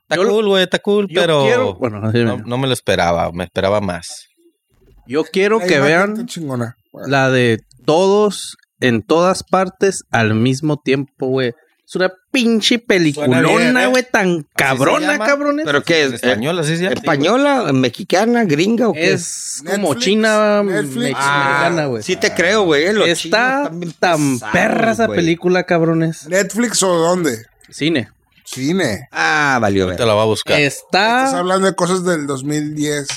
Está Yo lo- cool, güey, está cool, Yo pero. quiero, bueno, no, no, no me lo esperaba, me esperaba más. yo quiero La que imagen vean está chingona. La de todos en todas partes al mismo tiempo, güey. Es una pinche bien, peliculona, ¿eh? güey, tan cabrona, llama? cabrones. ¿Pero qué En es? ¿Eh, español, así se llama. ¿Española, mexicana, gringa o qué? es como Netflix, china Netflix. mexicana, Ah, güey. Sí te creo, güey. los chinos Está están bien tan pesados, perra esa güey. película, cabrones. ¿Netflix o dónde? Cine. Cine. Ah, valió ver. Te la va a buscar. Estás Está hablando de cosas del 2010.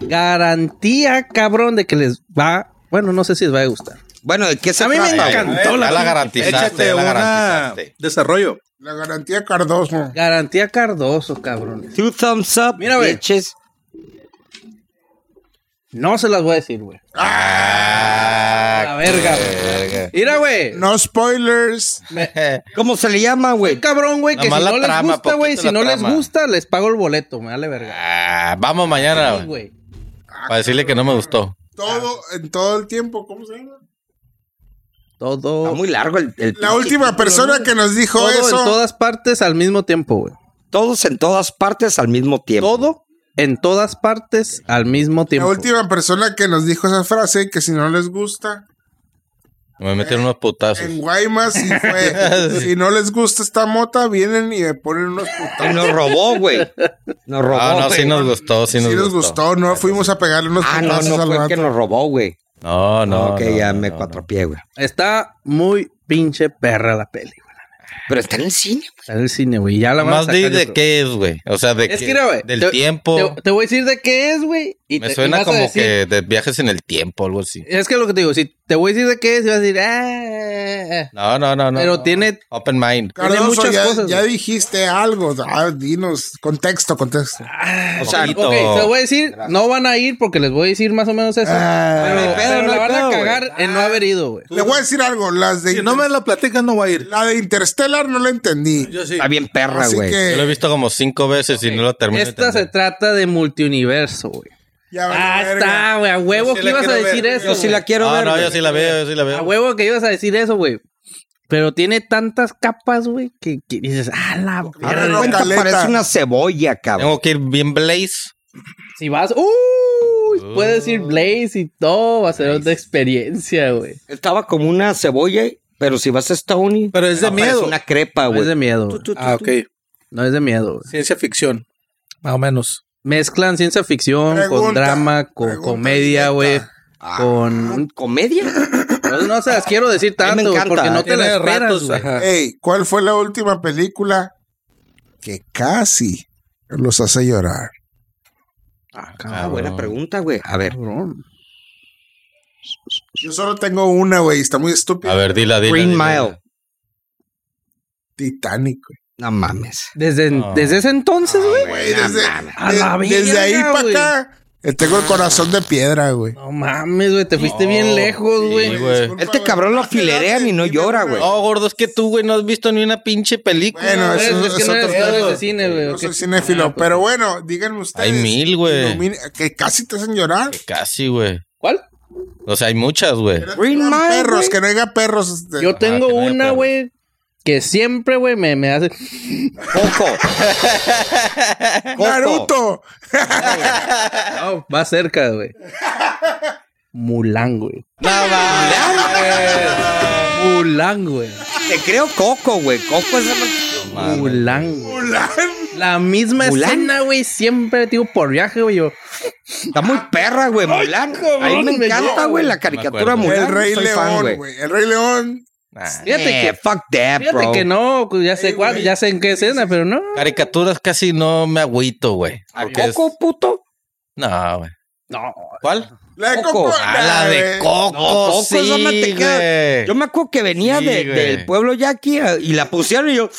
garantía, cabrón, de que les va. Bueno, no sé si les va a gustar. Bueno, ¿de qué se A mí me trata, güey? encanta. eh, ya la Échate garantizaste, ya la una garantizaste. desarrollo. La garantía Cardoso. Garantía Cardoso, cabrones. Two thumbs up, Mira, Mira, güey. bitches. No se las voy a decir, güey. Ah, La verga, güey. Mira, güey. No spoilers. ¿Cómo se le llama, güey? cabrón, güey, que si Nomás la no les trama, gusta, güey, poquito si la no les trama. gusta, les pago el boleto, me vale verga. Ah, vamos mañana, Sí, güey, güey. Para decirle que no me gustó. Todo, en todo el tiempo. ¿Cómo se llama? Todo, Está muy largo el, el La pinche última título, persona ¿no? que nos dijo todo eso. en todas partes al mismo tiempo, güey. Todos en todas partes al mismo tiempo. Todo en todas partes al mismo La tiempo. última persona que nos dijo esa frase, que si no les gusta, Me metieron unos putazos. en Guaymas y fue. si no les gusta esta mota, vienen y me ponen unos Y putazos. nos robó, güey. Nos robó. Ah, no, güey. sí nos gustó, sí Si nos, nos gustó, no fuimos a pegarle unos Ah, no, putazos no al fue el que vato. nos robó, güey. No, no. No, ok, no, ya no, me no, no. cuatropié, güey. Está muy pinche perra la peli, güey. Pero está en el cine. Está en el cine, güey. Ya la van a Más sacar, di yo de creo. qué es, güey. O sea, de Es qué- que mira, güey. del te- tiempo. Te, te voy a decir de qué es, güey. y me te- y suena vas a como decir- Eh, que de viajes en el tiempo, algo así. Es que lo que te digo, si te voy a decir de qué es, y vas a decir, ah. No, no, no, no. Pero no. tiene- Open mind. Cardoso, muchas ya, cosas, ya güey. dijiste algo. Ah, dinos. Contexto, contexto. O sea, Ok, se lo voy a decir, no van a ir porque les voy a decir más o menos eso. Ah. pero hay pedo, pero no la hay van a pedo, güey. cagar en no haber ido, güey. Le voy a decir algo. Las de Si no me la platicas, no voy a ir. La de Interstellar no la entendí. Yo sí. Está bien perra, Así güey. Yo lo he que visto como cinco veces y no lo termino. de Esta se entender. trata de multiuniverso, güey. ya valió Ah, verga. está, güey. A huevo Yo sí que la ibas a quiero decir ver, eso. Yo sí güey. la quiero Ah, ver. no, güey. yo sí la veo, yo sí la veo. A huevo que ibas a decir eso, güey. Pero tiene tantas capas, güey, que, que dices, ah, A la Haz ver, de verga. no, cuenta, Caleta. parece una cebolla, cabrón. Tengo que ir bien Blaze. Si vas, uy, puedes ir Blaze y todo, va a ser otra experiencia, güey. Estaba como una cebolla, pero si vas a Stony. Pero es de no, parece miedo. una crepa, No es güey. de miedo. güey. Ah, ok. No es de miedo, güey. Ciencia ficción. Más o menos. Mezclan ciencia ficción con Pregunta, drama, con pregunta directa. comedia, güey. Con. Ah, ¿Comedia? No, no se las quiero decir A mí me tanto, güey, encanta. porque no te Tiene las esperas, ratos. güey. ajá. Ey, ¿cuál fue la última película que casi los hace llorar? Ah, buena pregunta, güey. A ver. Cabrón. Yo solo tengo una, güey. Está muy estúpida. A ver, dila, dila. Green dila. Mile. Titanic, güey. No mames. Desde, No. desde ese entonces, güey. Güey, desde, A de- la desde verga, ahí para güey. acá eh, tengo el corazón de piedra, güey. No mames, güey. Te fuiste No, bien lejos, sí, güey. güey. Oh, Disculpa, Este güey. cabrón lo Date, date, filerean y no dime llora, una. güey. No, gordo, es que tú, güey, no has visto ni una pinche película. Bueno, No, es, eso es que es no eres otro fan pedo. de cine, güey. No ok. soy cinéfilo, Ah, pero bueno, díganme ustedes. Hay Ah, pues. mil, güey. ilumine- Que casi te hacen llorar. Casi, güey. ¿Cuál? O sea, hay muchas, güey. Green Eran Mile, perros, güey. que no haya perros. este, Yo tengo que no haya una, perro. güey, que siempre, güey, me, me hace. Coco. Coco. Eh, ¡Naruto! No, va cerca, güey. Mulan, güey. No, Mulan, güey. Te creo Coco, güey. Coco es Mulan, güey. La misma Mulan. escena, güey, siempre, tío, por viaje, güey. Yo, Está muy perra, güey. Mulan. A mí me me encanta, llevo, güey, la me caricatura acuerdo. Mulan. El Rey Soy fan, León, güey. El Rey León. fíjate Eh, que. fuck that, Fíjate bro. que no, pues, ya sé cuál, ya sé en qué escena, pero no. Caricaturas casi no me agüito, güey. ¿A Porque es- Coco, puto? No, güey. No. ¿Cuál? La de Coco. Coco. Ah, la de güey. Coco, Coco, sí, esa me te queda- güey. Yo me acuerdo que venía Sí, de- güey. del pueblo ya aquí eh, y la pusieron y yo,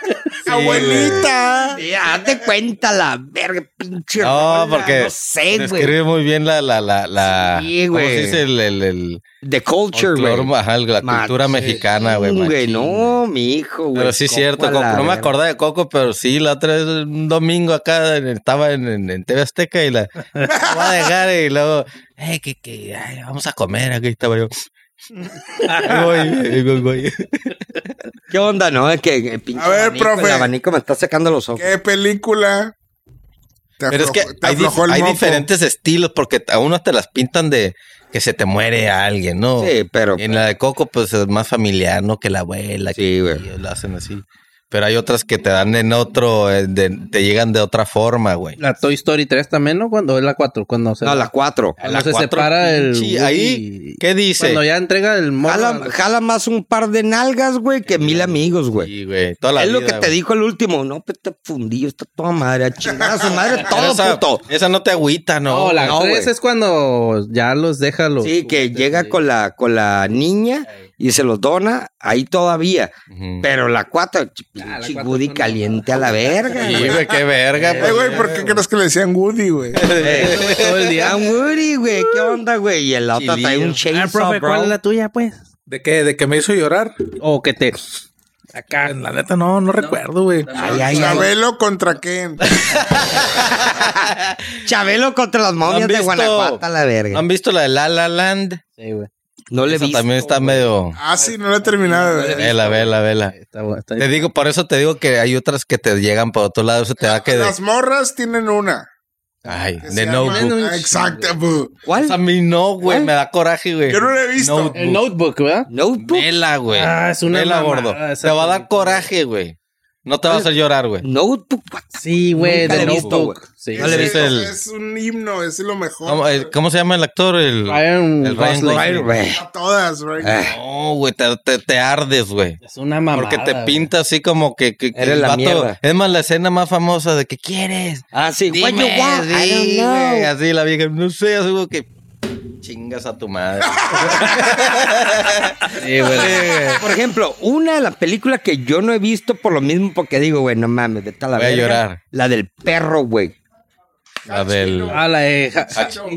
Sí, Abuelita. ya, hazte cuenta la verga, pinche. Ah. No, rola, porque No sé, güey. Describe muy bien la, la, la, la. Sí, ¿cómo güey. se dice? El, el, el The culture, folclor, güey. ajá, la cultura Machín, mexicana, güey. Güey, machín, no, mi hijo, güey. Pero sí, Coco cierto, a Coco. la No me verga. acordaba de Coco, pero sí, la otra vez, un domingo acá, en- estaba en, en, en TV Azteca y la la voy a dejar y luego, eh, que, que, ay, vamos a comer, aquí estaba yo. Ahí voy, ahí voy, voy. ¿Qué onda, no? Es que eh, pinche A ver, abanico, profe. El abanico me está secando los ojos. ¿Qué película? Te Pero es que aflojó- te hay, dif- aflojó el hay moco. diferentes estilos porque a unos te las pintan de que se te muere alguien, ¿no? Sí, pero. En la de Coco, pues es más familiar, ¿no? Que la abuela. Sí, que güey. ellos Lo hacen así. Pero hay otras que te dan en otro, eh, de- te llegan de otra forma, güey. La Toy Story 3 también, ¿no? Cuando es la 4, cuando se, No, la cuatro. cuando la se cuatro, separa el. pinche, Woody ahí, y- ¿qué dice? Cuando ya entrega el Jala, morro. jala más un par de nalgas, güey, que mil amigos, güey. Sí, güey. Toda la es lo vida, que te güey. dijo el último. No, pues este fundillo está toda madre. A chingar a su madre Pero todo, esa, puto. Esa no te agüita, ¿no? No, la no, 3 güey. es cuando ya los deja los. Sí, que llega con la, con la niña y se los dona ahí todavía. Ujú. Pero la cuatro, ch- la pinche cuatro Woody son- caliente a la verga. Sí, güey. güey, qué verga. pues. Eh, güey, ¿por qué crees que le decían Woody, güey? todo el día. Ah, Woody, güey, ¿qué onda, güey? Y el otro trae un Ah, chainsaw, profe, bro. ¿cuál es la tuya, pues? ¿De qué? ¿De que me hizo llorar? O que te. Acá. La neta, no, no recuerdo, güey. Ay, ay, ay. Chabelo contra Ken. Chabelo contra las ¿No momias de Guanajuato, a la verga. ¿Han visto la de La La Land? Sí, güey. No le Esa vi. también está medio... Ah, sí, no lo he terminado. de ver. Vela, vela, vela. Está bueno, está- Te digo, por eso te digo que hay otras que te llegan por otro lado, se te va a quedar. Las morras tienen una. Ay, que de se no. llama- Ah, Exacto, pues. bu. A ¿Cuál? mí no, güey, ¿Cuál? me da coraje, güey. Yo no lo he visto. El notebook, ¿verdad? Notebook. Vela, güey. Ah, es una Vela, mamada gordo. esa Te va a dar película. coraje, güey. No te va a hacer llorar, güey. Notebook. what the- Sí, güey, Nunca de la he visto, Notebook. güey. Sí. Es, No le he visto el- es un himno, es lo mejor. ¿Cómo, eh, cómo se llama el actor? El Ryan el Gosling. Ay, güey. A todas, güey. Ah, No, güey, te, te- te ardes, güey. Es una mamada. Porque te güey. pinta así como que, que, que Eres la mierda. Es más, la escena más famosa de que quieres. Ah, sí. What you Dime, want? I don't sí, know. güey, Así la vieja, no sé, así como que chingas a tu madre. Sí, güey. Por ejemplo, una de las películas que yo no he visto por lo mismo, porque digo, güey, no mames, vete a la Voy a verga. llorar. La del perro, güey. la del... Ah, la de. ja-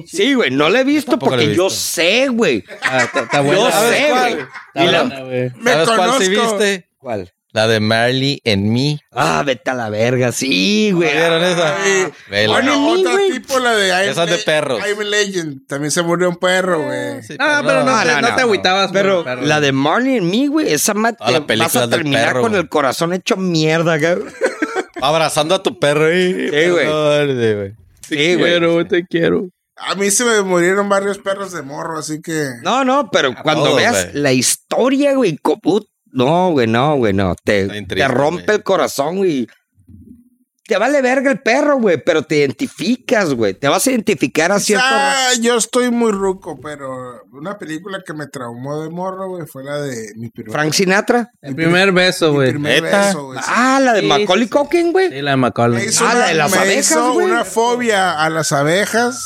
Sí, güey, no la he visto Tampoco la porque he yo visto. sé, güey. ah, está- está buena. Yo ¿sabes sé, cuál? güey. Está Y la- buena, güey. Me ¿Sabes cuál sí conozco. viste? ¿Cuál? La de Marley en mí. Ah, vete a la verga, sí, güey. ¿Vieron esa? Vela. Bueno, Ay, otra güey. tipo, la de I'm, Esas de Le- perros. I'm Legend. También se murió un perro, güey. Sí, Ah, pero no, No, te, no, no, no. te agüitabas, Ah, Pero perro. la de Marley y me, güey, esa madre Todas las te vas a películas del terminar perro, con güey. el corazón hecho mierda, güey. Abrazando a tu perro. eh, Sí, güey. perdón, sí, güey. Sí, güey. te quiero. A mí se me murieron varios perros de morro, así que. No, no, pero cuando todos, veas güey. la historia, güey, co- ut- no, güey, no, güey, no. Te, Está bien te triste, rompe güey. el corazón, güey. Te vale verga el perro, güey, pero te identificas, güey. Te vas a identificar a cierto. Ah, yo estoy muy ruco, pero una película que me traumó de morro, güey, fue la de mi primer, Frank Sinatra. El primer beso, mi güey. primer ¿Neta? beso, güey. Pues sí. Ah, la de Sí, Macaulay sí, sí. Culkin, güey. Sí, la de Macaulay. Me hizo, Ah, la una, de las me abejas, hizo güey. una fobia a las abejas.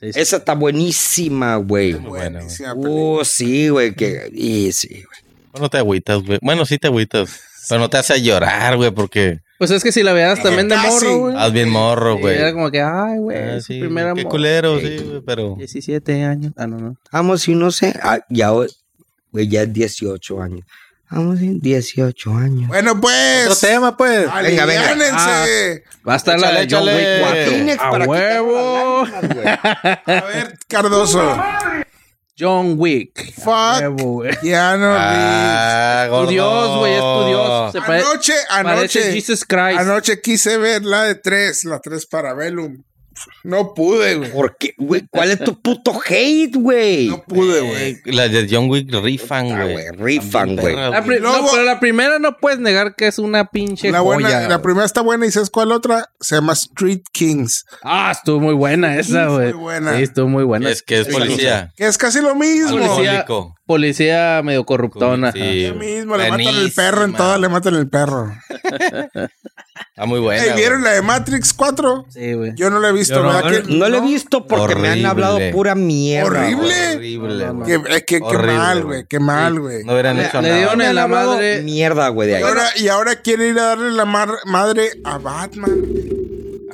Sí, sí. Esa está buenísima, güey. buena, Buenísima película. Uh, sí, güey, que. Y sí, güey. No te agüitas, güey. Bueno, sí te agüitas. Pero no te hace llorar, güey, porque Pues es que si la veas también de Casi. morro, güey. estás bien morro, Sí, Ah, güey. Era como que, ay, güey, Ah, su sí, primer Qué amor. culero, sí, güey, pero... 17 años. Ah, no, no. Amo si no sé. Ah, ya, güey, ya es 18 años. Vamos en 18 años. Bueno, Otro pues. tema, pues. Venga, venga. Aliviánense. Va a estar la de John Échale, Wick échale. 4. Kleenex a para quitar huevo. las lágrimas, güey. Ah. A ver, Cardoso. John Wick. Fuck. Huevo, güey. Keanu Reeves. Ah, gordo. Estudioso, güey, estudioso. Se pare- Anoche, parece anoche. Jesus Christ. Anoche quise ver la de tres, la tres para Velum. No pude, güey. ¿Por qué, güey? ¿Cuál es tu puto hate, güey? No pude, güey. La de John Wick rifan, Ah, güey. güey, rifan, güey. Perra, La pri- no, Luego- pero la primera no puedes negar que es una pinche La, joya. buena, la güey. primera está buena y ¿sabes cuál otra? Se llama Street Kings. ah, estuvo muy buena esa, Muy güey. buena. Sí, estuvo muy buena. Es que es policía. Que es casi lo mismo. Policía. Alcohólico. Policía medio corruptona. Sí, Lo mismo, le matan el buenísima. perro en todas, le matan el perro. Está muy buena. Ey, ¿Vieron güey. la de Matrix 4? Sí, güey. Yo no la he visto, Yo no, ¿verdad? Que- No lo he visto porque me han Horrible. hablado pura mierda. Horrible. Horrible, güey. que- eh, que- Qué Horrible, mal, güey. güey. Qué mal, güey. No hubieran Le- hecho le nada. dieron Me en han la hablado madre. Mierda, güey, de Y ahí. ahora, y ahora quiere ir a darle la mar- madre a Batman.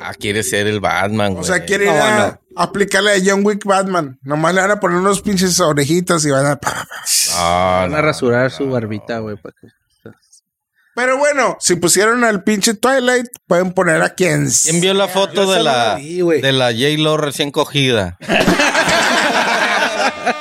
Ah, quiere ser el Batman, O güey. sea, quiere ir No, a aplicarle a John Wick Batman. Nomás le van a poner unos pinches orejitas y van a. No, Van no. a rasurar su barbita, güey. pa' que- Pero bueno, si pusieron al pinche Twilight, pueden poner a quien. ¿Quién vio la foto de la, vi, güey. de la J-Lo recién cogida?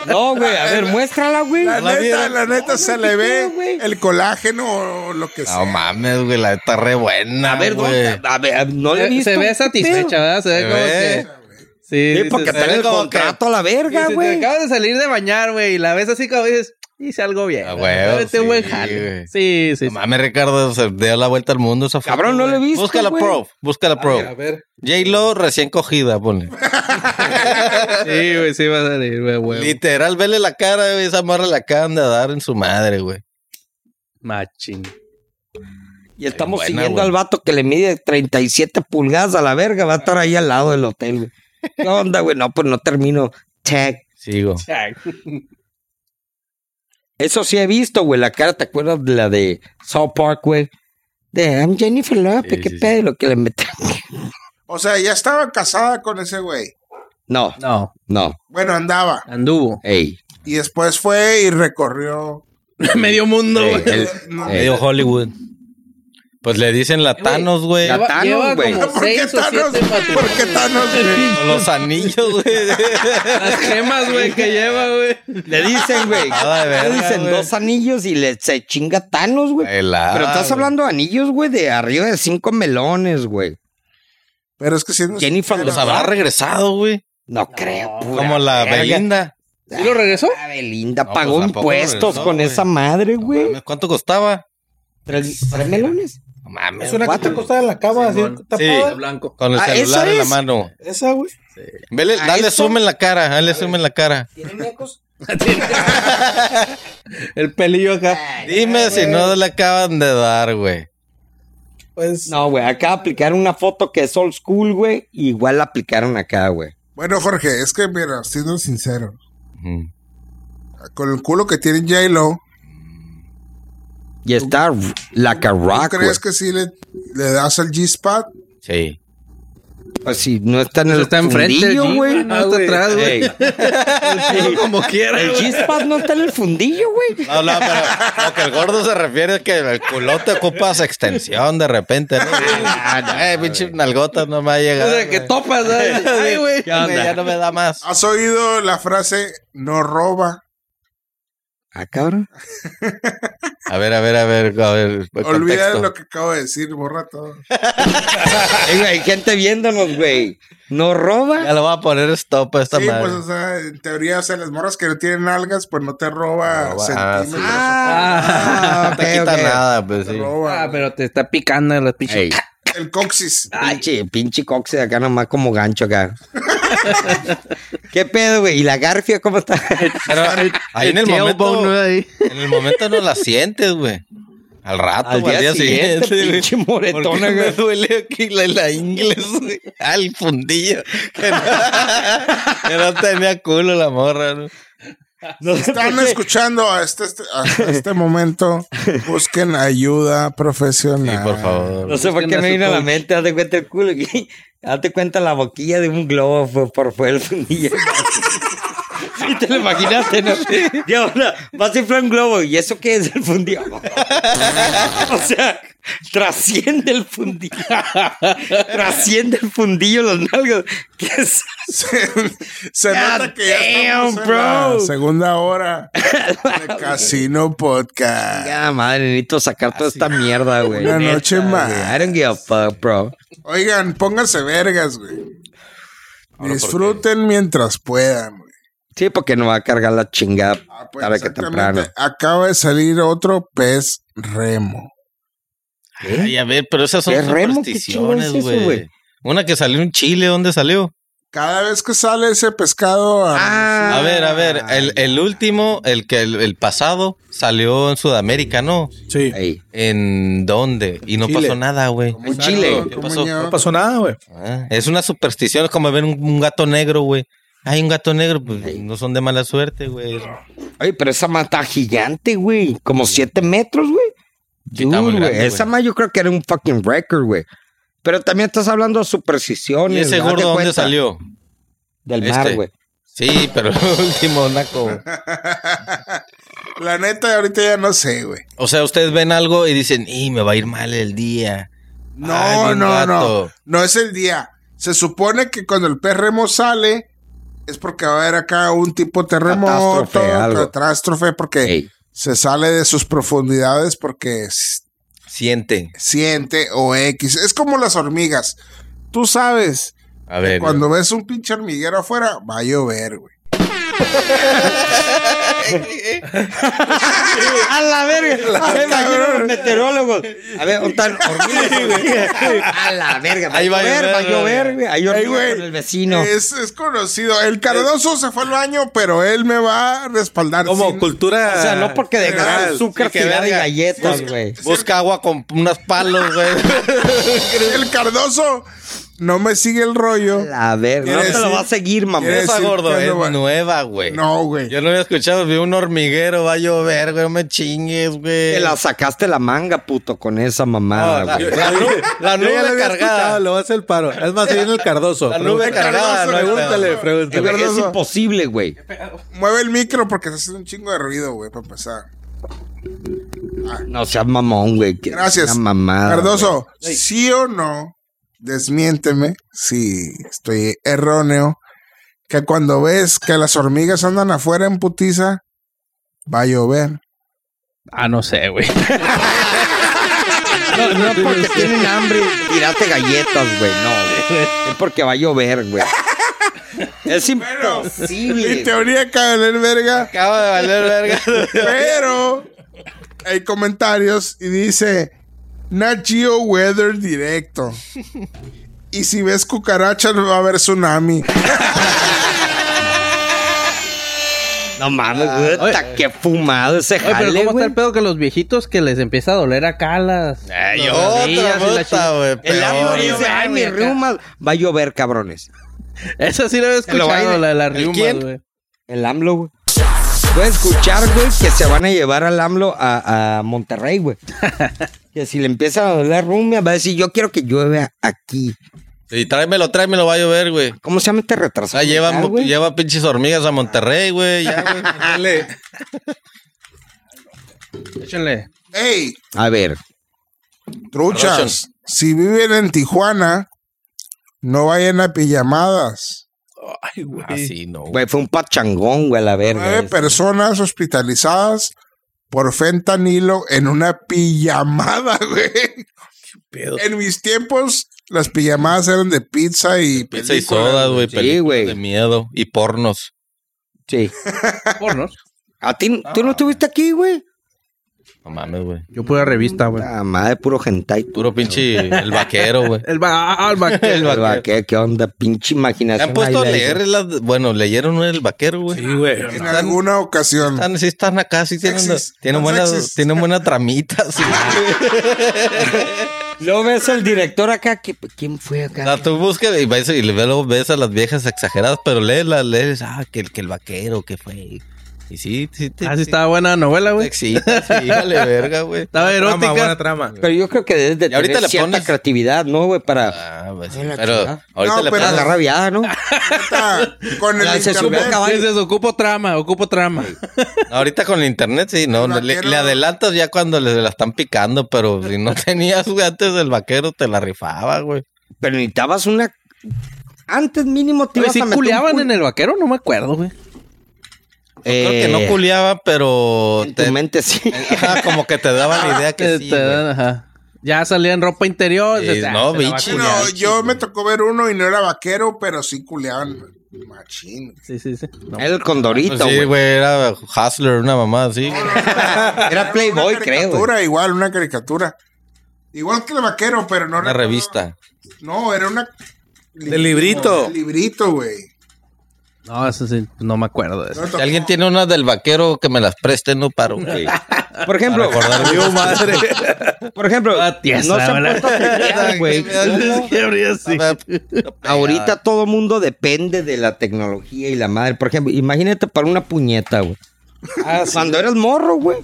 No, güey, a ver, muéstrala, güey. La la neta, vieron? la neta se le ve el colágeno o lo que No sea. mames, güey, la está re buena, Pues A ver, güey. ¿dónde? A ver, no le he Se, visto. se ve ¿Qué satisfecha, pedo? ¿verdad? Se ve Se como ve. que... Sí, Sí, dices, porque "Eh, está en el como contrato a la dices, verga, te güey. acabas de salir de bañar, güey, y la ves así como dices, hice algo bien. A ¿no? huevo, Debe ser un buen sí, jale". güey. Sí, sí, No sí. mames, Ricardo, se dio la vuelta al mundo esa foto, Cabrón, no güey. lo he visto, Busca la güey. pro, busca la pro. A ver. J-Lo recién cogida, ponle. Sí, güey, sí va a salir, güey, güey. Literal, vele la cara, güey, esa morra la acaban de dar en su madre, güey. Machín. Y estamos buena, siguiendo güey. al vato que le mide 37 pulgadas a la verga. Va a estar ahí al lado del hotel, güey. ¿Qué onda, güey? No, pues no termino. Check. Sigo. Eso sí he visto, güey. La cara, ¿te acuerdas de la de South Park, güey? De I'm Jennifer Lopez, Sí, qué sí, sí. pedo lo que le meten. O sea, ya estaba casada con ese güey. No, No, no, Bueno, andaba. anduvo. ey. Y después fue y recorrió. Medio mundo, ey, güey. el- No, ey. Medio Hollywood. Pues le dicen la Thanos, güey. la- Lleva, Thanos, lleva güey. como ¿Por qué seis o Thanos? siete patrullas. ¿Por qué Thanos? güey? Con Los anillos, güey. Las gemas, güey, que lleva, güey. Le dicen, güey. Nada de Le verga, dicen güey. dos anillos y le se chinga Thanos, güey. Pelada, Pero estás güey. hablando de anillos, güey, de arriba de cinco melones, güey. Pero es que si Pues, no- Jennifer Los Lopez. habrá regresado, güey. No creo. pura Como la verga. Belinda. ¿Y lo regresó? La Belinda No, pagó pues, tampoco impuestos regresó, con güey. esa madre, güey. Mames, ¿Cuánto costaba? ¿Tres, tres melones? No mames. Es una que Cuatro. te costaba en la cama, así Simón. Sí. tapada. Blanco. Con el Ah, celular ¿esa en la es? mano. Esa, güey. Vele, ¿A dale eso? zoom en la cara. Dale zoom en la cara. El pelillo acá. Dime si no le acaban de dar, güey. Pues. No, güey, acá aplicaron una foto que es old school, güey. Igual la aplicaron acá, güey. Bueno, Jorge, es que mira, siendo sincero, Ujú. con el culo que tiene J-Lo, Y está la ¿tú Ah, carraca, güey. crees que si le, le das al G-Spot? Sí. Pues si no está en el Está enfrente, el fundillo, G, güey. No está atrás, güey. Ey, Como quiera, El güey. G-Spot no está en el fundillo, güey. No, no, pero lo que el gordo se refiere es que el culote ocupa su extensión de repente, ¿no? eh, pinche nalgota no me ha llegado. O sea, que Ah, güey. topas, ¿sabes? Ay, güey. Ya me- ya no me da más. ¿Has oído la frase no roba? Ah, cabrón. A ver, a ver, a ver, a ver. Olvida contexto. lo que acabo de decir, borra todo. Ey, güey, hay gente viéndonos, güey. ¿No roba? Ya lo voy a poner stop a esta sí, madre. pues, o sea, en teoría, o sea, las morras que no tienen algas, pues no te roba, No roba, centímetros. Ah, no te quita nada, pues te sí. roba. Ah, pero te está picando la pinche. Ey, El coxis. pinche, pinche coxe de acá nomás como gancho acá. ¿Qué pedo, güey? ¿Y la Garfio cómo está? Pero ahí en el tailbone, momento, güey. en el momento no la sientes, güey. Al rato, Al güey, día, siguiente, güey. este pinche ¿Por qué moretona, me güey. duele aquí la, la inglés, güey? Al fundillo. Que no, que no tenía culo la morra, ¿no? No sé por Están qué. escuchando a este, este- a este momento. Busquen ayuda profesional. Sí, por No favor. sé por qué Busquen a me su vino a la coach. mente, hazte cuenta el culo. Hazte cuenta la boquilla de un globo fue por fuera el fundillo. Y te lo imaginaste, ¿no? Y ahora vas a inflar un globo. ¿Y eso qué es el fundido? o sea, trasciende el fundillo. trasciende el fundillo los nalgas. ¿Qué es? Se nota que ya estamos damn, en la bro. segunda hora de Casino Podcast. Ya, madre, necesito sacar toda esta mierda, güey. Una Neta, noche güey. más. I don't give a fuck, bro. Oigan, pónganse vergas, güey. Disfruten mientras puedan, güey. Sí, porque no va a cargar la chingada Ah, pues, tarde que exactamente. temprano. Acaba de salir otro pez remo. Ay, a ver, pero esas son ¿Qué remo? ¿Qué chingón supersticiones, es eso, güey. güey? Una que salió en Chile, ¿dónde salió? Cada vez que sale ese pescado ah, a- Ah, A ver, a ver, el, el último, el que el, el pasado salió en Sudamérica, ¿no? Sí. Ey, ¿En dónde? Y no Chile. pasó nada, güey. como en Chile. ño, ¿Qué como pasó? ño. No pasó nada, güey. Ah, es una superstición, es como ver un, un gato negro, güey. Hay un gato negro, pues no son de mala suerte, güey. Oye, pero esa mata gigante, güey. Como siete metros, güey. Sí, está muy Dude, güey. grande, Esa güey. más yo creo que era un fucking record, güey. Pero también estás hablando de supersticiones. ¿Y ese date gordo dónde cuenta. salió? Del Este. mar, güey. Sí, pero el último, Naco. La neta, ahorita ya no sé, güey. O sea, ustedes ven algo y dicen, y me va a ir mal el día. No, Ay, bien no, no. gato. No es el día. Se supone que cuando el pez remo sale es porque va a haber acá un tipo de terremoto, Catástrofe, algo. catástrofe, porque Ey. se sale de sus profundidades porque s- Siente. siente o X. Es como las hormigas. Tú sabes, A ver. cuando ves un pinche hormiguero afuera, va a llover, güey. A la verga. Se imagino los meteorólogos. A ver, un tal A la verga. Ahí va a llover, Va a llover, güey. güey. Ahí Ey, llover güey, Eh, con el vecino. Es, es conocido. El cardoso Eh. se fue al baño, pero él me va a respaldar. Como sin- cultura. O sea, no porque dejaron general. azúcar Ah, sí, que tirar de verga. galletas, güey. Busca agua con unas palos, güey. El cardoso no me sigue el rollo. La verga. No Quiere te lo decir- va a seguir, mamá. quiere Esa decir gordo que es no va- nueva, güey. No, güey. Yo no había escuchado, vi un hormiguero, va a llover, güey, no me chingues, güey. Te la sacaste la manga, puto, con esa mamada, la, güey. la nube, la Yo ya nube lo había escuchado, cargada. Lo va a hacer el paro. Es más, viene el Cardoso. La nube Pregúntale, cargada, no hay pedo. Pregúntale, Eh, güey, pregúntale. es imposible, güey. Mueve el micro porque está haciendo un chingo de ruido, güey, para empezar. No seas mamón, güey. que Gracias. Una mamada. Cardoso, sí o no, desmiénteme si estoy erróneo, que cuando ves que las hormigas andan afuera en putiza, va a llover. Ah, no sé, güey. No, no porque tienen hambre, tiraste galletas, güey. No, güey. Es porque va a llover, güey. Es Mi imposible. teoría cae en el verga, Acaba de valer verga. pero hay comentarios y dice Nat Geo Weather Directo. Y si ves cucarachas va a haber tsunami. No mames, güey. ta- Qué fumado ese Oye, pero jale, ¿cómo está güey. el pedo que los viejitos que les empieza a doler acá las... Ay, las rodillas otra y la bota, chingada? güey. El árbol peor. dice, ay, mi riumas. Va a llover, cabrones. Esa sí la había lo va a ir- escuchado, la de las ¿El riumas, quién? güey. El AMLO, güey. Pueden escuchar, güey, que se van a llevar al AMLO a, a Monterrey, güey. que si le empieza a doler rumia, va a decir, yo quiero que llueva aquí. Y tráemelo, tráemelo, va a llover, güey. ¿Cómo se llama este O Ah, retrasado? sea, lleva, mental, güey? lleva pinches hormigas a Monterrey, güey. Ya, güey. Dale. Échenle. ¡Ey! A ver, Truchas, si viven en Tijuana, no vayan a pijamadas. Ay, güey. Así no. güey. güey, fue un pachangón, güey, a la verga. Nueve personas hospitalizadas por fentanilo en una pijamada, güey. pedo. En mis tiempos, las pijamadas eran de pizza y Pizza y películas, sodas, güey. Sí, películas güey. De miedo. Y pornos. Sí. Pornos. ¿A ti, tú no estuviste aquí, güey? No mames, güey. Yo pura revista, güey. Ah, madre, puro hentai. tú. Puro pinche el vaquero, güey. El va al vaquero. Ah, El Pero, vaquero. ¿Qué, qué onda? Pinche ¿Le imaginación. han puesto a ahí, la- leer las... Bueno, leyeron el vaquero, güey. Ah, Sí, güey. En alguna ocasión. Están, sí están acá, sí tienen, Sexys, tienen, están buenas, sexys. tienen buena tramita. sí. Luego ves al director acá. que- ¿Quién fue O acá? sea, tú buscas y ves, y luego ves a las viejas exageradas, pero léelas, lees, ah, que, el- que el vaquero, que fue. Y sí, sí, te, Ah, sí, estaba buena la novela, te güey. excita, sí, vale, verga, güey. Estaba Trama, erótica. buena trama. Pero yo creo que desde de Y ahorita tener le cierta pones- creatividad, ¿no, güey? Para Ah, pues, Ay, la pero chingada. ahorita No, le pero para pones- la rabiada, ¿no? Neta, Con Ya el se subió el internet. caballo. Dices, ocupo trama, ocupo trama. Ahorita con el internet, sí, no, El no, le, vaquero- le adelantas ya cuando le, la están picando, pero si no tenías, güey, antes del vaquero te la rifaba, güey. Pero necesitabas una. Antes mínimo te Güey, ibas ¿Sí a meter. culeaban en el vaquero? No me acuerdo, güey. Creo que Eh. no culiaba, pero En te- tu mente sí. ajá, como que te daba la idea que Eh, Te- sí, te güey. dan, ajá. Ya salía en ropa interior. Sí, dices, ah, no, se la va a bichi. Sí, culear. no, yo me tocó ver uno y no era vaquero, pero sí culeaban machín. Sí, sí, sí. No. Era el Pues condorito, sí, güey. güey, era Hustler, una mamá así. Era Playboy, una creo. güey. caricatura, igual, una caricatura. Igual que el vaquero, pero no Una recuerdo- revista. No, era una. De librito. De librito, güey. No, eso sí, no me acuerdo de eso. No Si alguien tiene una del vaquero, que me las preste, no paro. güey. Por ejemplo, Recordar- madre. por ejemplo, Ah, no se tiesa, han ¿verdad? puesto a pelear, güey. Ahorita todo mundo depende de la tecnología y la madre. Por ejemplo, imagínate para una puñeta, güey. Ah, Cuando eras morro, güey,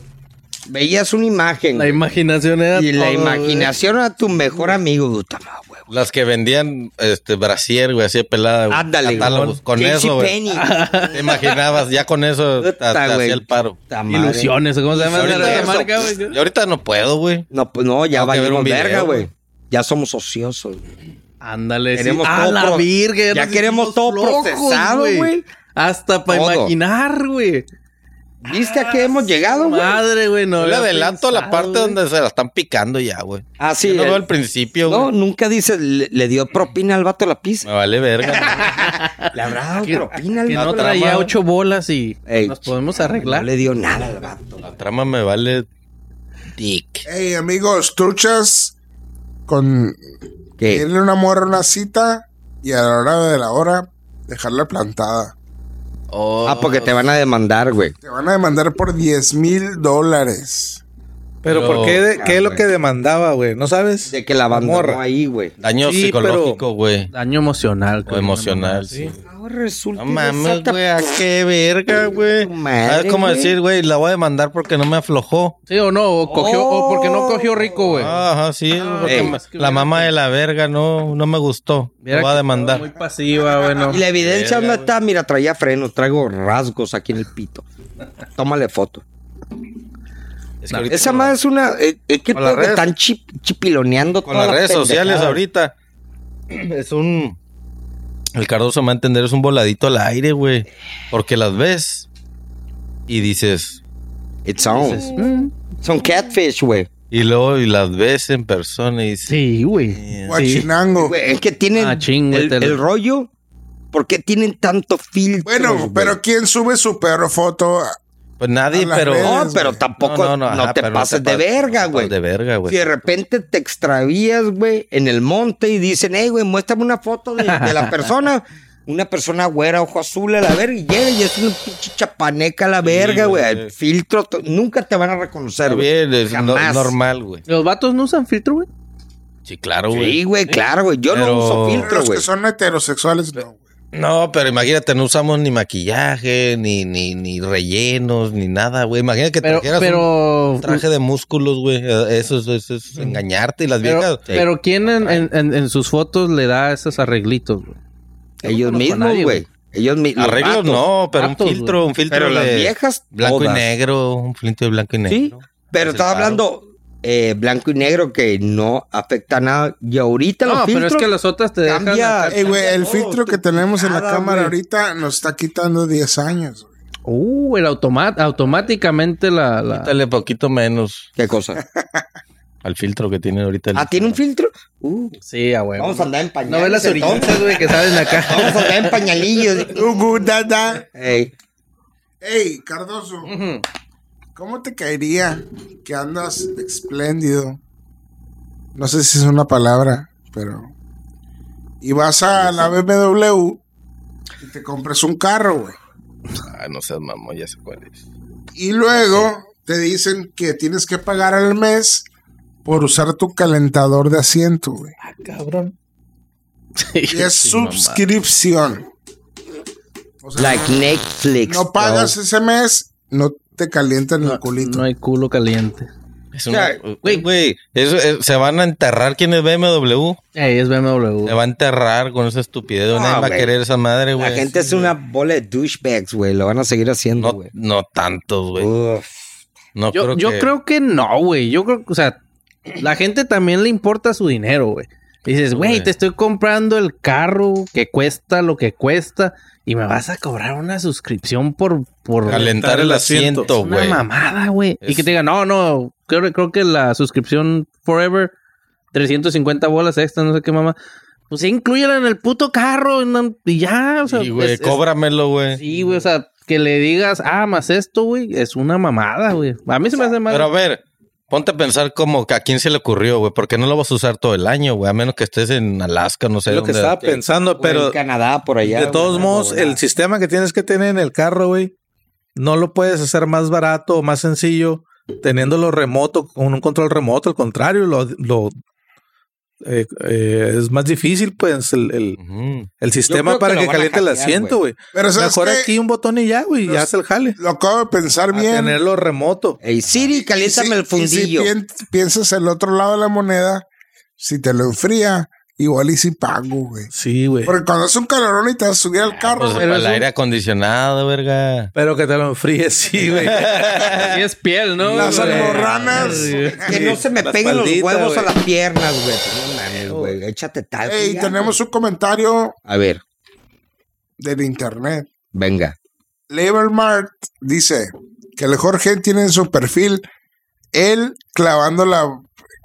veías una imagen La güey, imaginación era. y la todo, güey. imaginación era tu mejor amigo, güey. Puta madre, güey. Las que vendían este brasier, güey, así de pelada. güey. Ándale, Catálogos. güey. Con eso, güey. JCPenney. Te imaginabas, ya con eso te, Puta, te güey. hacía el paro. Puta madre. Ilusiones, ¿cómo se llama Ahorita esa eso, marca, güey? Y ahorita no puedo, güey. No, pues no, ya Tengo que ver valimos un video, verga, güey. güey. Ya somos ociosos, güey. Ándale, sí. Queremos Ah, todo la pro- virgen. ya nos queremos hicimos todo procesado, güey. Hasta para Todo. imaginar, güey. ¿Viste Ah, a qué hemos llegado, güey? Madre, güey, no. Yo le había adelanto la pensado, parte güey. donde se la están picando ya, güey. Ah, sí, Yo no el- veo al principio, No, güey. nunca dices, le, le dio propina al vato la pizza. Me vale verga. Le habrá dado propina al Que vato no la traía pizza. ocho bolas y Ey. nos podemos No arreglar. le dio nada al vato. La trama me vale dick. Hey, amigos, truchas. Con. ¿Qué? Tienen una morra a una cita y a la hora de la hora dejarla plantada. Oh, Ah, porque te van a demandar, güey. Te van a demandar por 10 mil dólares. Pero, Pero- ¿por qué? de- Ah, ¿Qué es lo güey. que demandaba, güey? ¿No sabes? De que la abandonó morra. ahí, güey. Daño Sí, psicológico, güey. Daño emocional. O creo, emocional, ¿no? sí. Ahora resulta No y mames, desata- güey, a qué verga, güey. Tu madre, ¿Sabes cómo güey. decir, güey? La voy a demandar porque no me aflojó. Sí o no, o cogió, o porque no cogió rico, güey. Ajá, sí. porque ey. me- la mamá de la verga no, no me gustó. Mira Me va a que demandar. estaba Muy pasiva, güey. no. Y la evidencia, Verga, ¿dónde está? Mira, traía freno, traigo rasgos aquí en el pito. Tómale foto. Es que ahorita Esa con- madre es una. eh, eh, ¿Qué Con las pedo que redes- están chip- chipiloneando con todas las redes sociales pendejadas? ahorita. Es un. El Cardoso me va a entender, es un voladito al aire, güey. Porque las ves y dices. It's on. Mm. Son catfish, güey. Y luego y las ves en persona y dices. Sí, güey. Guachinango. Güey, Es que tienen Ah, chingue, el, te lo- el rollo. ¿Por qué tienen tanto filtro? Bueno, pero ¿quién sube su peor foto? Pues nadie, A las pero. redes, No, güey. pero tampoco no, ajá, te pero pases de pas- no verga, te pases güey. De verga, Si de güey. repente te extravías, güey, en el monte y dicen, hey, güey, muéstrame una foto de, de la persona. Una persona güera, ojo azul, a la verga, y llega y es una pinche chapaneca a la verga, güey. güey. Filtro, to- nunca te van a reconocer, Está güey. bien, es no- Jamás. normal, güey. Los vatos no usan filtro, güey. Sí, claro, güey. Sí, güey, claro, güey. Yo Pero- no Pero uso filtro, los güey. que son heterosexuales, no. güey. No, pero imagínate, no usamos ni maquillaje, ni, ni, ni rellenos, ni nada, güey. Imagínate que Pero, trajeras pero, un traje de músculos, güey. Eh, Eso, es- eso es engañarte. Y las viejas... eh, pero, pero ¿quién en, en- en- en sus fotos le da esos arreglitos, güey? Ellos no conozco a mismos, nadie, güey. Ellos mismos. Arreglos no, pero vatos, un filtro, un filtro Pero de las viejas, blanco todas. y negro, un filtro de blanco y negro. Sí, pero Es el estaba paro. hablando eh, blanco y negro que no afecta a nada. Y ahorita No, los pero filtros... es que las otras te dejan. cambia. acá- Ey, güey, el todo, filtro que tu tenemos en la cara, cámara güey. ahorita nos está quitando 10 años. güey. Uh, el automa- automáticamente la. la- Quítale poquito menos ¿Qué cosa? al filtro que tiene ahorita. el- ¿Ah, tiene un filtro? Uh, Sí, a huevo. vamos a andar en pañales. No ves las entonces. orillitas, güey, que salen acá. Vamos a andar en pañalillos. Ugu, da, da. Ey, Ey, Cardoso, ¿cómo te caería que andas espléndido? No sé si es una palabra, pero. Y vas a la BMW y te compras un carro, güey. Ah, no seas mamón, ya sé cuál es. Y luego te dicen que tienes que pagar al mes por usar tu calentador de asiento, güey. Ah, Y es suscripción. O sea, like Netflix. no pagas ese mes no te calientan el culito. No hay culo caliente. Es O una- uh, sea, güey, güey, eso, eh, se van a enterrar quienes BMW. Ey, es BMW. Se Eh, va a enterrar con esa estupidez. No, Nadie va a güey. querer esa madre, La Pues güey. gente es una bola de douchebags, güey. Lo van a seguir haciendo, No, güey. no tantos, güey. Uf. No Yo, creo yo que... creo que no, güey. Yo creo que, o sea, la gente también le importa su dinero, güey. Dices, güey, güey. te estoy comprando el carro que cuesta lo que cuesta y me vas a cobrar una suscripción por... por Calentar el asiento, una güey. mamada, Oh, güey. Y Es- que te digan, no, no, creo, creo que la suscripción Forever, 350 bolas extra, no sé qué mamá. Pues incluyela en el puto carro no- y ya, o sea... Y, güey, eh. es- es- cóbramelo, güey. Sí, güey, o sea, que le digas, ah, más esto, güey, es una mamada, güey. A mí se me hace mal. Pero a ver, ponte a pensar como que a quién se le ocurrió, güey. Porque no lo vas a usar todo el año, güey. A menos que estés en Alaska, no sé. Es lo que dónde. estaba pensando, Güey, pero en Canadá, por allá. de güey, todos no, modos, güey. el sistema que tienes que tener en el carro, güey, no lo puedes hacer más barato o más sencillo teniéndolo remoto, con un control remoto. Al contrario, lo, lo, eh, eh, es más difícil, pues, el, el- Ujú. el creo sistema que para lo que, van a caliente el hackear, asiento, güey. Pero sabes Mejor qué? aquí un botón y ya, güey, ya Los- se el jale. Lo acabo de pensar A bien. tenerlo remoto. Ey, Siri, caliéntame Y si- el fundillo. Y si pien- piensas el otro lado de la moneda, si te lo enfría, igual y si pago, güey. Sí, güey. Porque cuando es un calorón y te vas a subir al carro, Pues güey. para el aire acondicionado, verga. Pero que te lo enfríes, sí, güey. Sí es piel, ¿no? las güey? almorranas. Que no se me Las peguen los palditas, huevos a güey. las piernas, güey. No mames, güey. Échate tal. Ey, tenemos un comentario A ver, del internet. venga. Label Mart dice que el Jorge tiene en su perfil él clavándola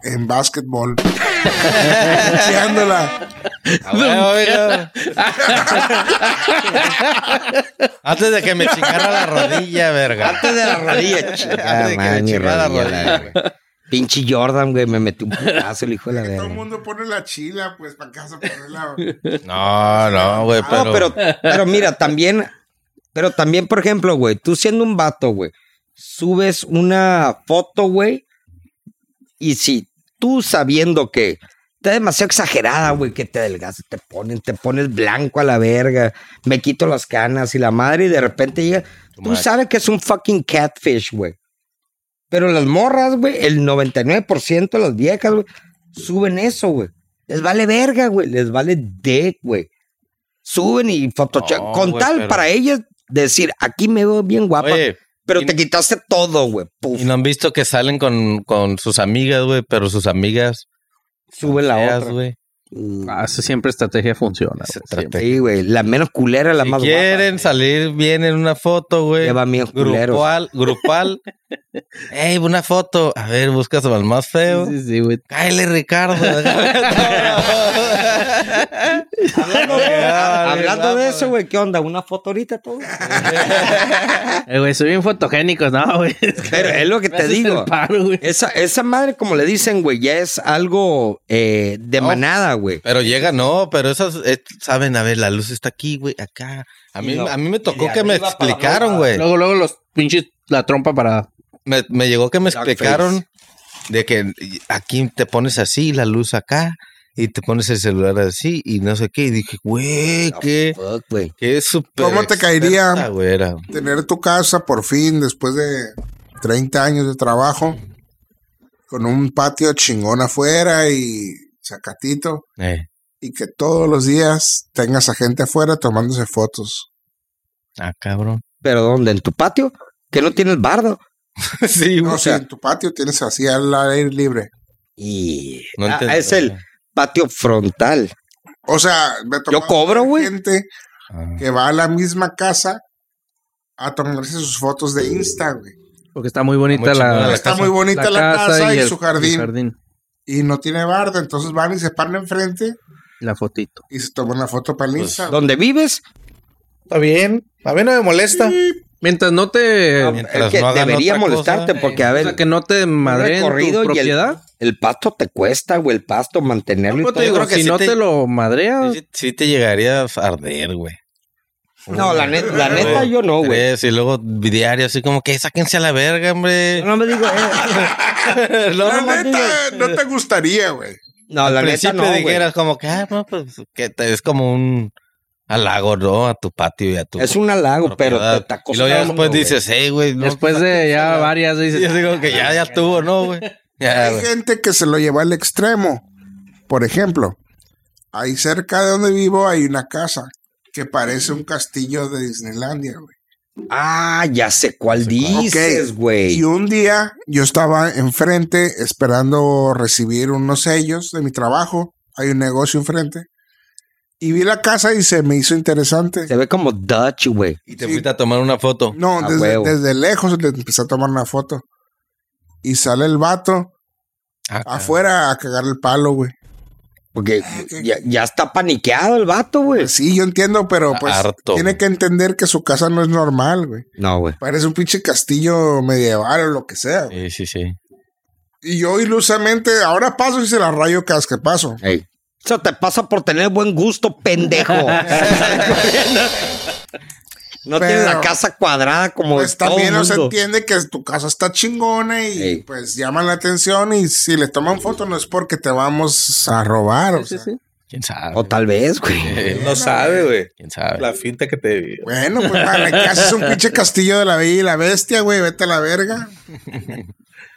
en básquetbol. Bloqueándola. A huevo, verga. Antes de que me chingara la rodilla, verga. Antes de la rodilla, chingada. Antes de que madre, me mi chingara la rodilla, la rodilla, verga. Pinche Jordan, güey, me metió un putazo el hijo de la Todo el verga. mundo pone la chila, pues, para casa ponerla. No, no, güey, pero... No, pero, pero mira, también, pero también, por ejemplo, güey, tú siendo un vato, güey, subes una foto, güey, y si tú sabiendo que está demasiado exagerada, güey, que te adelgazas, te ponen, te pones blanco a la verga, me quito las canas y la madre, y de repente llega, tú madre. sabes que es un fucking catfish, güey. Pero las morras, güey, el 99% de las viejas, güey, suben eso, güey. Les vale verga, güey. Les vale dick, güey. Suben y Photoshop. No, con güey, tal pero- para ellas decir, aquí me veo bien guapa. Oye, pero y- te quitaste todo, güey. Puf, y no han visto que salen con, con sus amigas, güey, pero sus amigas... suben la feas, otra. güey. Mm, Ah, eso siempre estrategia funciona. Esa güey, siempre. estrategia. Sí, güey. La menos culera, la Si más quieren guapa. salir bien en una foto, güey. Lleva bien culeros. Grupal, grupal. Ey, una foto. A ver, buscas al más feo. Sí, sí, güey. Cáele, Ricardo. Hablando de, Ah, hablando de guapa, eso, güey, ¿qué onda? ¿Una foto ahorita todo? Eh, güey, soy bien fotogénico, ¿no, güey? Es que Pero es lo que me te haces digo. el paro, güey. Esa, esa madre, como le dicen, güey, ya es algo eh, de No. manada, güey. pero llega, no, pero esas eh, saben, a ver, la luz está aquí, güey, acá. A mí, Y no. a mí me Y tocó de que me arriba para explicaron, güey. Luego, luego los pinches, la trompa para... Me, me llegó que me Dark face. explicaron de que aquí te pones así, la luz acá, y te pones el celular así, y no sé qué. Y dije, güey, qué, Fuck, güey. qué súper ¿Cómo te caería? experta, güey, era. Tener tu casa por fin después de 30 años de trabajo con un patio chingón afuera y sacatito Eh, y que todos los días tengas a gente afuera tomándose fotos. ah, cabrón. ¿Pero dónde? ¿En tu patio? ¿Que no tienes bardo? sí, No, güey. si en tu patio tienes así al aire libre. Y No Ah, entiendo. es el patio frontal. O sea, me ha tocado Yo cobro, ver güey. gente Ah. que va a la misma casa a tomarse sus fotos de Insta, güey. Porque está muy Está bonita muy chingona la, la Está casa. muy bonita la, casa y, el- su jardín. el jardín. Y no tiene barda, entonces van y se paran enfrente La fotito. y se toman la foto para el Insta. güey. ¿Dónde vives? Está bien. A mí no me molesta. Mientras no te... Ah, mientras es que no hagan debería otra molestarte eh, porque, a o ver, sea, que no te un madreen tu y el, propiedad. el pasto te cuesta, güey, el pasto mantenerlo Yo y te todo. digo, creo que si sí no te- te lo madreas... Sí, sí te llegaría a arder, güey. No, la, neta- la neta yo no, güey. Tres, Y luego diario así como que sáquense a la verga, hombre. Yo No me digo, eh, Luego La nomás neta, no te gustaría, güey. No, la Al neta principio no, güey. dijeras como que, ah, no, pues que te- es como un al lago, ¿no? A tu patio y a tu. Es un halago, pero te propiedad. está Y luego ya costando, después güey. dices, hey, güey. no, Después de ya varias, dices, Yo digo que ya, ya estuvo, ¿no, güey? Ya, Hay güey. gente que se lo lleva al extremo. Por ejemplo, ahí cerca de donde vivo hay una casa que parece un castillo de Disneylandia, güey. Ah, ya sé cuál dices, Ok. güey. Y un día yo estaba enfrente esperando recibir unos sellos de mi trabajo. Hay un negocio enfrente. Y vi la casa y se me hizo interesante. Se ve como Dutch, güey. Y te Sí. fuiste a tomar una foto. No, A desde, huevo. desde lejos le empecé a tomar una foto. Y sale el vato Ah, afuera a cagar el palo, güey. Porque ya, ya está paniqueado el vato, güey. Pues Sí, yo entiendo, pero pues Harto, tiene güey. que entender que su casa no es normal, güey. No, güey. Parece un pinche castillo medieval o lo que sea. güey. Sí, sí, sí. Y yo ilusamente, ahora paso y se la rayo cada vez que paso. Ey. Eso te pasa por tener buen gusto, pendejo. no tienes la Pero- casa cuadrada como Pues todo también no se mundo. entiende que tu casa está chingona y Ey. pues llaman la atención y si le toman foto no es porque te vamos a robar. o sí, sea. sí, sí. ¿Quién sabe? O tal vez, güey. Eh, No sabe, güey. ¿Quién sabe? La finta que te dio. Bueno, pues para que haces un pinche castillo de la bella y la bestia, güey, vete a la verga.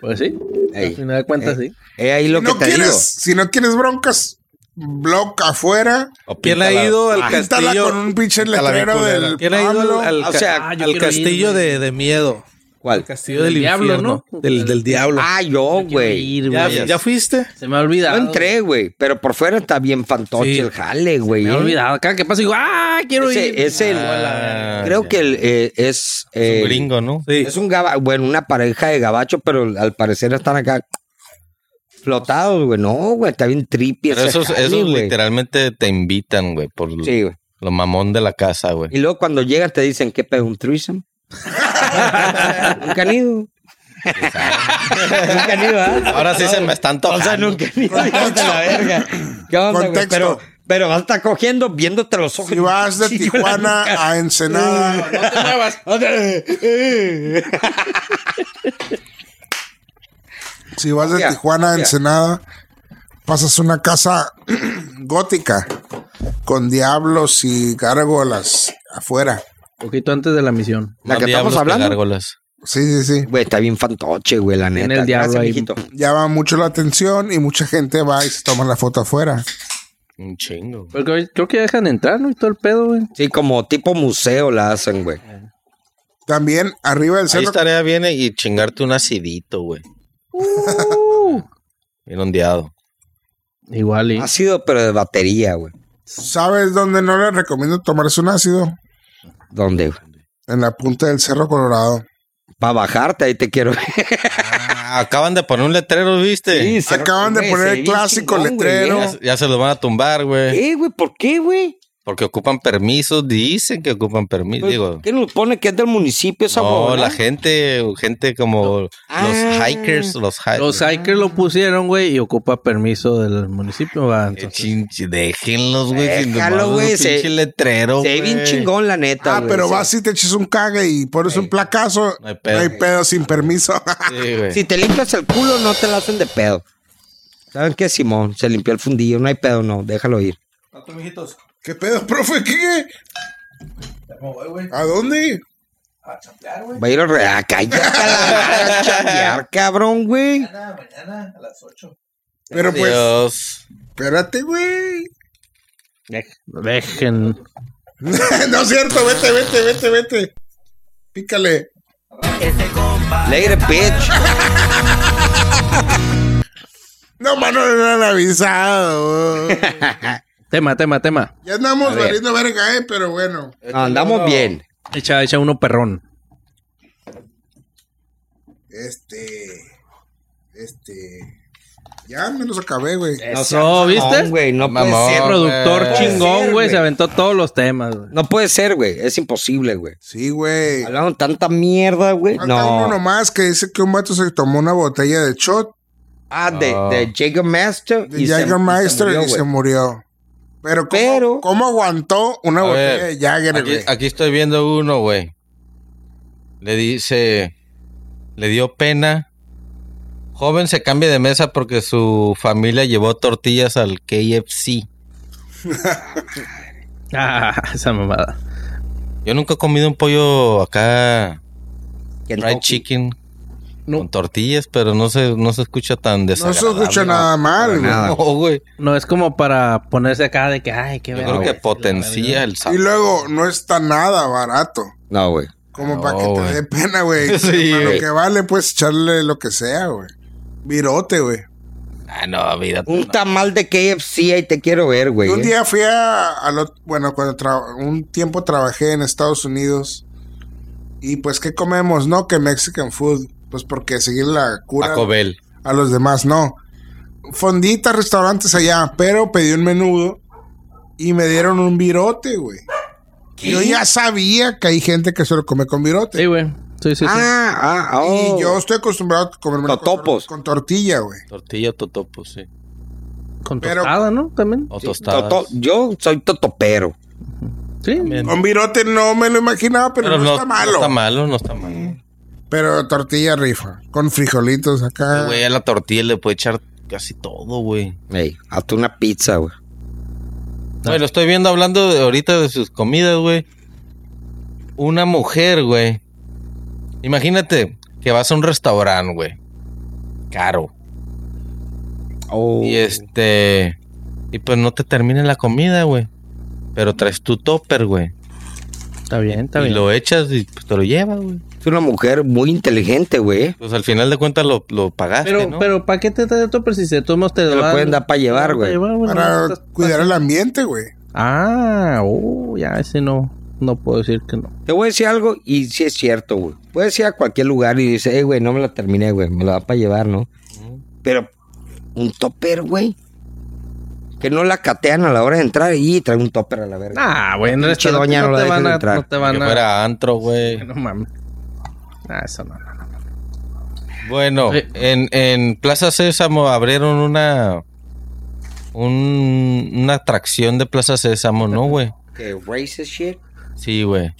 Pues sí. Ey. Al final de cuentas, Ey. sí. Es ahí lo Si no que te quieres, digo. si no quieres broncas, block afuera, O ¿Quién ha píntala. ido al píntala castillo? con un pinche píntala bien letrero culera. del ¿Quién ha ido Pablo. al, al O ca- sea, al Ah, yo quiero castillo ir, güey. de, de miedo? ¿Cuál? Castillo Del del diablo, infierno, ¿no? Del, del diablo. Ah, yo, güey. Quiero ir, ¿Ya, güey. ya fuiste? Se me ha olvidado. No entré, güey. Pero por fuera está bien fantoche Sí. el jale, güey. Me ha ¿eh? olvidado. Cada que paso digo, ¡ah! Quiero ir. Ese- es el- Ah, Creo ya. que el, eh, es. Es eh, un gringo, ¿no? Sí. Es un gaba- bueno, una pareja de gabacho, pero al parecer están acá flotados, güey. No, güey, está bien trippy. Pero ese esos, jale, esos güey. literalmente te invitan, güey, por Sí, güey. lo mamón de la casa, güey. Y luego cuando llegan te dicen, ¿qué pedo? ¿Un threesome? ¿Nunca han ido? ¿Nunca han ido, ah? Ahora sí se me están O sea, tocando. nunca han ido. hijos de la verga. ¿Qué onda, güey? Contexto. Pero, pero vas a estar cogiendo, viéndote los ojos. Si vas de Sí, yo la Tijuana nunca- a Ensenada, No te muevas. si vas de Hostia, Tijuana a hostia. Ensenada, pasas una casa gótica con diablos y gárgolas afuera. Poquito antes de la misión. La Más que diablos estamos hablando. gárgolas. Sí, sí, sí. Güey, está bien fantoche, güey, la neta. Tiene el diablo ahí. mijito. Llama mucho la atención y mucha gente va y se toma la foto afuera. Un chingo. güey. Porque hoy- creo que dejan entrar, ¿no? Y todo el pedo, güey. Sí, como tipo museo la hacen, güey. También arriba del Ahí centro estaría bien y chingarte un acidito, güey. Uh. Bien ondeado. Igual y. Ha sido, pero de batería, güey. ¿Sabes dónde no les recomiendo tomarse un ácido? ¿Dónde, güey? En la punta del Cerro Colorado. Para bajarte, ahí te quiero ver. Ah, acaban de poner un letrero, ¿viste? se- Acaban de güey, poner se el ve bien clásico chingón, güey, letrero. ¿eh? Ya, ya se los van a tumbar, güey. ¿Qué, güey? ¿Por qué, güey? Porque ocupan permisos, dicen que ocupan permisos. Digo, Pues, ¿Qué nos pone que es del municipio esa no, huevona? la gente, gente como Ah. los hikers, los hikers. Los hikers lo pusieron, güey, y ocupa permiso del municipio, va. Entonces, Chinche, déjenlos, güey. si nos Déjalo, mandan un güey, se- Pinche letrero. Se ve bien güey. chingón, la neta. Ah, güey. pero Sí. vas y te echas un cague y pones un placazo. No No hay hay pedo. pedo, sin permiso. Sí, güey. Si te limpias el culo, no te la hacen de pedo. ¿Saben qué, Simón? Se limpió el fundillo. No hay pedo, no. Déjalo ir. ¿Qué pedo, profe? ¿Qué? ¿A dónde? Va a ir a re... Ah, cállate a la madre, a chambear, cabrón, güey. Pero pues, Dios. espérate, güey. dejen. no es cierto, vete, vete, vete, vete. Pícale. Later, bitch. No, mano, no lo han avisado. Tema, tema, tema. ya andamos ver. valiendo verga, eh, pero bueno. Este No, andamos bien. Echa, echa uno perrón. Este. Este. Ya me los acabé, güey. Eh. Eso, ¿viste? No, güey, no puede Mamón. ser. El productor güey. chingón, Puede güey, ser, se güey. aventó todos los temas, güey. No puede ser, güey. Es imposible, güey. Sí, güey. Hablaron tanta mierda, güey. Falta uno No. nomás que dice que un vato se tomó una botella de shot Ah, de, de Jacob Master. de Jagger Maestro y se murió. Pero, ¿cómo, Pero- ¿cómo aguantó una A botella ver, de Jagger, Aquí, güey? aquí estoy viendo uno, güey. Le dice. Le dio pena. Joven se cambia de mesa porque su familia llevó tortillas al KFC. Ah, esa mamada. Yo nunca he comido un pollo acá, fried Kentucky. chicken, No, con tortillas, pero no se, no se escucha tan No se desagradable. escucha nada mal, güey. No, güey. no es como para ponerse acá de que, ay, qué Yo verga, creo que güey, la potencia verga. el Y sabor. luego, no está nada barato. No, güey. Como No, para que te güey. dé pena, güey. Sí, Para lo güey. que vale, pues echarle lo que sea, güey. Virote, güey. Ah, no, vida. Un tamal de KFC, ahí te quiero ver, güey. Yo un eh. día fui a, a lo- bueno, cuando tra- un tiempo trabajé en Estados Unidos y pues qué comemos, no, que Mexican food, pues porque seguir la cura Taco Bell. a los demás, no. Fondita, restaurantes allá, pero pedí un menudo y me dieron un virote, güey. Yo ya sabía que hay gente que solo come con virote. Sí, güey. Sí, sí, sí. Ah, ah, ah, oh. Y yo estoy acostumbrado a comerme con, Totopos. tor- con tortilla, güey. Tortilla totopo, sí. Con pero- tostada, ¿no? También. O Sí, tostadas. toto- yo soy totopero. Sí. También. Con virote no me lo imaginaba, pero, Pero no, está malo. No está malo, no está malo. Pero tortilla rifa, con frijolitos Ah. acá. Güey, a la tortilla le puede echar casi todo, güey. Ey, hasta una pizza, güey. Güey, lo estoy viendo hablando de ahorita de sus comidas, güey. Una mujer, güey. Imagínate que vas a un restaurante, güey. Caro. Oh. Y este. Y pues no te termina la comida, güey. Pero traes tu topper, güey. Está bien, está Y bien. lo echas y pues, te lo llevas, güey. Es una mujer muy inteligente, güey. Pues al final de cuentas lo, lo pagaste, Pero, ¿no? pero, ¿para qué te traes esto? Pero si se toma, te Te dan- lo pueden dar para llevar, güey. güey, Para no, estás- cuidar el ambiente, güey. Ah, oh, ya, ese no. No puedo decir que no. Te voy a decir algo y sí es cierto, güey. Puedes ir a cualquier lugar y dices, eh, güey, no me la terminé, güey. Me la va para llevar, ¿no? Pero un topper, güey. Que no la catean a la hora de entrar y trae un topper a la verga. Ah, güey, en el Pinche restaurante doña no, no la te dejan van a, entrar. no te Que van a... fuera antro, güey. No mames. Ah, eso no, no, no. Bueno, Sí. en, en Plaza Sésamo abrieron una un- una atracción de Plaza Sésamo, ¿no, güey? Que racist shit. Sí, güey.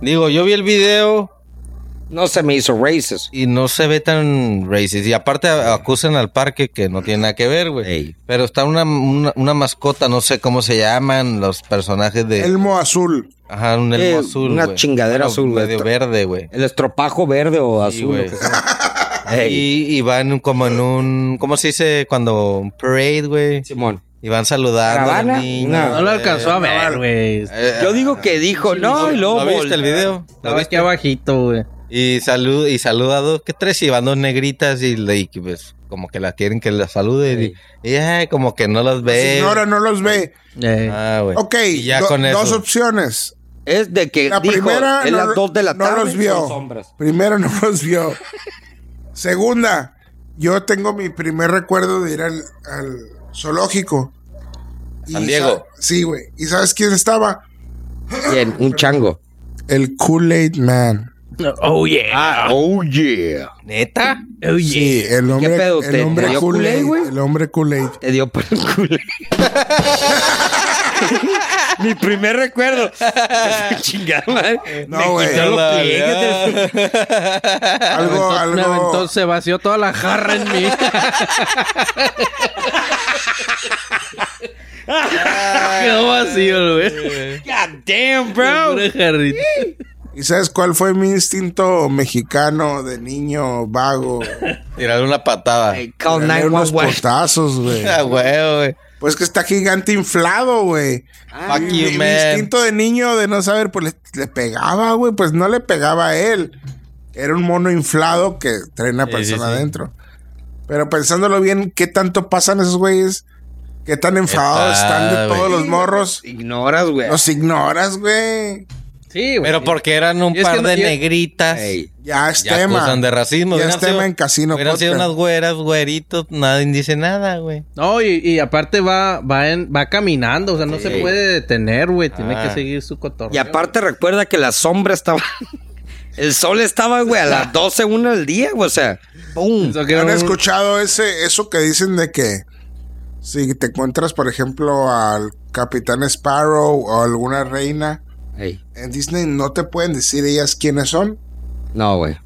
Digo, yo vi el video No se me hizo racist. y no se ve tan racist. Y aparte a- acusan al parque que no tiene nada que ver, güey. Ey. Pero está una, una, una mascota, no sé cómo se llaman los personajes de... Elmo azul. Ajá, un Eh, elmo azul, una güey. chingadera azul, güey. Medio verde, güey. El estropajo verde o Sí, azul. lo güey. que sea. Ey, Y, y van como en un... ¿Cómo se dice cuando? Un parade, güey. Simón. Y van saludando a ¿Caravana? los niños. No. eh, No lo alcanzó a ver, güey. Eh, Yo digo que dijo, no, y luego ¿No viste el voltea. video? ¿Lo Estaba viste? aquí abajito, güey. Y saluda, y saluda a dos que tres, y van dos negritas y, le- y pues, como que la quieren que la saluden. Sí. Y, y, ay, como que no las Señora, ve. no los ve. Eh, Ah, güey. Ok, Y ya do- con eso. dos opciones. Es de que La Eh, dijo, primera en no, las dos de la no tarde. los vio. son sombras. Primero no los vio. Segunda, yo tengo mi primer recuerdo de ir al, al zoológico. Y San sa- Diego. Sí, güey. ¿Y sabes quién estaba? Bien, un chango. El Kool-Aid Man. Oh, yeah. Ah, oh yeah. ¿Neta? Oh, yeah. Sí, el hombre, pedo, el te- hombre te dio Kool-Aid, Kool-Aid. güey? El hombre Kool-Aid. Te dio por el culo. Mi primer recuerdo. Chingada madre. No, Me güey. quitaron los La pliegues de- Algo, Aventó- me algo. aventó, se vació toda la jarra en mí. Quedó vacío, güey. God damn, Pura jarrita. ¿Y sabes cuál fue mi instinto mexicano de niño vago? Tirarle una patada. Hey, Call Gané unos 911. potazos, güey. Ah, güey, güey. Pues que está gigante inflado, güey. Fuck Mi, mi you, man. instinto de niño de no saber, pues le, le pegaba, güey. Pues no le pegaba a él. Era un mono inflado que trae una Sí, persona sí, sí. adentro. Pero pensándolo bien, ¿qué tanto pasan esos güeyes? ¿Qué tan enfadados Está, están de güey. todos los morros? Ignoras, güey. Los ignoras, güey. Sí, güey. Pero porque eran un Y es que par no- de y- negritas. Ey, Ya es Ya tema. acusan de racismo. Ya Hubieran es tema sido- en Casino Hubieran sido Podcast. unas güeras, güeritos, nadie dice nada, güey. No, y, y aparte va, va, en- va caminando, o sea, no se puede detener, güey. Tiene Ah. que seguir su cotorreo. Y aparte recuerda que la sombra estaba... El sol estaba, güey, a las 12, 1 del día, güey. O sea, ¡pum! Eso que era ¿Han un- escuchado ese, eso que dicen de que si te encuentras, por ejemplo, al Capitán Sparrow o alguna reina Ey, en Disney, no te pueden decir ellas quiénes son? No, güey.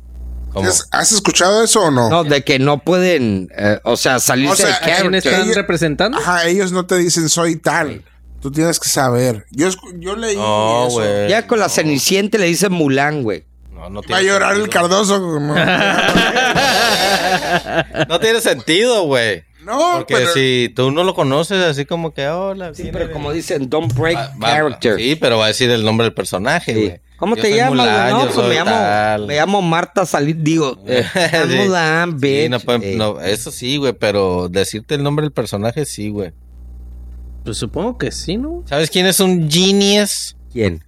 Como, Es- ¿Has escuchado eso o no? No, de que no pueden, eh, o sea, salirse O sea, de ¿Quién character. están Ella- representando? Ajá, ellos no te dicen soy tal. Tú tienes que saber. Yo, escu- yo leí No, eso. güey. Ya con la cenicienta le dicen Mulan, güey. No, no Va a tiene llorar el sentido. Cardoso. No, No tiene sentido, güey. No, Porque pero- si tú no lo conoces, así como que, hola. Sí, viene pero de- como dicen, don't break Ah, Va- va- character. Sí, pero va a decir el nombre del personaje, Sí. güey. ¿Cómo Yo te soy llamas? güey? Mulan, no, yo pues soy me llamo, tal. me llamo Marta Salid, digo, eh, I'm Sí. Mulan, bitch. Sí, no pueden- Eh, no, eso sí, güey, pero decirte el nombre del personaje, sí, güey. Pues supongo que sí, ¿no? ¿Sabes quién es un genius? ¿Quién?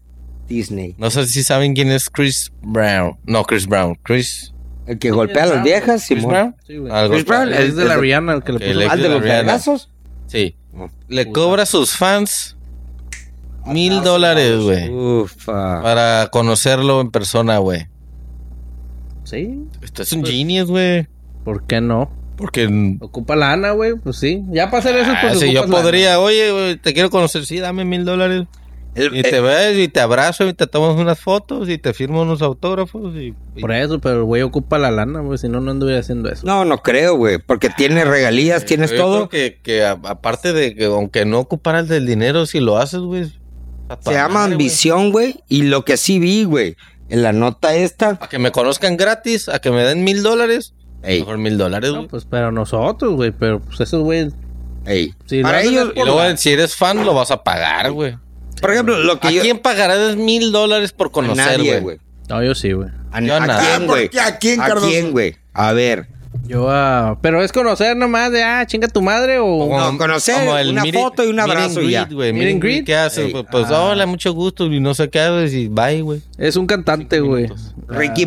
Disney. No sé si saben quién es Chris Brown. No, Chris Brown. Chris. El que golpea a las viejas, Chris Simón. Brown. Sí, güey. Algo- Chris Brown, Es de la Rihanna el que le que puso. le- ¿Al de los Rihanna. vergazos? Sí. Le cobra a sus fans mil dólares, güey. Ufa. Para conocerlo en persona, güey. Sí, Esto es Pues, un genius, güey. ¿por qué no? Porque. Ocupa lana, güey. Pues sí. Ya para hacer eso es Ah, porque si yo ocupas lana. podría, oye, güey, te quiero conocer, sí, dame mil dólares. El- Y te ves, y te abrazo, y te tomamos unas fotos, y te firmo unos autógrafos. Y, y- Por eso, pero el güey ocupa la lana, güey. Si no, no anduviera haciendo eso. No, no creo, güey, porque tiene regalías, tienes Yo creo todo. Que, que a- aparte de que, aunque no ocuparas del dinero, si lo haces, güey. está Se toda llama madre, güey. ambición, güey, y lo que sí vi, güey, en la nota esta, A que me conozcan gratis, a que me den mil dólares. Ey. Mejor mil dólares, No, güey. pues pero nosotros, güey. Pero pues esos, güey. ey, Sí, para lo hacen ellos, es Y luego, si eres fan, lo vas a pagar, güey. por ejemplo, lo ¿A que yo quién pagarás mil dólares por a conocer, nadie, güey? No, yo sí, güey. A, Yo a nada. quién, güey? ¿Por qué? ¿A quién, Cardoso? güey? A ver, Yo, ah, pero es conocer nomás de, ah, chinga tu madre o. Como- conocer, una foto y un meet and abrazo y greet, ya. güey. Meet Meet and and greet, greet. ¿Qué haces? Ey. Pues, pues, hola, mucho gusto. Y no sé qué haces. Y bye, güey. Es un cantante, güey. Ah. Ricky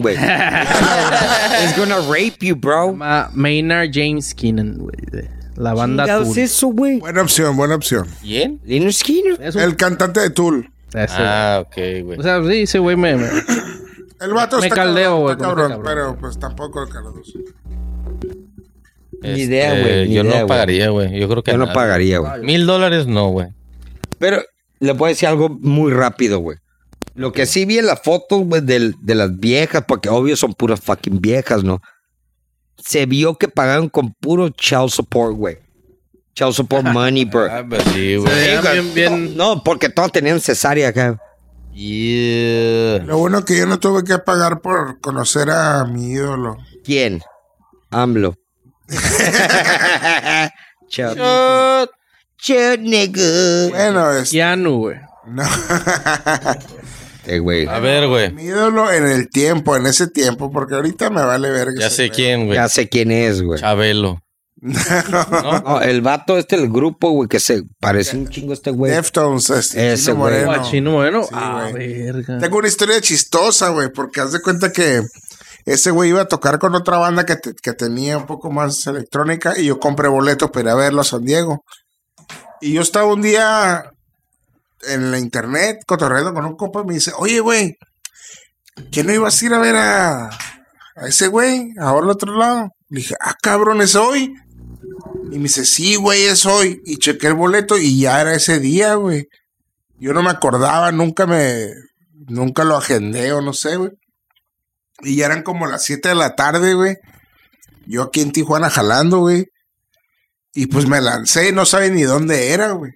güey. It's gonna rape you, Se bro. llama Maynard James Keenan, güey. de La banda Chingados Tool. eso, güey? Buena opción, buena opción. ¿Quién? Lino Skinner. Es un- El cantante de Tool. ese, Ah, ok, güey. güey. O sea, sí, ese güey me. me- El vato Me está caldeo, cabrón, güey, está con este cabrón, cabrón. pero pues tampoco el Cardoso. Ni idea, güey, ni Este, Yo idea, no güey. pagaría, güey. Yo creo que Yo no nada. pagaría, güey. Mil dólares no, güey. Pero le puedo decir algo muy rápido, güey. Lo que sí vi en las fotos, güey, del- de las viejas, porque obvio son puras fucking viejas, ¿no? Se vio que pagaron con puro child support, güey. Child support money, bro. Ah, pues sí, güey. veían bien, bien. No, porque todas tenían cesárea acá. Yeah. Lo bueno que yo no tuve que pagar por conocer a mi ídolo. ¿Quién? AMLO. Chao. Chao, nigga. Bueno, este, es. Keanu, güey. no. Eh, güey. A ver, güey. mi ídolo en el tiempo, en ese tiempo, porque ahorita me vale verga. Ya ese sé pedo. quién, güey. Ya sé quién es, güey. Chabelo. No, el vato este, el grupo, güey, que se parece un chingo a este güey. Deftones, este, Ese Chino güey. Moreno. Ah, Chino Moreno. Sí, ah, güey. verga. Tengo una historia chistosa, güey, porque haz de cuenta que ese güey iba a tocar con otra banda que, te- que tenía un poco más electrónica y yo compré boleto para ir a verlo a San Diego. Y yo estaba un día en la internet cotorreando con un compa y me dice, oye, güey, ¿qué no ibas a ir a ver a, a ese güey ahora al otro lado? Le dije, ah, cabrón, es hoy. Y me dice, sí, güey, es hoy. Y chequé el boleto y ya era ese día, güey. Yo no me acordaba, nunca me, nunca lo agendé o no sé, güey. Y ya eran como las 7 de la tarde, güey. Yo aquí en Tijuana jalando, güey. Y pues me lancé, no sabía ni dónde era, güey.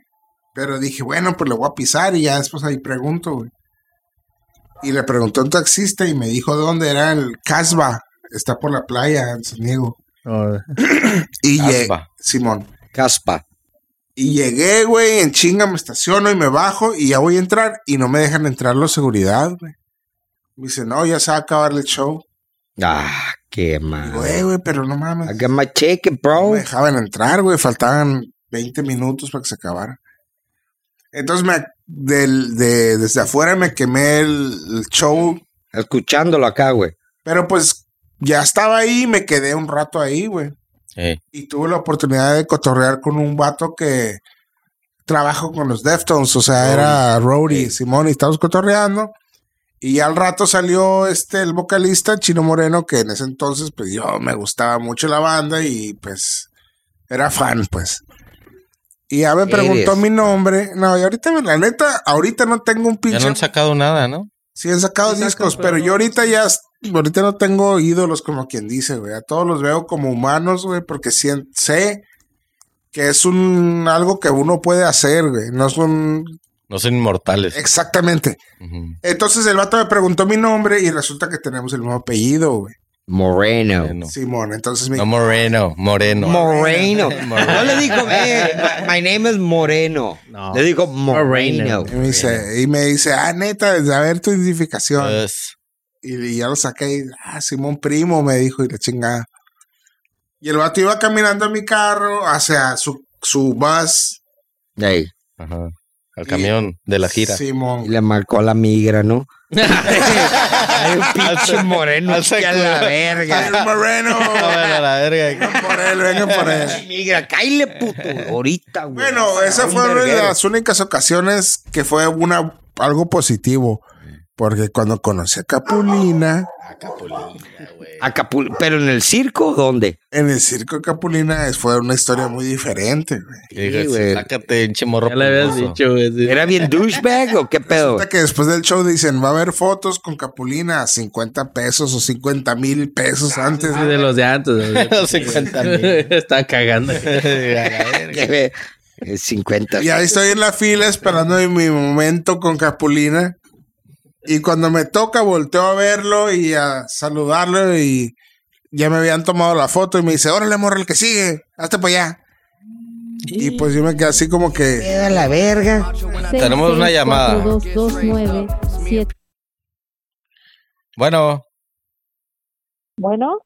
Pero dije, bueno, pues le voy a pisar y ya después ahí pregunto, güey. Y le pregunté a un taxista y me dijo dónde era el Casba. Está por la playa en San Diego. Oh, Y lle- Casbah. Simón. Caspa. Y llegué, güey, en chinga me estaciono y me bajo y ya voy a entrar y no me dejan entrar los seguridad, güey. Me dice, no, ya se va a acabar el show. Ah, qué Digo, mal. "Eh, güey, pero no mames. I got my chicken, No bro. me dejaban entrar, güey, faltaban 20 minutos para que se acabara. Entonces, me, del, de, desde afuera me quemé el, el show, Escuchándolo acá, güey. pero pues ya estaba ahí y me quedé un rato ahí, güey. Eh. y tuve la oportunidad de cotorrear con un vato que trabajó con los Deftones, o sea, era Rory, Simón, y estábamos cotorreando. Y ya al rato salió este el vocalista Chino Moreno, que en ese entonces, pues yo me gustaba mucho la banda y pues era fan, pues. Y ya me preguntó Eres. mi nombre. No, y ahorita, la neta, ahorita no tengo un Ya pinche. no han sacado nada, ¿no? Sí, han sacado discos, pero, yo ahorita ya, ahorita no tengo ídolos como quien dice, güey. A todos los veo como humanos, güey, porque sien- sé que es un algo que uno puede hacer, güey. No es un. No son inmortales. Exactamente. Ujú. Entonces el vato me preguntó mi nombre y resulta que tenemos el mismo apellido, güey. Moreno. Moreno. Simón. Entonces me No, Moreno, Moreno. Moreno. Moreno. No le dijo, eh, my name is Moreno. No. Le dijo Moreno. Moreno. Y me dice, y me dice, ah, neta, a ver tu identificación. Pues, y, y ya lo saqué y, ah, Simón Primo me dijo y la chingada. Y el vato iba caminando en mi carro hacia su, su bus. Ey, ajá. Al camión de la gira. y Simón. le marcó a la migra, ¿no? Ay, un pinche Moreno. al que a la secular. Ay, verga. Moreno. No, bueno, la verga. vengan por él, vengan por él. Migra, cáile, puto. Ahorita, güey. Bueno, Un esas fueron verguero. las únicas ocasiones que fue una, algo positivo. Porque cuando conocí a Capulina, Acapulco. ¿Pero en el circo o dónde? en el circo de Capulina es- fue una historia muy diferente. güey. Y dije, Sí, güey. sácate, hinche morro. Ya le habías pulgoso. dicho, güey. sí. ¿Era bien douchebag o qué pedo? Resulta que después del show dicen, va a haber fotos con Capulina a 50 pesos o 50 mil pesos antes. Sí, de los de antes. güey. Los 50 mil. Está cagando. Que ve- eh, 50. Y ahí estoy en la fila esperando en mi momento con Capulina. Y cuando me toca, volteo a verlo y a saludarlo. Y ya me habían tomado la foto. Y me dice, órale, morro, el que sigue, hazte para allá. Y pues yo me quedé así como que. Queda la verga. Tenemos una llamada. 229 Bueno, Bueno,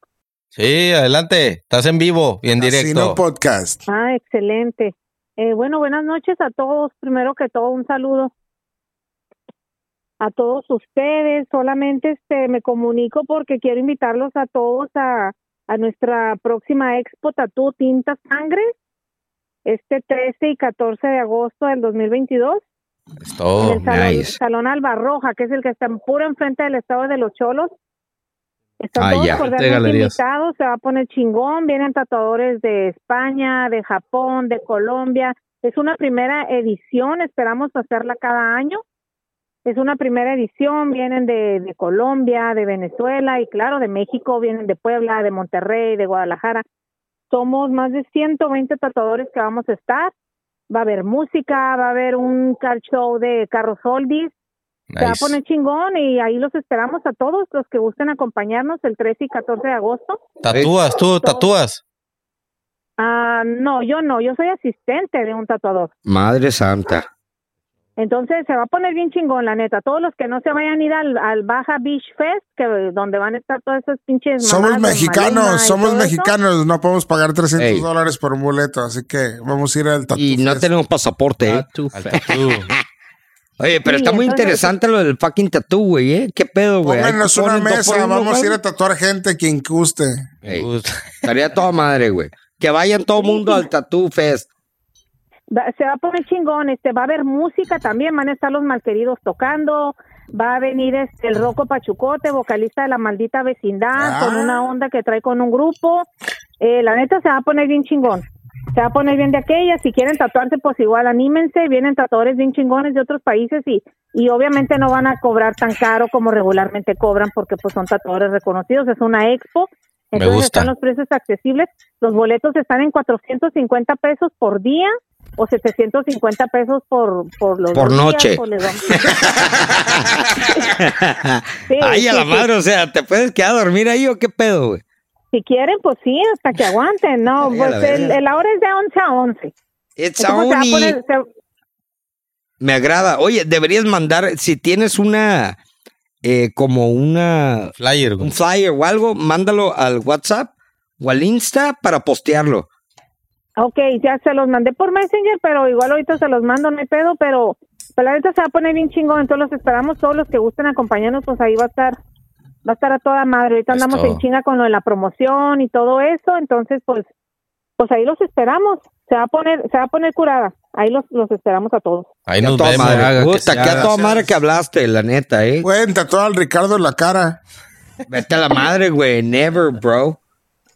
sí, adelante. Estás en vivo y en Así no directo. podcast. ah, excelente. Eh, bueno, buenas noches a todos. Primero que todo, un saludo a todos ustedes. Solamente este me comunico porque quiero invitarlos a todos a, a nuestra próxima expo Tatú Tinta Sangre, este 13 y 14 de agosto del 2022. Es en todo. el salón, nice. salón Albarroja, que es el que está en- puro enfrente del estado de los Cholos. Están Ah, todos ya. cordialmente Galerías. invitados, se va a poner chingón, vienen tatuadores de España, de Japón, de Colombia. Es una primera edición, esperamos hacerla cada año. Es una primera edición, vienen de, de Colombia, de Venezuela y claro, de México, vienen de Puebla, de Monterrey, de Guadalajara. Somos más de 120 tatuadores que vamos a estar. Va a haber música, va a haber un car show de carros oldies, se va a Nice. poner chingón y ahí los esperamos a todos los que gusten acompañarnos el 13 y 14 de agosto. Tatúas, tú, tatúas. Ah, no, yo no, yo soy asistente de un tatuador. Madre santa. Entonces se va a poner bien chingón, la neta. Todos los que no se vayan a ir al, al Baja Beach Fest, que donde van a estar todas esas pinches. Somos Pues mamadas de Maluma mexicanos, y somos todo eso. mexicanos. No podemos pagar 300 Ey. dólares por un boleto. Así que vamos a ir al tatu Y no Fest. tenemos pasaporte, ¿eh? Ah. Está too Al fat. tatú. Oye, pero Sí, está muy entonces- interesante lo del fucking tatú, güey, ¿eh? ¿Qué pedo, güey? Ahí Pónganos te una ponen dos por mesa, uno, vamos a ir güey. a tatuar gente quien guste. Me Ey. gusta. Estaría toda madre, güey. Que vayan todo mundo al Tatú Fest. Va- se va a poner chingón, este, va a haber música también, van a estar los malqueridos tocando, va a venir este, el Roco Pachucote, vocalista de la maldita vecindad, Ah. con una onda que trae con un grupo, Eh, la neta se va a poner bien chingón, se va a poner bien de aquella, si quieren tatuarse pues igual anímense, vienen tatuadores bien chingones de otros países y, y obviamente no van a cobrar tan caro como regularmente cobran porque pues son tatuadores reconocidos, es una expo, Me entonces gusta. están los precios accesibles, los boletos están en 450 pesos por día o 750 pesos por por los Por dos noche. días, o les dan- Sí, Ay, a sí, la sí. madre, o sea, ¿te puedes quedar a dormir ahí o qué pedo, güey? Si quieren, pues sí, hasta que aguanten. No, Ay, a la pues el, verga. el ahora es de 11 a 11. It's Entonces, se va a only- poner- se- Me agrada. Oye, deberías mandar, si tienes una, eh, como una, Flyer, un güey. flyer o algo, mándalo al WhatsApp o al Insta para postearlo. ok, ya se los mandé por Messenger, pero igual ahorita se los mando, no hay pedo, pero, pero la neta se va a poner bien chingón. Entonces los esperamos todos los que gusten acompañarnos, pues ahí va a estar. Va a estar a toda madre. Ahorita Es andamos todo. en chinga con lo de la promoción y todo eso. Entonces, pues, pues ahí los esperamos. Se va a poner, se va a poner curada. Ahí los, los esperamos a todos. Ahí Que a nos toda vemos. madre. haga que Puta, se que a haga. toda madre que hablaste, la neta, ¿eh? Pueden tatuar al Ricardo en la cara. Vete a la madre, güey. Never, bro.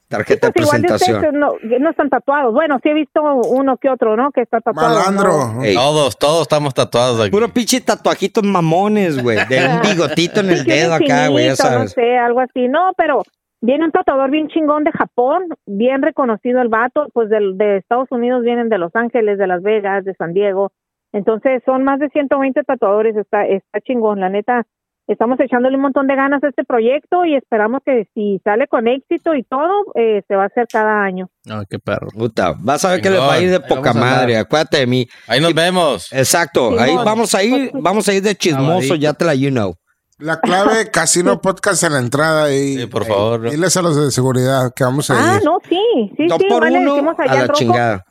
Tarjeta de Pues igual de ustedes presentación. que no, que no están tatuados. Bueno, sí he visto uno que otro, ¿no? Que está tatuado. ¿no? Malandro. Ey. Todos, todos estamos tatuados aquí. Puro pinche tatuajitos mamones, güey. De un bigotito en Sí, el que dedo un acá, güey, ya infinito, No sabes. sé, algo así. No, pero Viene un tatuador bien chingón de Japón, bien reconocido el vato, pues del- de, Estados Unidos vienen de Los Ángeles, de Las Vegas, de San Diego. Entonces son más de 120 tatuadores, está, está chingón, la neta. Estamos echándole un montón de ganas a este proyecto y esperamos que si sale con éxito y todo, eh, se va a hacer cada año. No, qué perro. Puta, vas a ver que les va a ir de Chingón. Ahí poca vamos a andar. madre, acuérdate de mí. Ahí nos vemos. Exacto, ahí Simón. vamos a ir, vamos Ah, a ir de chismoso, Sabadito. ya te la you know. La clave, casino podcast en la entrada y Sí, por favor. diles a los de seguridad que vamos a ir. Ah, no, sí, sí, Dos sí, por igual le uno decimos a allá la al rojo- chingada.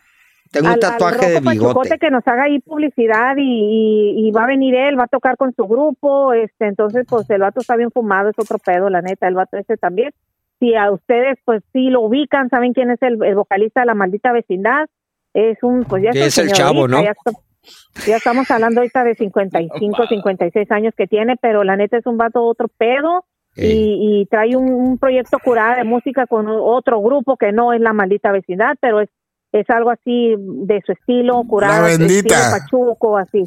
Tengo un al- al tatuaje de Rojo pues, Pachicote bigote. que nos haga ahí publicidad y, y- y va a venir él, va a tocar con su grupo, este, entonces pues el vato está bien fumado, es otro pedo, la neta, el vato ese también. Si a ustedes pues sí lo ubican, saben quién es el, el vocalista de la maldita vecindad, es un, pues ya Que está es el señorita, chavo, ¿no? Ya, está- ya estamos hablando ahorita de 55, 56 años que tiene, pero la neta es un vato otro pedo. Ey. Y, y trae un, un proyecto curada de música con otro grupo que no es la maldita vecindad, pero es, es algo así de su estilo, curada. La de su bendita. estilo pachuco, así.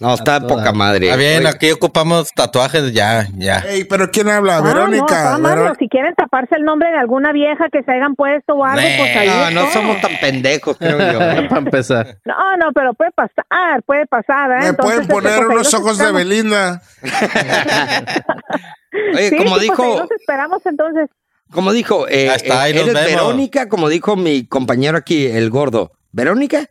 No, está de poca madre. Está bien, Oye, aquí ocupamos tatuajes ya, ya. Ey, pero ¿quién habla? Ah, no, Verónica. está mal, Veró- no, si quieren taparse el nombre de alguna vieja que se hayan puesto o algo, pues ahí. No, no está. somos tan pendejos, creo yo. Para empezar. No, no, pero puede pasar, puede pasar. ¿eh? Me Entonces, pueden este, poner pues, ahí unos los ojos de esperamos. Belinda. Oye, Sí, como sí, pues, ahí dijo, los esperamos entonces. como dijo, eh, Ahí está, ahí eh, nos eres vemos. Verónica, como dijo mi compañero aquí, el gordo. ¿Verónica?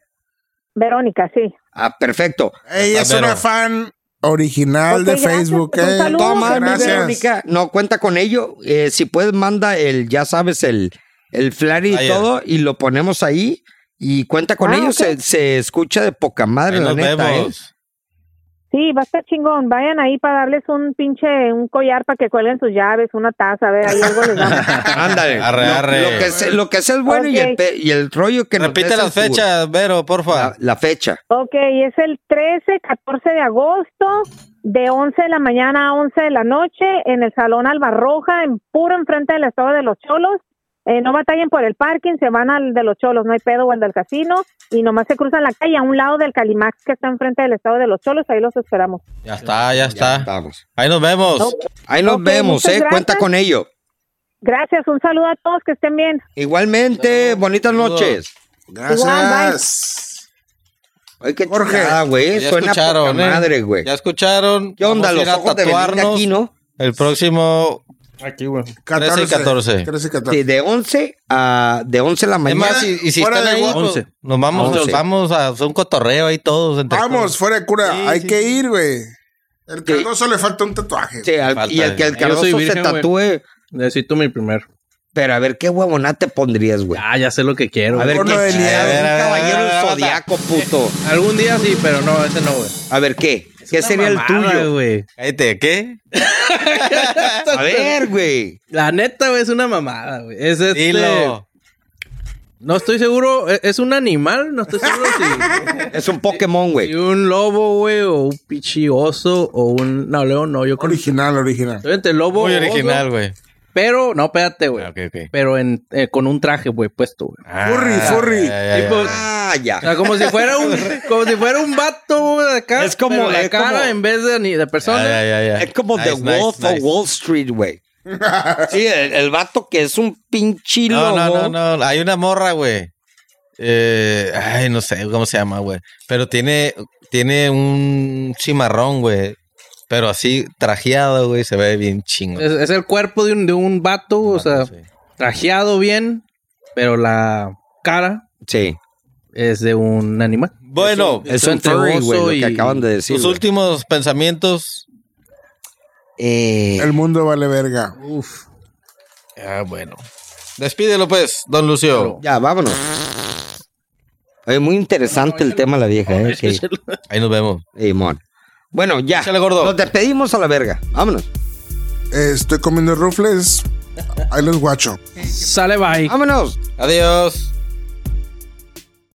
Verónica, sí. Ah, perfecto. Ella es Vero. una fan original Ok, de gracias, Facebook. pues, un eh. saludo, Toma, mi gracias. Verónica. No, cuenta con ello. Eh, si puedes, manda el, ya sabes, el, el flyer y Flyer. todo, y lo ponemos ahí. Y cuenta con Ah, ello, ok. se, se escucha de poca madre, Ahí la nos neta, ¿eh? vemos. Sí, va a estar chingón. Vayan ahí para darles un pinche, un collar para que cuelguen sus llaves, una taza, a ver, ahí algo les damos. Ándale. Arre, Lo- arre. Lo, que se- lo que sea es bueno y, el, Ok. pe- y el rollo que nos Repite des las es tu- fechas, Vero, porfa. La, la fecha. Ok, es el 13, 14 de agosto, de 11 de la mañana a 11 de la noche, en el Salón Albarroja, en puro enfrente del Estado de los Cholos. Eh, no batallen por el parking, se van al de los Cholos, no hay pedo, o al del casino, y nomás se cruzan la calle a un lado del Calimax que está enfrente del Estado de los Cholos, ahí los esperamos. Ya está, ya está. Vamos. Ahí nos vemos. Ahí nos Ok, vemos, muchas ¿eh? Cuenta gracias. con ello. Gracias, un saludo a todos, que estén bien. Igualmente, bonitas saludos. noches. Igual, bye. Gracias. Ay, qué Jorge, chingada, güey. Ya Suena poca escucharon, ¿eh? madre, güey. Ya escucharon. ¿Qué Vamos onda? a Los ir a ojos de Belinda tatuarnos aquí, ¿no? El próximo. Aquí, güey. 14 13 y 14. 13 y 14. Sí, de 11 a de 11 de la Es mañana. más, y, y si Fuera están de ahí, Guam. pues, nos vamos, Once. nos vamos a hacer un cotorreo ahí todos. entre Vamos, fuera de cura. Hay que ir, güey. El Sí. cardoso le falta un tatuaje. Sí, al- Falta y el que el de- Yo soy Cardoso se virgen, güey. tatúe. Necesito mi primero. Pero a ver, ¿qué huevonada te pondrías, güey? Ah, ya sé lo que quiero. A ver, Con ¿qué lo de chingados? liar. A ver, a Un ver, caballero a ver, a del ver, zodiaco, puto. Algún día sí, pero no, ese no, güey. A ver, ¿qué? ¿Qué Una sería el mamada, tuyo? güey. Cállate, ¿qué? A ver, güey. La neta, güey, es una mamada, güey. Es este. Dilo. No estoy seguro, ¿e- ¿es un animal? No estoy seguro si, Es un Pokémon, si güey. un lobo, güey, o un pichi oso, o un... No, león no, yo creo que... Original, original. Estoy entre lobo Muy oso, original, güey. pero, no, espérate, güey. Ah, ok, ok. Pero en, eh, con un traje, güey, puesto, güey. Furry, furry. Ah, ya, ya, ya. Tipo, Ah, ya. O sea, como si fuera un, como si fuera un vato güey, de acá. Es como- pero la es como- cara en vez de ni de persona. eh, Ya, ya, ya, ya. Es como The Nice, nice, Wolf of nice. Wall Street, güey. Sí, el, el vato que es un pinche No, lobo. no, no, no. Hay una morra, güey. Eh, ay, no sé cómo se llama, güey. Pero tiene, tiene un cimarrón, güey. Pero así trajeado, güey. Se ve bien chingo. Es, es el cuerpo de un, de un vato, o sea, Sí. trajeado bien, pero la cara Sí, es de un animal. Bueno, es Estoy un entre furry, oso güey, lo que y- acaban de decir. tus güey. últimos pensamientos. Eh, El mundo vale verga. Ah, bueno. Despídelo, pues, don Lucio. Ya, vámonos. Oye, muy interesante el tema de la vieja, ¿eh? Sí, Ahí nos vemos. Ey, mon. Bueno, ya. Échale, gordo. Nos despedimos a la verga. Vámonos. Eh, estoy comiendo rufles. Ahí los guacho. Sale, bye. Vámonos. Adiós.